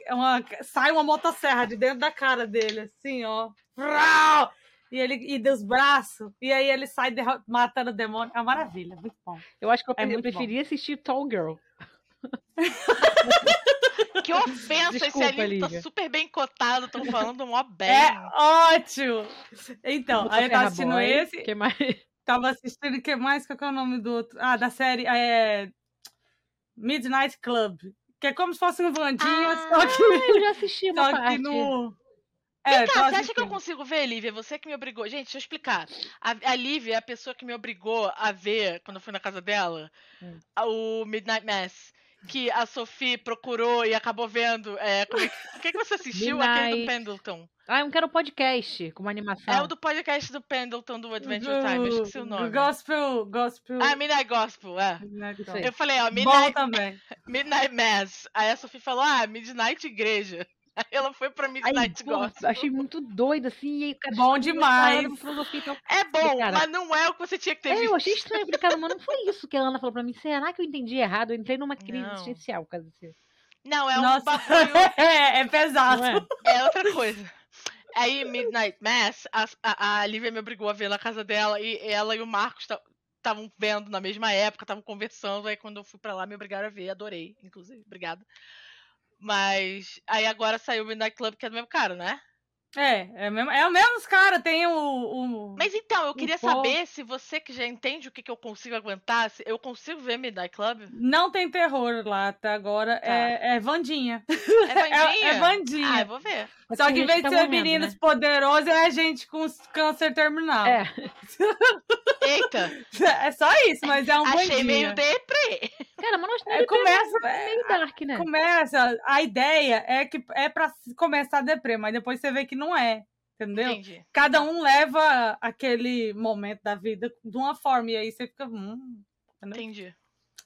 é uma- sai uma motosserra de dentro da cara dele, assim, ó. Vrau! E ele e dos braços. E aí ele sai derro- matando o demônio. É uma maravilha, muito bom.
Eu acho que eu,
É
pre- eu
muito bom.
preferia assistir Tall Girl.
Que ofensa,
Desculpa,
esse anime tá
Lívia.
super bem cotado, tão falando mó bem.
É ótimo! Então,
Puta
aí eu tava
Ferra
assistindo
Boy,
esse,
Que mais?
tava assistindo o que mais? Qual que é o nome do outro? Ah, da série é, Midnight Club. Que é como se fosse um Vandinha, só que,
Eu já assisti uma
só que
parte.
no. É,
Cara,
tô
você acha que eu
assistindo.
consigo ver, Lívia? Você que me obrigou. Gente, deixa eu explicar. A, a Lívia é a pessoa que me obrigou a ver, quando eu fui na casa dela,
Hum.
a- o Midnight Mass. Que a Sophie procurou e acabou vendo. É, como é que, o que, que você assistiu? Aquele do
Midnight.
Pendleton.
Ah, eu quero um podcast com uma animação.
É o do podcast do Pendleton do Adventure Time. Eu esqueci o nome.
Gospel, gospel.
Ah, Midnight Gospel, é.
Né,
Isso
então.
aí.
Eu falei, ó,
Bom
Midnight,
também.
Midnight Mass. Aí a Sophie falou, ah, Midnight Igreja. Ela foi pra
Aí,
Midnight
pô,
Gospel.
achei muito doido, assim. E aí, o cara,
Bom
Cara,
demais.
eu falei, eu fiquei tão-
É bom,
Cara,
mas não é o que você tinha que ter
assim, então, É,
visto.
eu achei estranho. Eu falei, cara, mas não foi isso que a Ana falou pra mim. Será que eu entendi errado? Eu entrei numa crise
Não.
existencial, cara. Assim.
Não, é um
Nossa,
bagulho
é, é pesado.
Não é?
É outra coisa. Aí, Midnight Mass, a, a, a Lívia me obrigou a ver na casa dela e ela e o Marcos estavam vendo na mesma época, estavam conversando. Aí, quando eu fui pra lá, me obrigaram a ver. Adorei, inclusive. Obrigada. Mas. Aí, agora saiu o Midnight Club, que é do mesmo cara, né?
É, é, mesmo, é o mesmo cara, tem o. o-
Mas então, eu queria
pouco.
saber se você que já entende o que, que eu consigo aguentar, se eu consigo ver Midnight Club?
Não tem terror lá até agora. É, é Vandinha.
É
É,
bandinha?
é Vandinha.
Tá. Ah, eu vou ver.
Mas
Só
tem
que em
gente
vez de
tá
ser
morrendo,
meninos
né?
poderosos, é gente com s- câncer terminal.
É,
Eita,
É só isso, mas é um
achei
bandinha.
meio deprê.
cara, mas não
É, começa, é,
meio dark, né?
começa. A ideia é que é pra se- começar a deprê, mas depois você vê que não é. Entendeu?
Entendi.
Cada um leva aquele momento da vida de uma forma, e aí você fica. Hum, entendeu?
Entendi.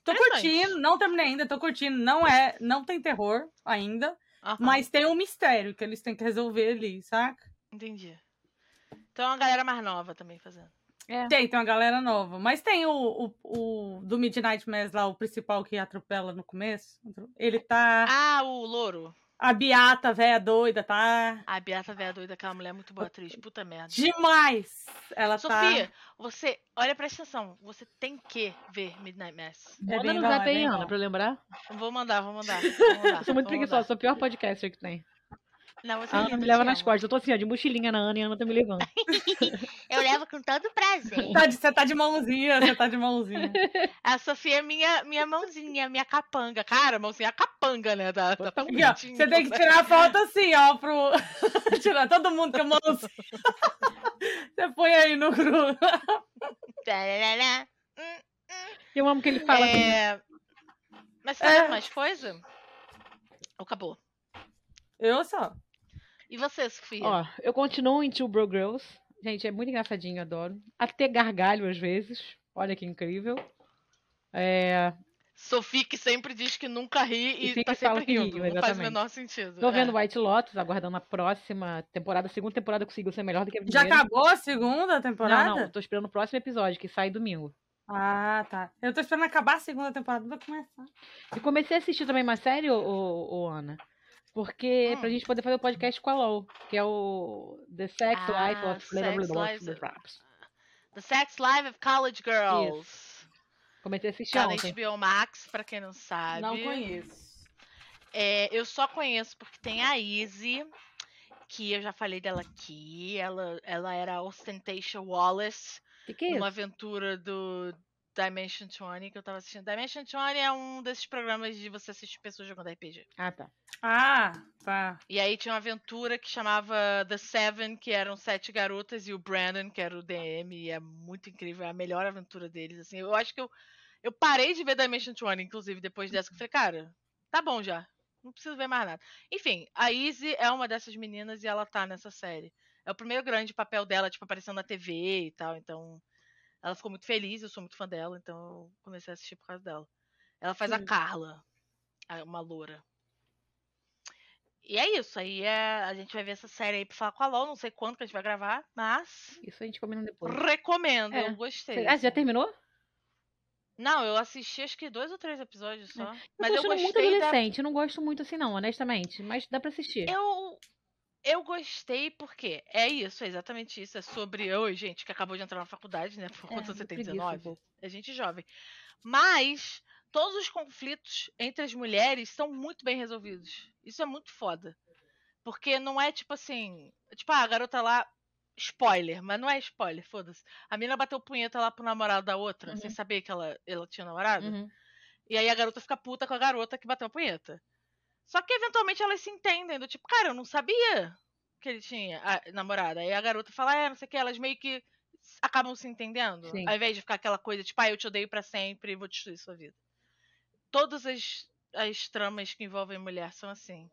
tô
interessante.
curtindo, não terminei ainda, tô curtindo. Não é, não tem terror ainda,
Aham.
mas tem um mistério que eles têm que resolver ali, saca?
Entendi. Então é uma galera mais nova também fazendo.
Tem, tem uma galera nova. Mas tem o, o, o do Midnight Mass lá, o principal que atropela no começo. Ele tá.
Ah, o Louro.
A Beata, velha doida, tá.
A Beata Véia Doida, aquela mulher muito boa atriz. Puta merda.
Demais! Ela
Sofia,
tá.
você. Olha, presta atenção. Você tem que ver Midnight Mass.
É
Manda
bem
no
bom,
zap
é
aí,
bem
Ana,
bom.
pra eu lembrar.
Vou mandar, vou mandar. Vou mandar
Eu né?
vou
sou muito
mandar.
preguiçosa, sou o pior podcaster que tem.
Não, você
Ah,
A
linda,
Ana me
eu
leva
te
nas
amo.
costas. Eu tô assim, ó, de mochilinha na Ana e a Ana tá me levando.
Eu levo com todo prazer.
Tá de- Você tá de mãozinha, você tá de mãozinha.
A Sofia é minha, minha mãozinha, minha capanga. Cara, mãozinha capanga, né? Da, da
Total.
Aqui, ó,
bonitinho,
você tem que
né?
tirar a foto assim, ó, pro. tirar todo mundo com a mão assim. Você põe aí no grupo.
Tarará.
Eu amo que ele fala assim.
É... Mas você tá
É.
vendo mais coisa? Acabou.
Eu só.
E você, Sofia?
Ó, eu continuo em Two Bro Girls. Gente, é muito engraçadinho, eu adoro. Até gargalho às vezes. Olha que incrível. É,
Sophie que sempre diz que nunca ri e,
E sempre
tá
fala
sempre
que
rindo.
riu,
não faz o
exatamente.
menor sentido.
tô
é.
vendo White Lotus, aguardando a próxima temporada. A segunda temporada conseguiu ser melhor do que a
Já
primeira.
acabou a segunda temporada?
Não, não, tô esperando o próximo episódio, que sai domingo.
Ah, tá. Eu tô esperando acabar a segunda temporada pra começar.
E comecei a assistir também uma série, ô, ô, ô, Ana,
É.
porque pra gente poder fazer o podcast com a LOL, que é o The Sex
Ah,
Life of
Sex
Flavor
Lives-
Raps.
The Sex Life of College Girls.
Comecei a assistir
Tá na
ontem.
HBO Max, pra quem não sabe.
conheço.
É, eu só conheço porque tem a Izzy, que eu já falei dela aqui. Ela, ela era a Ostentation Wallace,
Que que é
uma
isso?
aventura do Dimension 20 que eu tava assistindo. Dimension 20 é um desses programas de você assistir pessoas jogando RPG.
Ah, tá.
Ah, tá.
E aí tinha uma aventura que chamava The Seven, que eram sete garotas, e o Brandon, que era o DM, e é muito incrível, é a melhor aventura deles, assim. Eu acho que eu, eu parei de ver Dimension 20, inclusive, depois dessa, que eu falei, cara, tá bom já, não preciso ver mais nada. Enfim, a Izzy é uma dessas meninas e ela tá nessa série. É o primeiro grande papel dela, tipo, aparecendo na TV e tal, então ela ficou muito feliz, eu sou muito fã dela, então eu comecei a assistir por causa dela. Ela faz a
Entendi.
Carla, a- uma loura. E é isso, aí é- a gente vai ver essa série aí pra falar com a LOL, não sei quando que a gente vai gravar, mas
Isso a gente combina depois.
recomendo,
É.
eu gostei.
Ah, você já terminou?
Não, eu assisti acho que dois ou três episódios só, mas
É. eu
eu
tô achando muito
gostei da...
adolescente, eu não gosto muito assim não, honestamente, mas dá pra assistir.
Eu, eu gostei porque é isso, é exatamente isso, é sobre eu e gente que acabou de entrar na faculdade, né, por quanto
É,
você
me
tem,
preguiça um
19?
pouco.
a gente é jovem. Mas todos os conflitos entre as mulheres são muito bem resolvidos. Isso é muito foda. Porque não é tipo assim. Tipo, ah, a garota lá. Spoiler, mas não é spoiler, foda-se. A mina bateu punheta lá pro namorado da outra, sem saber que ela, ela tinha namorado.
Uhum.
E aí a garota fica puta com a garota que bateu a punheta. Só que eventualmente elas se entendem, do tipo, cara, eu não sabia que ele tinha a namorada. Aí a garota fala, é, não sei o que, elas meio que s- acabam se entendendo.
Sim.
Ao invés de ficar aquela coisa, tipo, ah, eu te odeio pra sempre e vou destruir sua vida. Todas as, as tramas que envolvem mulher são assim.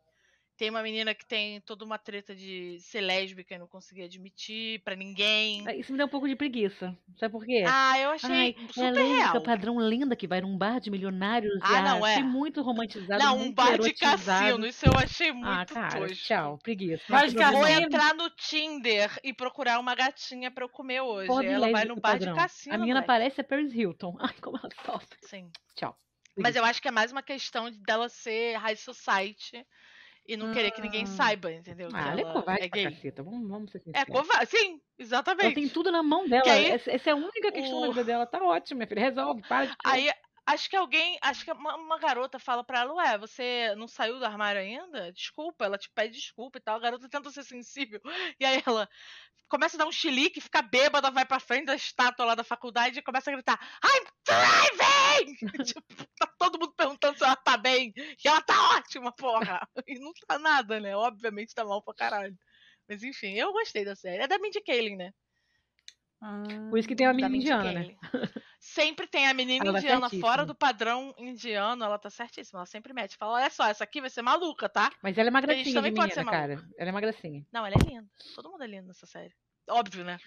Tem uma menina que tem toda uma treta de ser lésbica e não conseguir admitir pra ninguém.
Isso me deu um pouco de preguiça. Sabe por quê?
Ah, eu achei
Ai, é
super
lésbica,
real.
padrão linda que vai num bar de milionários. e,
Ah, não, é.
Achei muito romantizado.
Não, um
muito
bar de
erotizado.
cassino. Isso eu achei muito
Ah, cara,
tosco.
tchau, preguiça.
Bar de
Não tem
Vou
problema.
cassino.
entrar no Tinder e procurar uma gatinha pra eu comer hoje.
Pobre
ela vai
lésbica
no bar
padrão.
de cassino.
A menina
moleque.
parece a Paris Hilton. Ai, como ela sofre.
Sim.
Tchau.
Mas eu acho que é mais uma questão de- dela ser high society e não querer que ninguém
Ah.
saiba, entendeu?
Ah, ela
que
é covarde
é
pra né?
gay.
caceta. Vamos, vamos ser
É
sinceros.
covarde. Sim,
Ela
exatamente.
tem tudo na mão dela.
Que aí-
essa, essa é a única questão
o-
da vida dela. Tá ótimo, minha filha. Resolve, para de
Aí acho que alguém, acho que uma, uma garota fala pra ela, ué, você não saiu do armário ainda? Desculpa, ela te pede desculpa e tal. A garota tenta ser sensível. E aí ela começa a dar um chilique, fica bêbada, vai pra frente da estátua lá da faculdade e começa a gritar: I'm thriving! tipo, tá todo mundo perguntando se ela tá bem. E ela tá ótima, porra. E não tá nada, né? Obviamente tá mal pra caralho. Mas enfim, eu gostei da série. É da Mindy Kaling, né?
Ah.
Por isso que tem a
da
menina
Mindy
indiana, né?
Kaling. Sempre tem a menina
Ela tá
indiana fora
certíssima.
do padrão indiano, ela tá certíssima, ela sempre mete. Fala, olha só, essa aqui vai ser maluca, tá?
Mas ela é uma
gente
gracinha de
também pode
menina,
ser
cara. Ela é uma gracinha.
Não, ela é linda. Todo mundo é lindo nessa série. Óbvio, né?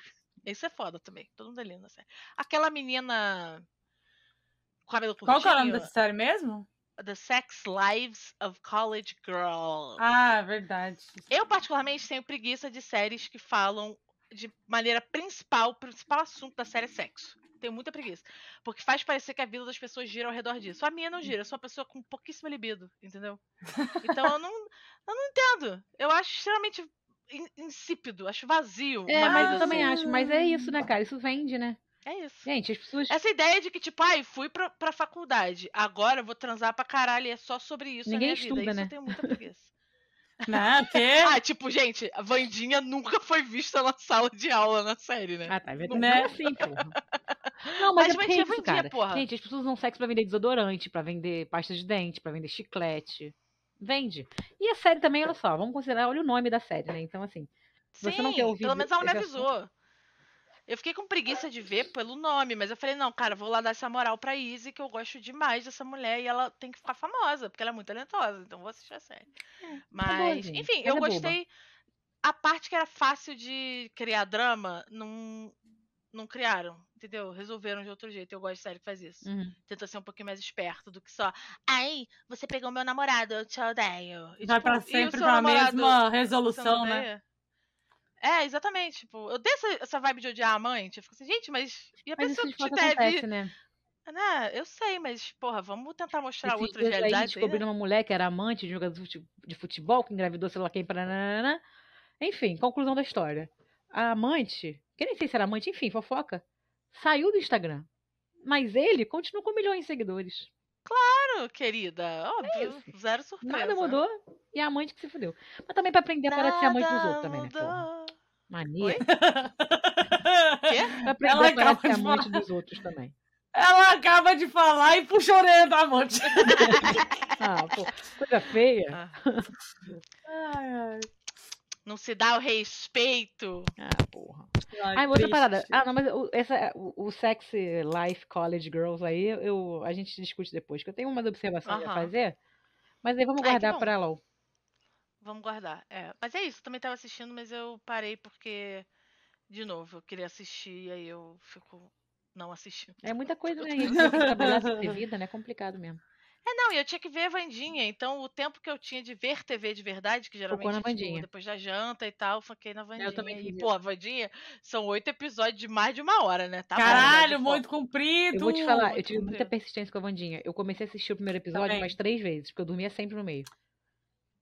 Isso é foda também. Todo mundo é lindo nessa série. Aquela menina com cabelo curtinho.
Qual que é o nome dessa série mesmo?
The Sex Lives of College Girl.
Ah, verdade.
Eu, particularmente, tenho preguiça de séries que falam de maneira principal, o principal assunto da série é sexo. Tenho muita preguiça. Porque faz parecer que a vida das pessoas gira ao redor disso. A minha
Hum.
não gira, eu sou uma pessoa com pouquíssima libido, entendeu? Então eu não, eu não entendo. Eu acho extremamente in- insípido, acho vazio.
É,
uma
mas
vida
eu também
assim.
acho. Mas é isso, né, cara? Isso vende, né?
É isso.
Gente, as pessoas.
Essa ideia de que, tipo, ai, fui pra, pra faculdade, agora eu vou transar pra caralho e é só sobre isso
Ninguém
a minha
estuda,
vida. Isso
né?
eu tenho muita preguiça.
Não, porque...
Ah, tipo, gente, a Vandinha nunca foi vista na sala de aula na série, né?
Ah, tá. é verdade.
Né?
Não é assim, porra. Não, mas,
Mas
é porque é
vendia,
isso,
vendia,
cara.
porra.
Gente, as pessoas usam sexo pra vender desodorante, pra vender pasta de dente, pra vender chiclete. Vende. E a série também, olha só, vamos considerar, olha o nome da série, né? Então, assim, se você não quer ouvir
pelo menos ela me
esse assunto-
avisou. Eu fiquei com preguiça de ver pelo nome, mas eu falei, não, cara, vou lá dar essa moral pra Izzy, que eu gosto demais dessa mulher e ela tem que ficar famosa, porque ela é muito talentosa, então vou assistir a série. Mas,
É, tá gente,
enfim,
mas
eu
é boba.
gostei. A parte que era fácil de criar drama, não, não criaram, entendeu? Resolveram de outro jeito. Eu gosto de série que faz isso.
Uhum.
Tenta ser um pouquinho mais esperto do que só. Ai, você pegou meu namorado, eu te odeio. E,
Vai
tipo,
pra
e o
sempre
seu
pra
namorado?
mesma
Você não
resolução, né?
odeia? É, exatamente. Tipo, eu dei essa, essa vibe de odiar a mãe. Tipo, eu fico assim, gente, mas. E a
Mas isso
pessoa
de
que te
fato
deve.
acontece, né?
Né? Eu sei, mas, porra, vamos tentar mostrar
Esses
outras
dias aí
realidades. aí, né?
descobriram uma mulher que era amante de um jogador de fute- de futebol, que engravidou, sei lá quem, paranana. Enfim, conclusão da história. A amante, que nem sei se era amante, enfim, fofoca, saiu do Instagram. Mas ele continua com milhões de seguidores.
Claro, querida. Óbvio.
isso.
zero surpresa.
Nada mudou e a amante que se fudeu. Mas também pra aprender a parar de ser amante dos
Nada
outros também, né? porra?
mudou.
Mania.
Quê?
Pra aprender
Ela
a parar
acaba
de ser
de
amante dos outros também.
Ela acaba de falar e puxa a orelha da amante.
Ah, pô, coisa feia.
Ai,
Não se dá o respeito.
Ah, porra.
ai.
Ah, e outra
triste.
parada. Ah, não, mas o, essa, o, o Sexy Life College Girls aí, eu, a gente discute depois, que eu tenho umas observações a
Aham.
fazer. Mas aí vamos
Ai, que
guardar
bom.
pra LOL.
Vamos guardar. É. Mas é isso, eu também tava assistindo, mas eu parei porque, de novo, eu queria assistir e aí eu fico não assistindo.
É muita coisa, né? A gente tem que trabalhar pra ter vida, né? É complicado mesmo.
É, não, e eu tinha que ver a Vandinha, então o tempo que eu tinha de ver TV de verdade, que geralmente
na
tipo,
Wandinha. É,
depois da janta e tal, eu foquei na Vandinha.
também
e,
fiz
pô, a Vandinha são oito episódios de mais de uma hora, né? Tá bom, né,
Caralho,
de
muito
foco.
comprido.
Eu vou te falar, eu tive
comprido.
muita persistência com a Vandinha. Eu comecei a assistir o primeiro episódio
Também.
mais três vezes, porque eu dormia sempre no meio.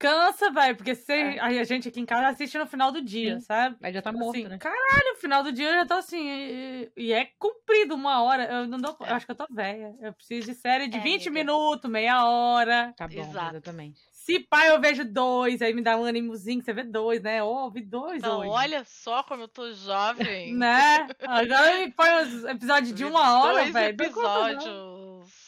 Cansa, velho, porque você,
É.
aí a gente aqui em casa assiste no final do dia,
Sim.
sabe?
Aí já tá morto,
assim,
né?
Caralho, final do dia eu já tô assim. E, e é comprido uma hora. Eu não dou.
É.
Eu acho que eu tô velha. Eu preciso de série de
É,
20
amiga.
minutos, meia hora.
Tá bom,
Exato.
exatamente.
Se pá, eu vejo dois, aí me dá um animozinho, que você vê dois, né? Ô, vi dois
Então,
hoje.
olha só como eu tô jovem.
Né? Agora me põe os episódios de uma hora,
Dois
velho. Dou conta, não.
episódios.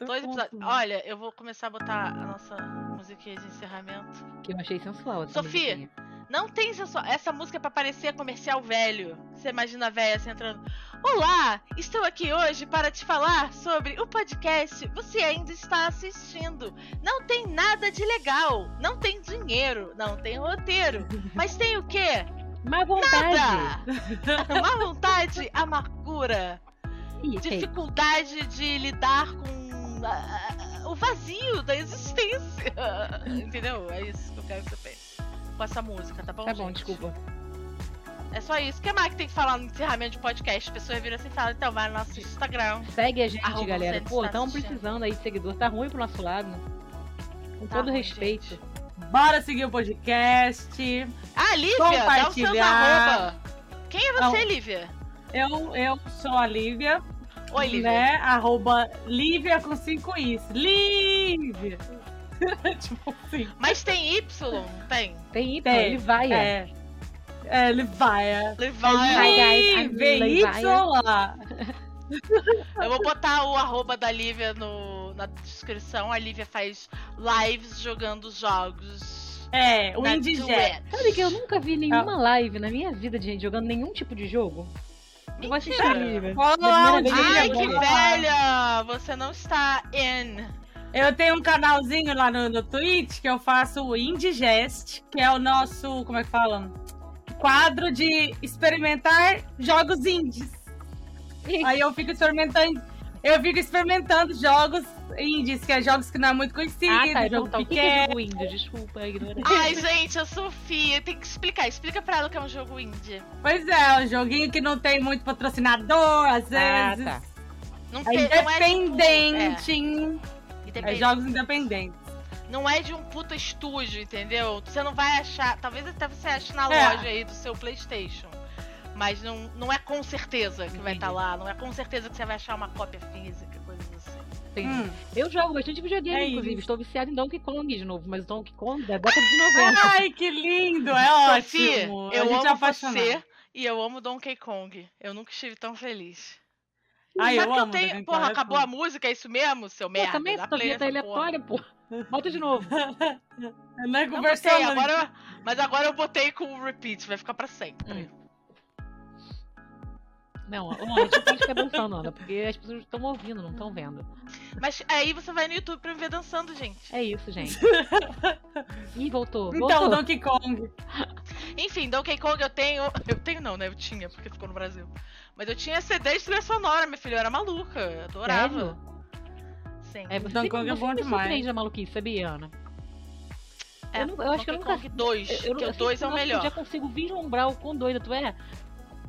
Dou
Dois
conta,
episódios.
não.
Olha, eu vou começar a botar a nossa musiquinha de encerramento.
Que eu achei sensual. essa
Sofia,
musiquinha.
Não tem sensual. Essa música é pra parecer comercial velho. Você imagina a véia assim entrando. Olá, estou aqui hoje para te falar sobre o podcast. Você ainda está assistindo. Não tem nada de legal. Não tem dinheiro. Não tem roteiro. Mas tem o quê?
Má vontade.
Nada. Má vontade, amargura,
Ih, ok.
dificuldade de lidar com ah, ah, o vazio da existência. Entendeu? É isso que eu quero que você pense. Com essa música, tá bom?
Tá bom,
gente?
desculpa.
É só isso. O que mais que tem que falar no encerramento de podcast? As pessoas viram assim e falam, então vai no nosso Instagram.
Segue a gente,
Arroba
galera.
você
Pô,
está
estamos
assistindo.
precisando aí de seguidor. Tá ruim pro nosso lado. Com
Tá
todo
ruim,
respeito.
gente.
Bora seguir o podcast.
Ah, Lívia, dá os seus
Compartilhar.
arroba. Quem é você, Lívia?
Eu, eu sou a Lívia.
Oi, Lívia.
Né? Arroba Lívia com 5 Is. Lívia! tipo assim.
Mas tem Y? Tem.
Tem Y,
Tem,
ele vai. É.
É. É, Livaia.
Levi.
Hi, guys, I'm
Lívia! lá.
Eu vou botar o arroba da Lívia no, na descrição. A Lívia faz lives jogando jogos.
É, o
na
Indigé.
Duet.
Sabe que eu nunca vi nenhuma live na minha vida de gente jogando nenhum tipo de jogo? Eu vou assistir.
Mentira.
Primeira
Cola lá um
vez
dia,
Ai, que
vamos lá.
velha! Você não está in.
Eu tenho um canalzinho lá no, no Twitch que eu faço o Indigest, que é o nosso, como é que fala? Quadro de experimentar jogos indies. Aí eu fico experimentando, eu fico experimentando jogos indies, que é jogos que não é muito conhecido,
Ah, tá. Eu
jogo
perguntava, o que
pequeno.
é jogo indie? Desculpa, a ignorância.
Ai, gente, a Sofia. Tem que explicar. Explica pra ela o que é um jogo indie.
Pois é, um joguinho que não tem muito patrocinador, às
Ah,
vezes.
tá.
Não
É
tem- não é de um-
independente.
é,
É,
independente.
jogos independentes.
Não é de um puta estúdio, entendeu? Você não vai achar. Talvez até você ache na
É.
loja aí do seu PlayStation. Mas não, não é com certeza que vai
Entendi.
estar lá. Não é com certeza que você vai achar uma cópia física, coisas assim.
Entendi.
Hum.
Eu jogo bastante videogame,
É
inclusive.
isso.
Estou viciada em Donkey Kong de novo, mas o Donkey Kong da década de 90.
Ai, que lindo! É ótimo!
Sofia,
A
eu
gente é
amo
apaixonado.
você e eu amo Donkey Kong. Eu nunca estive tão feliz.
Ai,
Sabe
Ah, eu
que
amo
eu tenho.
Donkey
Porra,
Kong, é
acabou
tudo.
a música, é isso mesmo, seu merda?
Pô, também
Dá
essa
play
vinheta
nessa porra.
aleatória, pô. Volta de novo.
Não é
Não, botei,
conversando.
agora, mas agora eu botei com o repeat, vai ficar pra sempre.
É. Não, ó, Ana, a gente pode ficar dançando, Ana, porque as pessoas estão ouvindo, não estão vendo.
Mas aí você vai no YouTube pra me ver dançando, gente.
É isso, gente. Ih, voltou.
Então, o
voltou.
Donkey Kong.
Enfim, Donkey Kong eu tenho. Eu tenho não, né? Eu tinha, porque ficou no Brasil. Mas eu tinha CD de trilha sonora, minha filha. Eu era maluca. Eu adorava.
Sério?
Sim.
É, você,
Donkey Kong é
você
bom
me
demais.
surpreende a maluquice, sabia, Ana? eu não- eu acho que eu
Donkey
nunca-
Kong 2,
eu
É, que
eu
o 2 é o
sinto que Eu
melhor.
já consigo vislumbrar o quão doida tu é.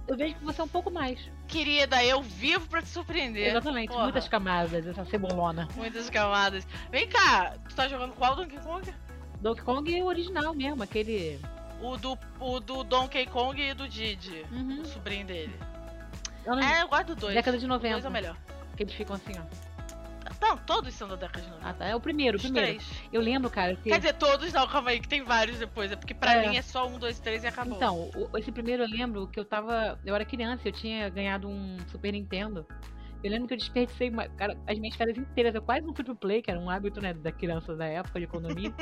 Eu vejo que você é um pouco mais.
Querida, eu vivo pra te surpreender.
Exatamente,
É, Porra.
muitas camadas, essa cebolona.
Muitas camadas. Vem cá, tu tá jogando qual Donkey Kong?
Donkey Kong é o original mesmo, aquele.
O do, o do Donkey Kong e do Didi,
Uhum.
o sobrinho dele.
Eu não-
É, eu gosto do 2.
Hum. década de
O 2 é
90.
o melhor.
que eles ficam assim, ó.
Não, todos são da década de 90.
Ah, tá. É o primeiro, o
Os
primeiro.
três.
Eu lembro, cara, que.
Quer dizer, todos não, calma aí, que tem vários depois. É porque pra
É.
mim é só um, dois, três e acabou.
Então, o- esse primeiro eu lembro que eu tava. Eu era criança, eu tinha ganhado um Super Nintendo. Eu lembro que eu desperdicei uma, cara, as minhas férias inteiras. Eu quase não fui pro play, que era um hábito, né, da criança da época de economia.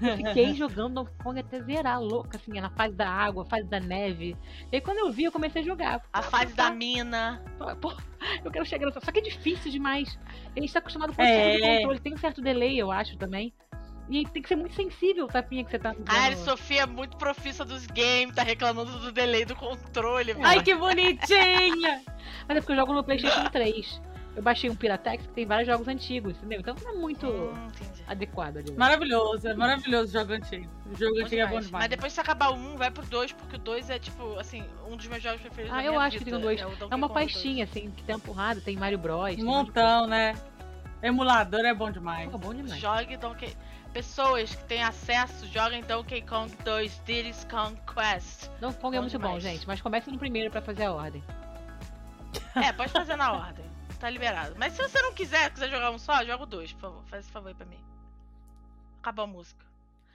Eu fiquei jogando Donkey Kong até zerar, louca, assim, na fase da água, fase da neve. E aí quando eu vi, eu comecei a jogar.
a fase
tá
da mina.
Pô, Pô, eu quero chegar nessa. Só que é difícil demais. A gente tá acostumado com o
É.
controle. Tem um certo delay, eu acho, também. E tem que ser muito sensível o tapinha que você tá.
A Ari
dando.
Sofia é muito profissa dos games, tá reclamando do delay do controle, mano.
Ai, que bonitinha!
Mas é porque eu jogo no PlayStation 3. Eu baixei um Piratex que tem vários jogos antigos, entendeu? Então não é muito
Hum, entendi.
adequado ali.
Maravilhoso, é maravilhoso o jogo antigo. O jogo
Bom
antigo é bom
demais. Mas
demais.
depois se acabar o 1, vai pro 2, porque o 2 é tipo, assim, um dos meus jogos preferidos
Ah,
da
eu
minha
acho que
vida.
tem o dois.
É, o Donkey
É uma
Kong
pastinha, assim, que tem empurrada, tem Mario Bros.
Um
tem monte de
montão, né? Emulador é bom demais.
coisa. Pô, bom
2.
demais.
Jogue Donkey... Pessoas que têm acesso, joguem Donkey Kong 2, Diddy's Conquest.
Donkey Kong é
Bom
muito bom,
demais.
gente. Mas comece no primeiro pra fazer a ordem.
É, pode fazer na ordem. Tá liberado. Mas se você não quiser, quiser jogar um só, joga o 2, por favor. Faz esse favor aí pra mim. Acabou a música.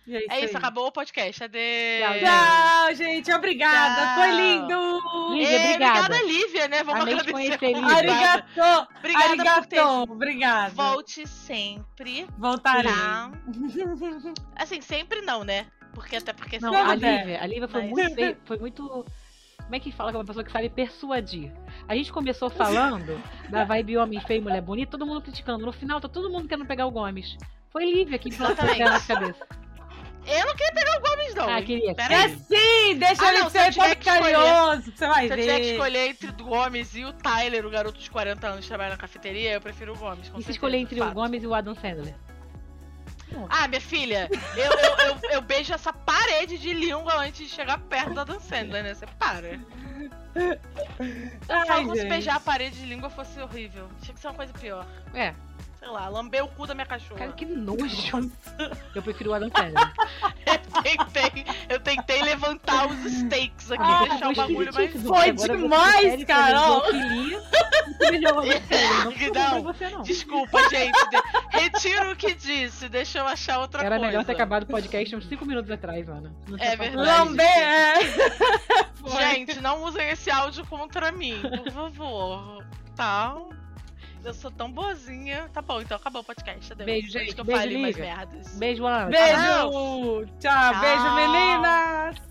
E é isso,
É isso,
aí.
acabou o podcast. Adeus.
Tchau,
Tchau, gente. Obrigada.
Tchau.
Foi lindo.
Lívia, obrigada.
obrigada, Lívia, né? Vamos
Amei te
agradecer.
conhecer, Lívia.
Obrigada.
Arigato.
Obrigada por ter
Arigato. Obrigada.
Volte sempre,
Voltarei.
tá? Assim, sempre não, né? Porque até porque
Não,
sei lá,
a
Nada.
Lívia, a Lívia foi,
Mas-
muito bem- foi muito. Como é que fala que é uma pessoa que sabe persuadir? A gente começou falando da vibe homem feio, mulher bonita, todo mundo criticando. No final, tá todo mundo querendo pegar o Gomes. Foi Lívia que plantou
Exatamente.
ela na cabeça.
Eu não queria pegar o Gomes, não.
Ah, queria.
Pera
É
aí.
sim, deixa
Ah,
ele
não, se eu
ser
tiver
todo
que
carinhoso, você vai
Se eu tiver que
ver.
escolher entre o Gomes e o Tyler, o garoto de 40 anos que trabalha na cafeteria, eu prefiro o Gomes. Com
E se
certeza,
escolher entre o
fato.
Gomes e o Adam Sandler?
Ah, minha filha, eu, eu, eu, eu beijo essa parede de língua antes de chegar perto da Dan Sandler, né? Você para. Eu falo como se
gente.
beijar a parede de língua fosse horrível. Tinha que ser uma coisa pior.
É,
Sei lá, lamber o cu da minha cachorra.
cara, que nojo. Eu prefiro o Adam Sandler.
Eu tentei, eu tentei levantar os stakes aqui,
Ah,
deixar o bagulho mais.
Esquisitíssimo.
Foi
Agora você
demais,
prefere também
Carol.
zoofilia e também o Adam Sandler. Não ficou bom pra
Não.
você, não.
Desculpa, gente. de- Retiro o que disse. Deixa eu achar outra
Era
coisa.
melhor ter acabado o podcast uns 5 minutos atrás, Ana. Não tinha
É
falado.
verdade.
Lamber. é. Foi.
Gente, não usem esse áudio contra mim, por favor. Tá? Eu sou tão boazinha. Tá bom, então acabou o podcast. adeus.
Beijo,
Antes
gente.
Que eu
Beijo,
fale mais
Lívia.
merdas.
Beijo, Ana.
é, Beijo.
Tchau.
Tchau, beijo, meninas.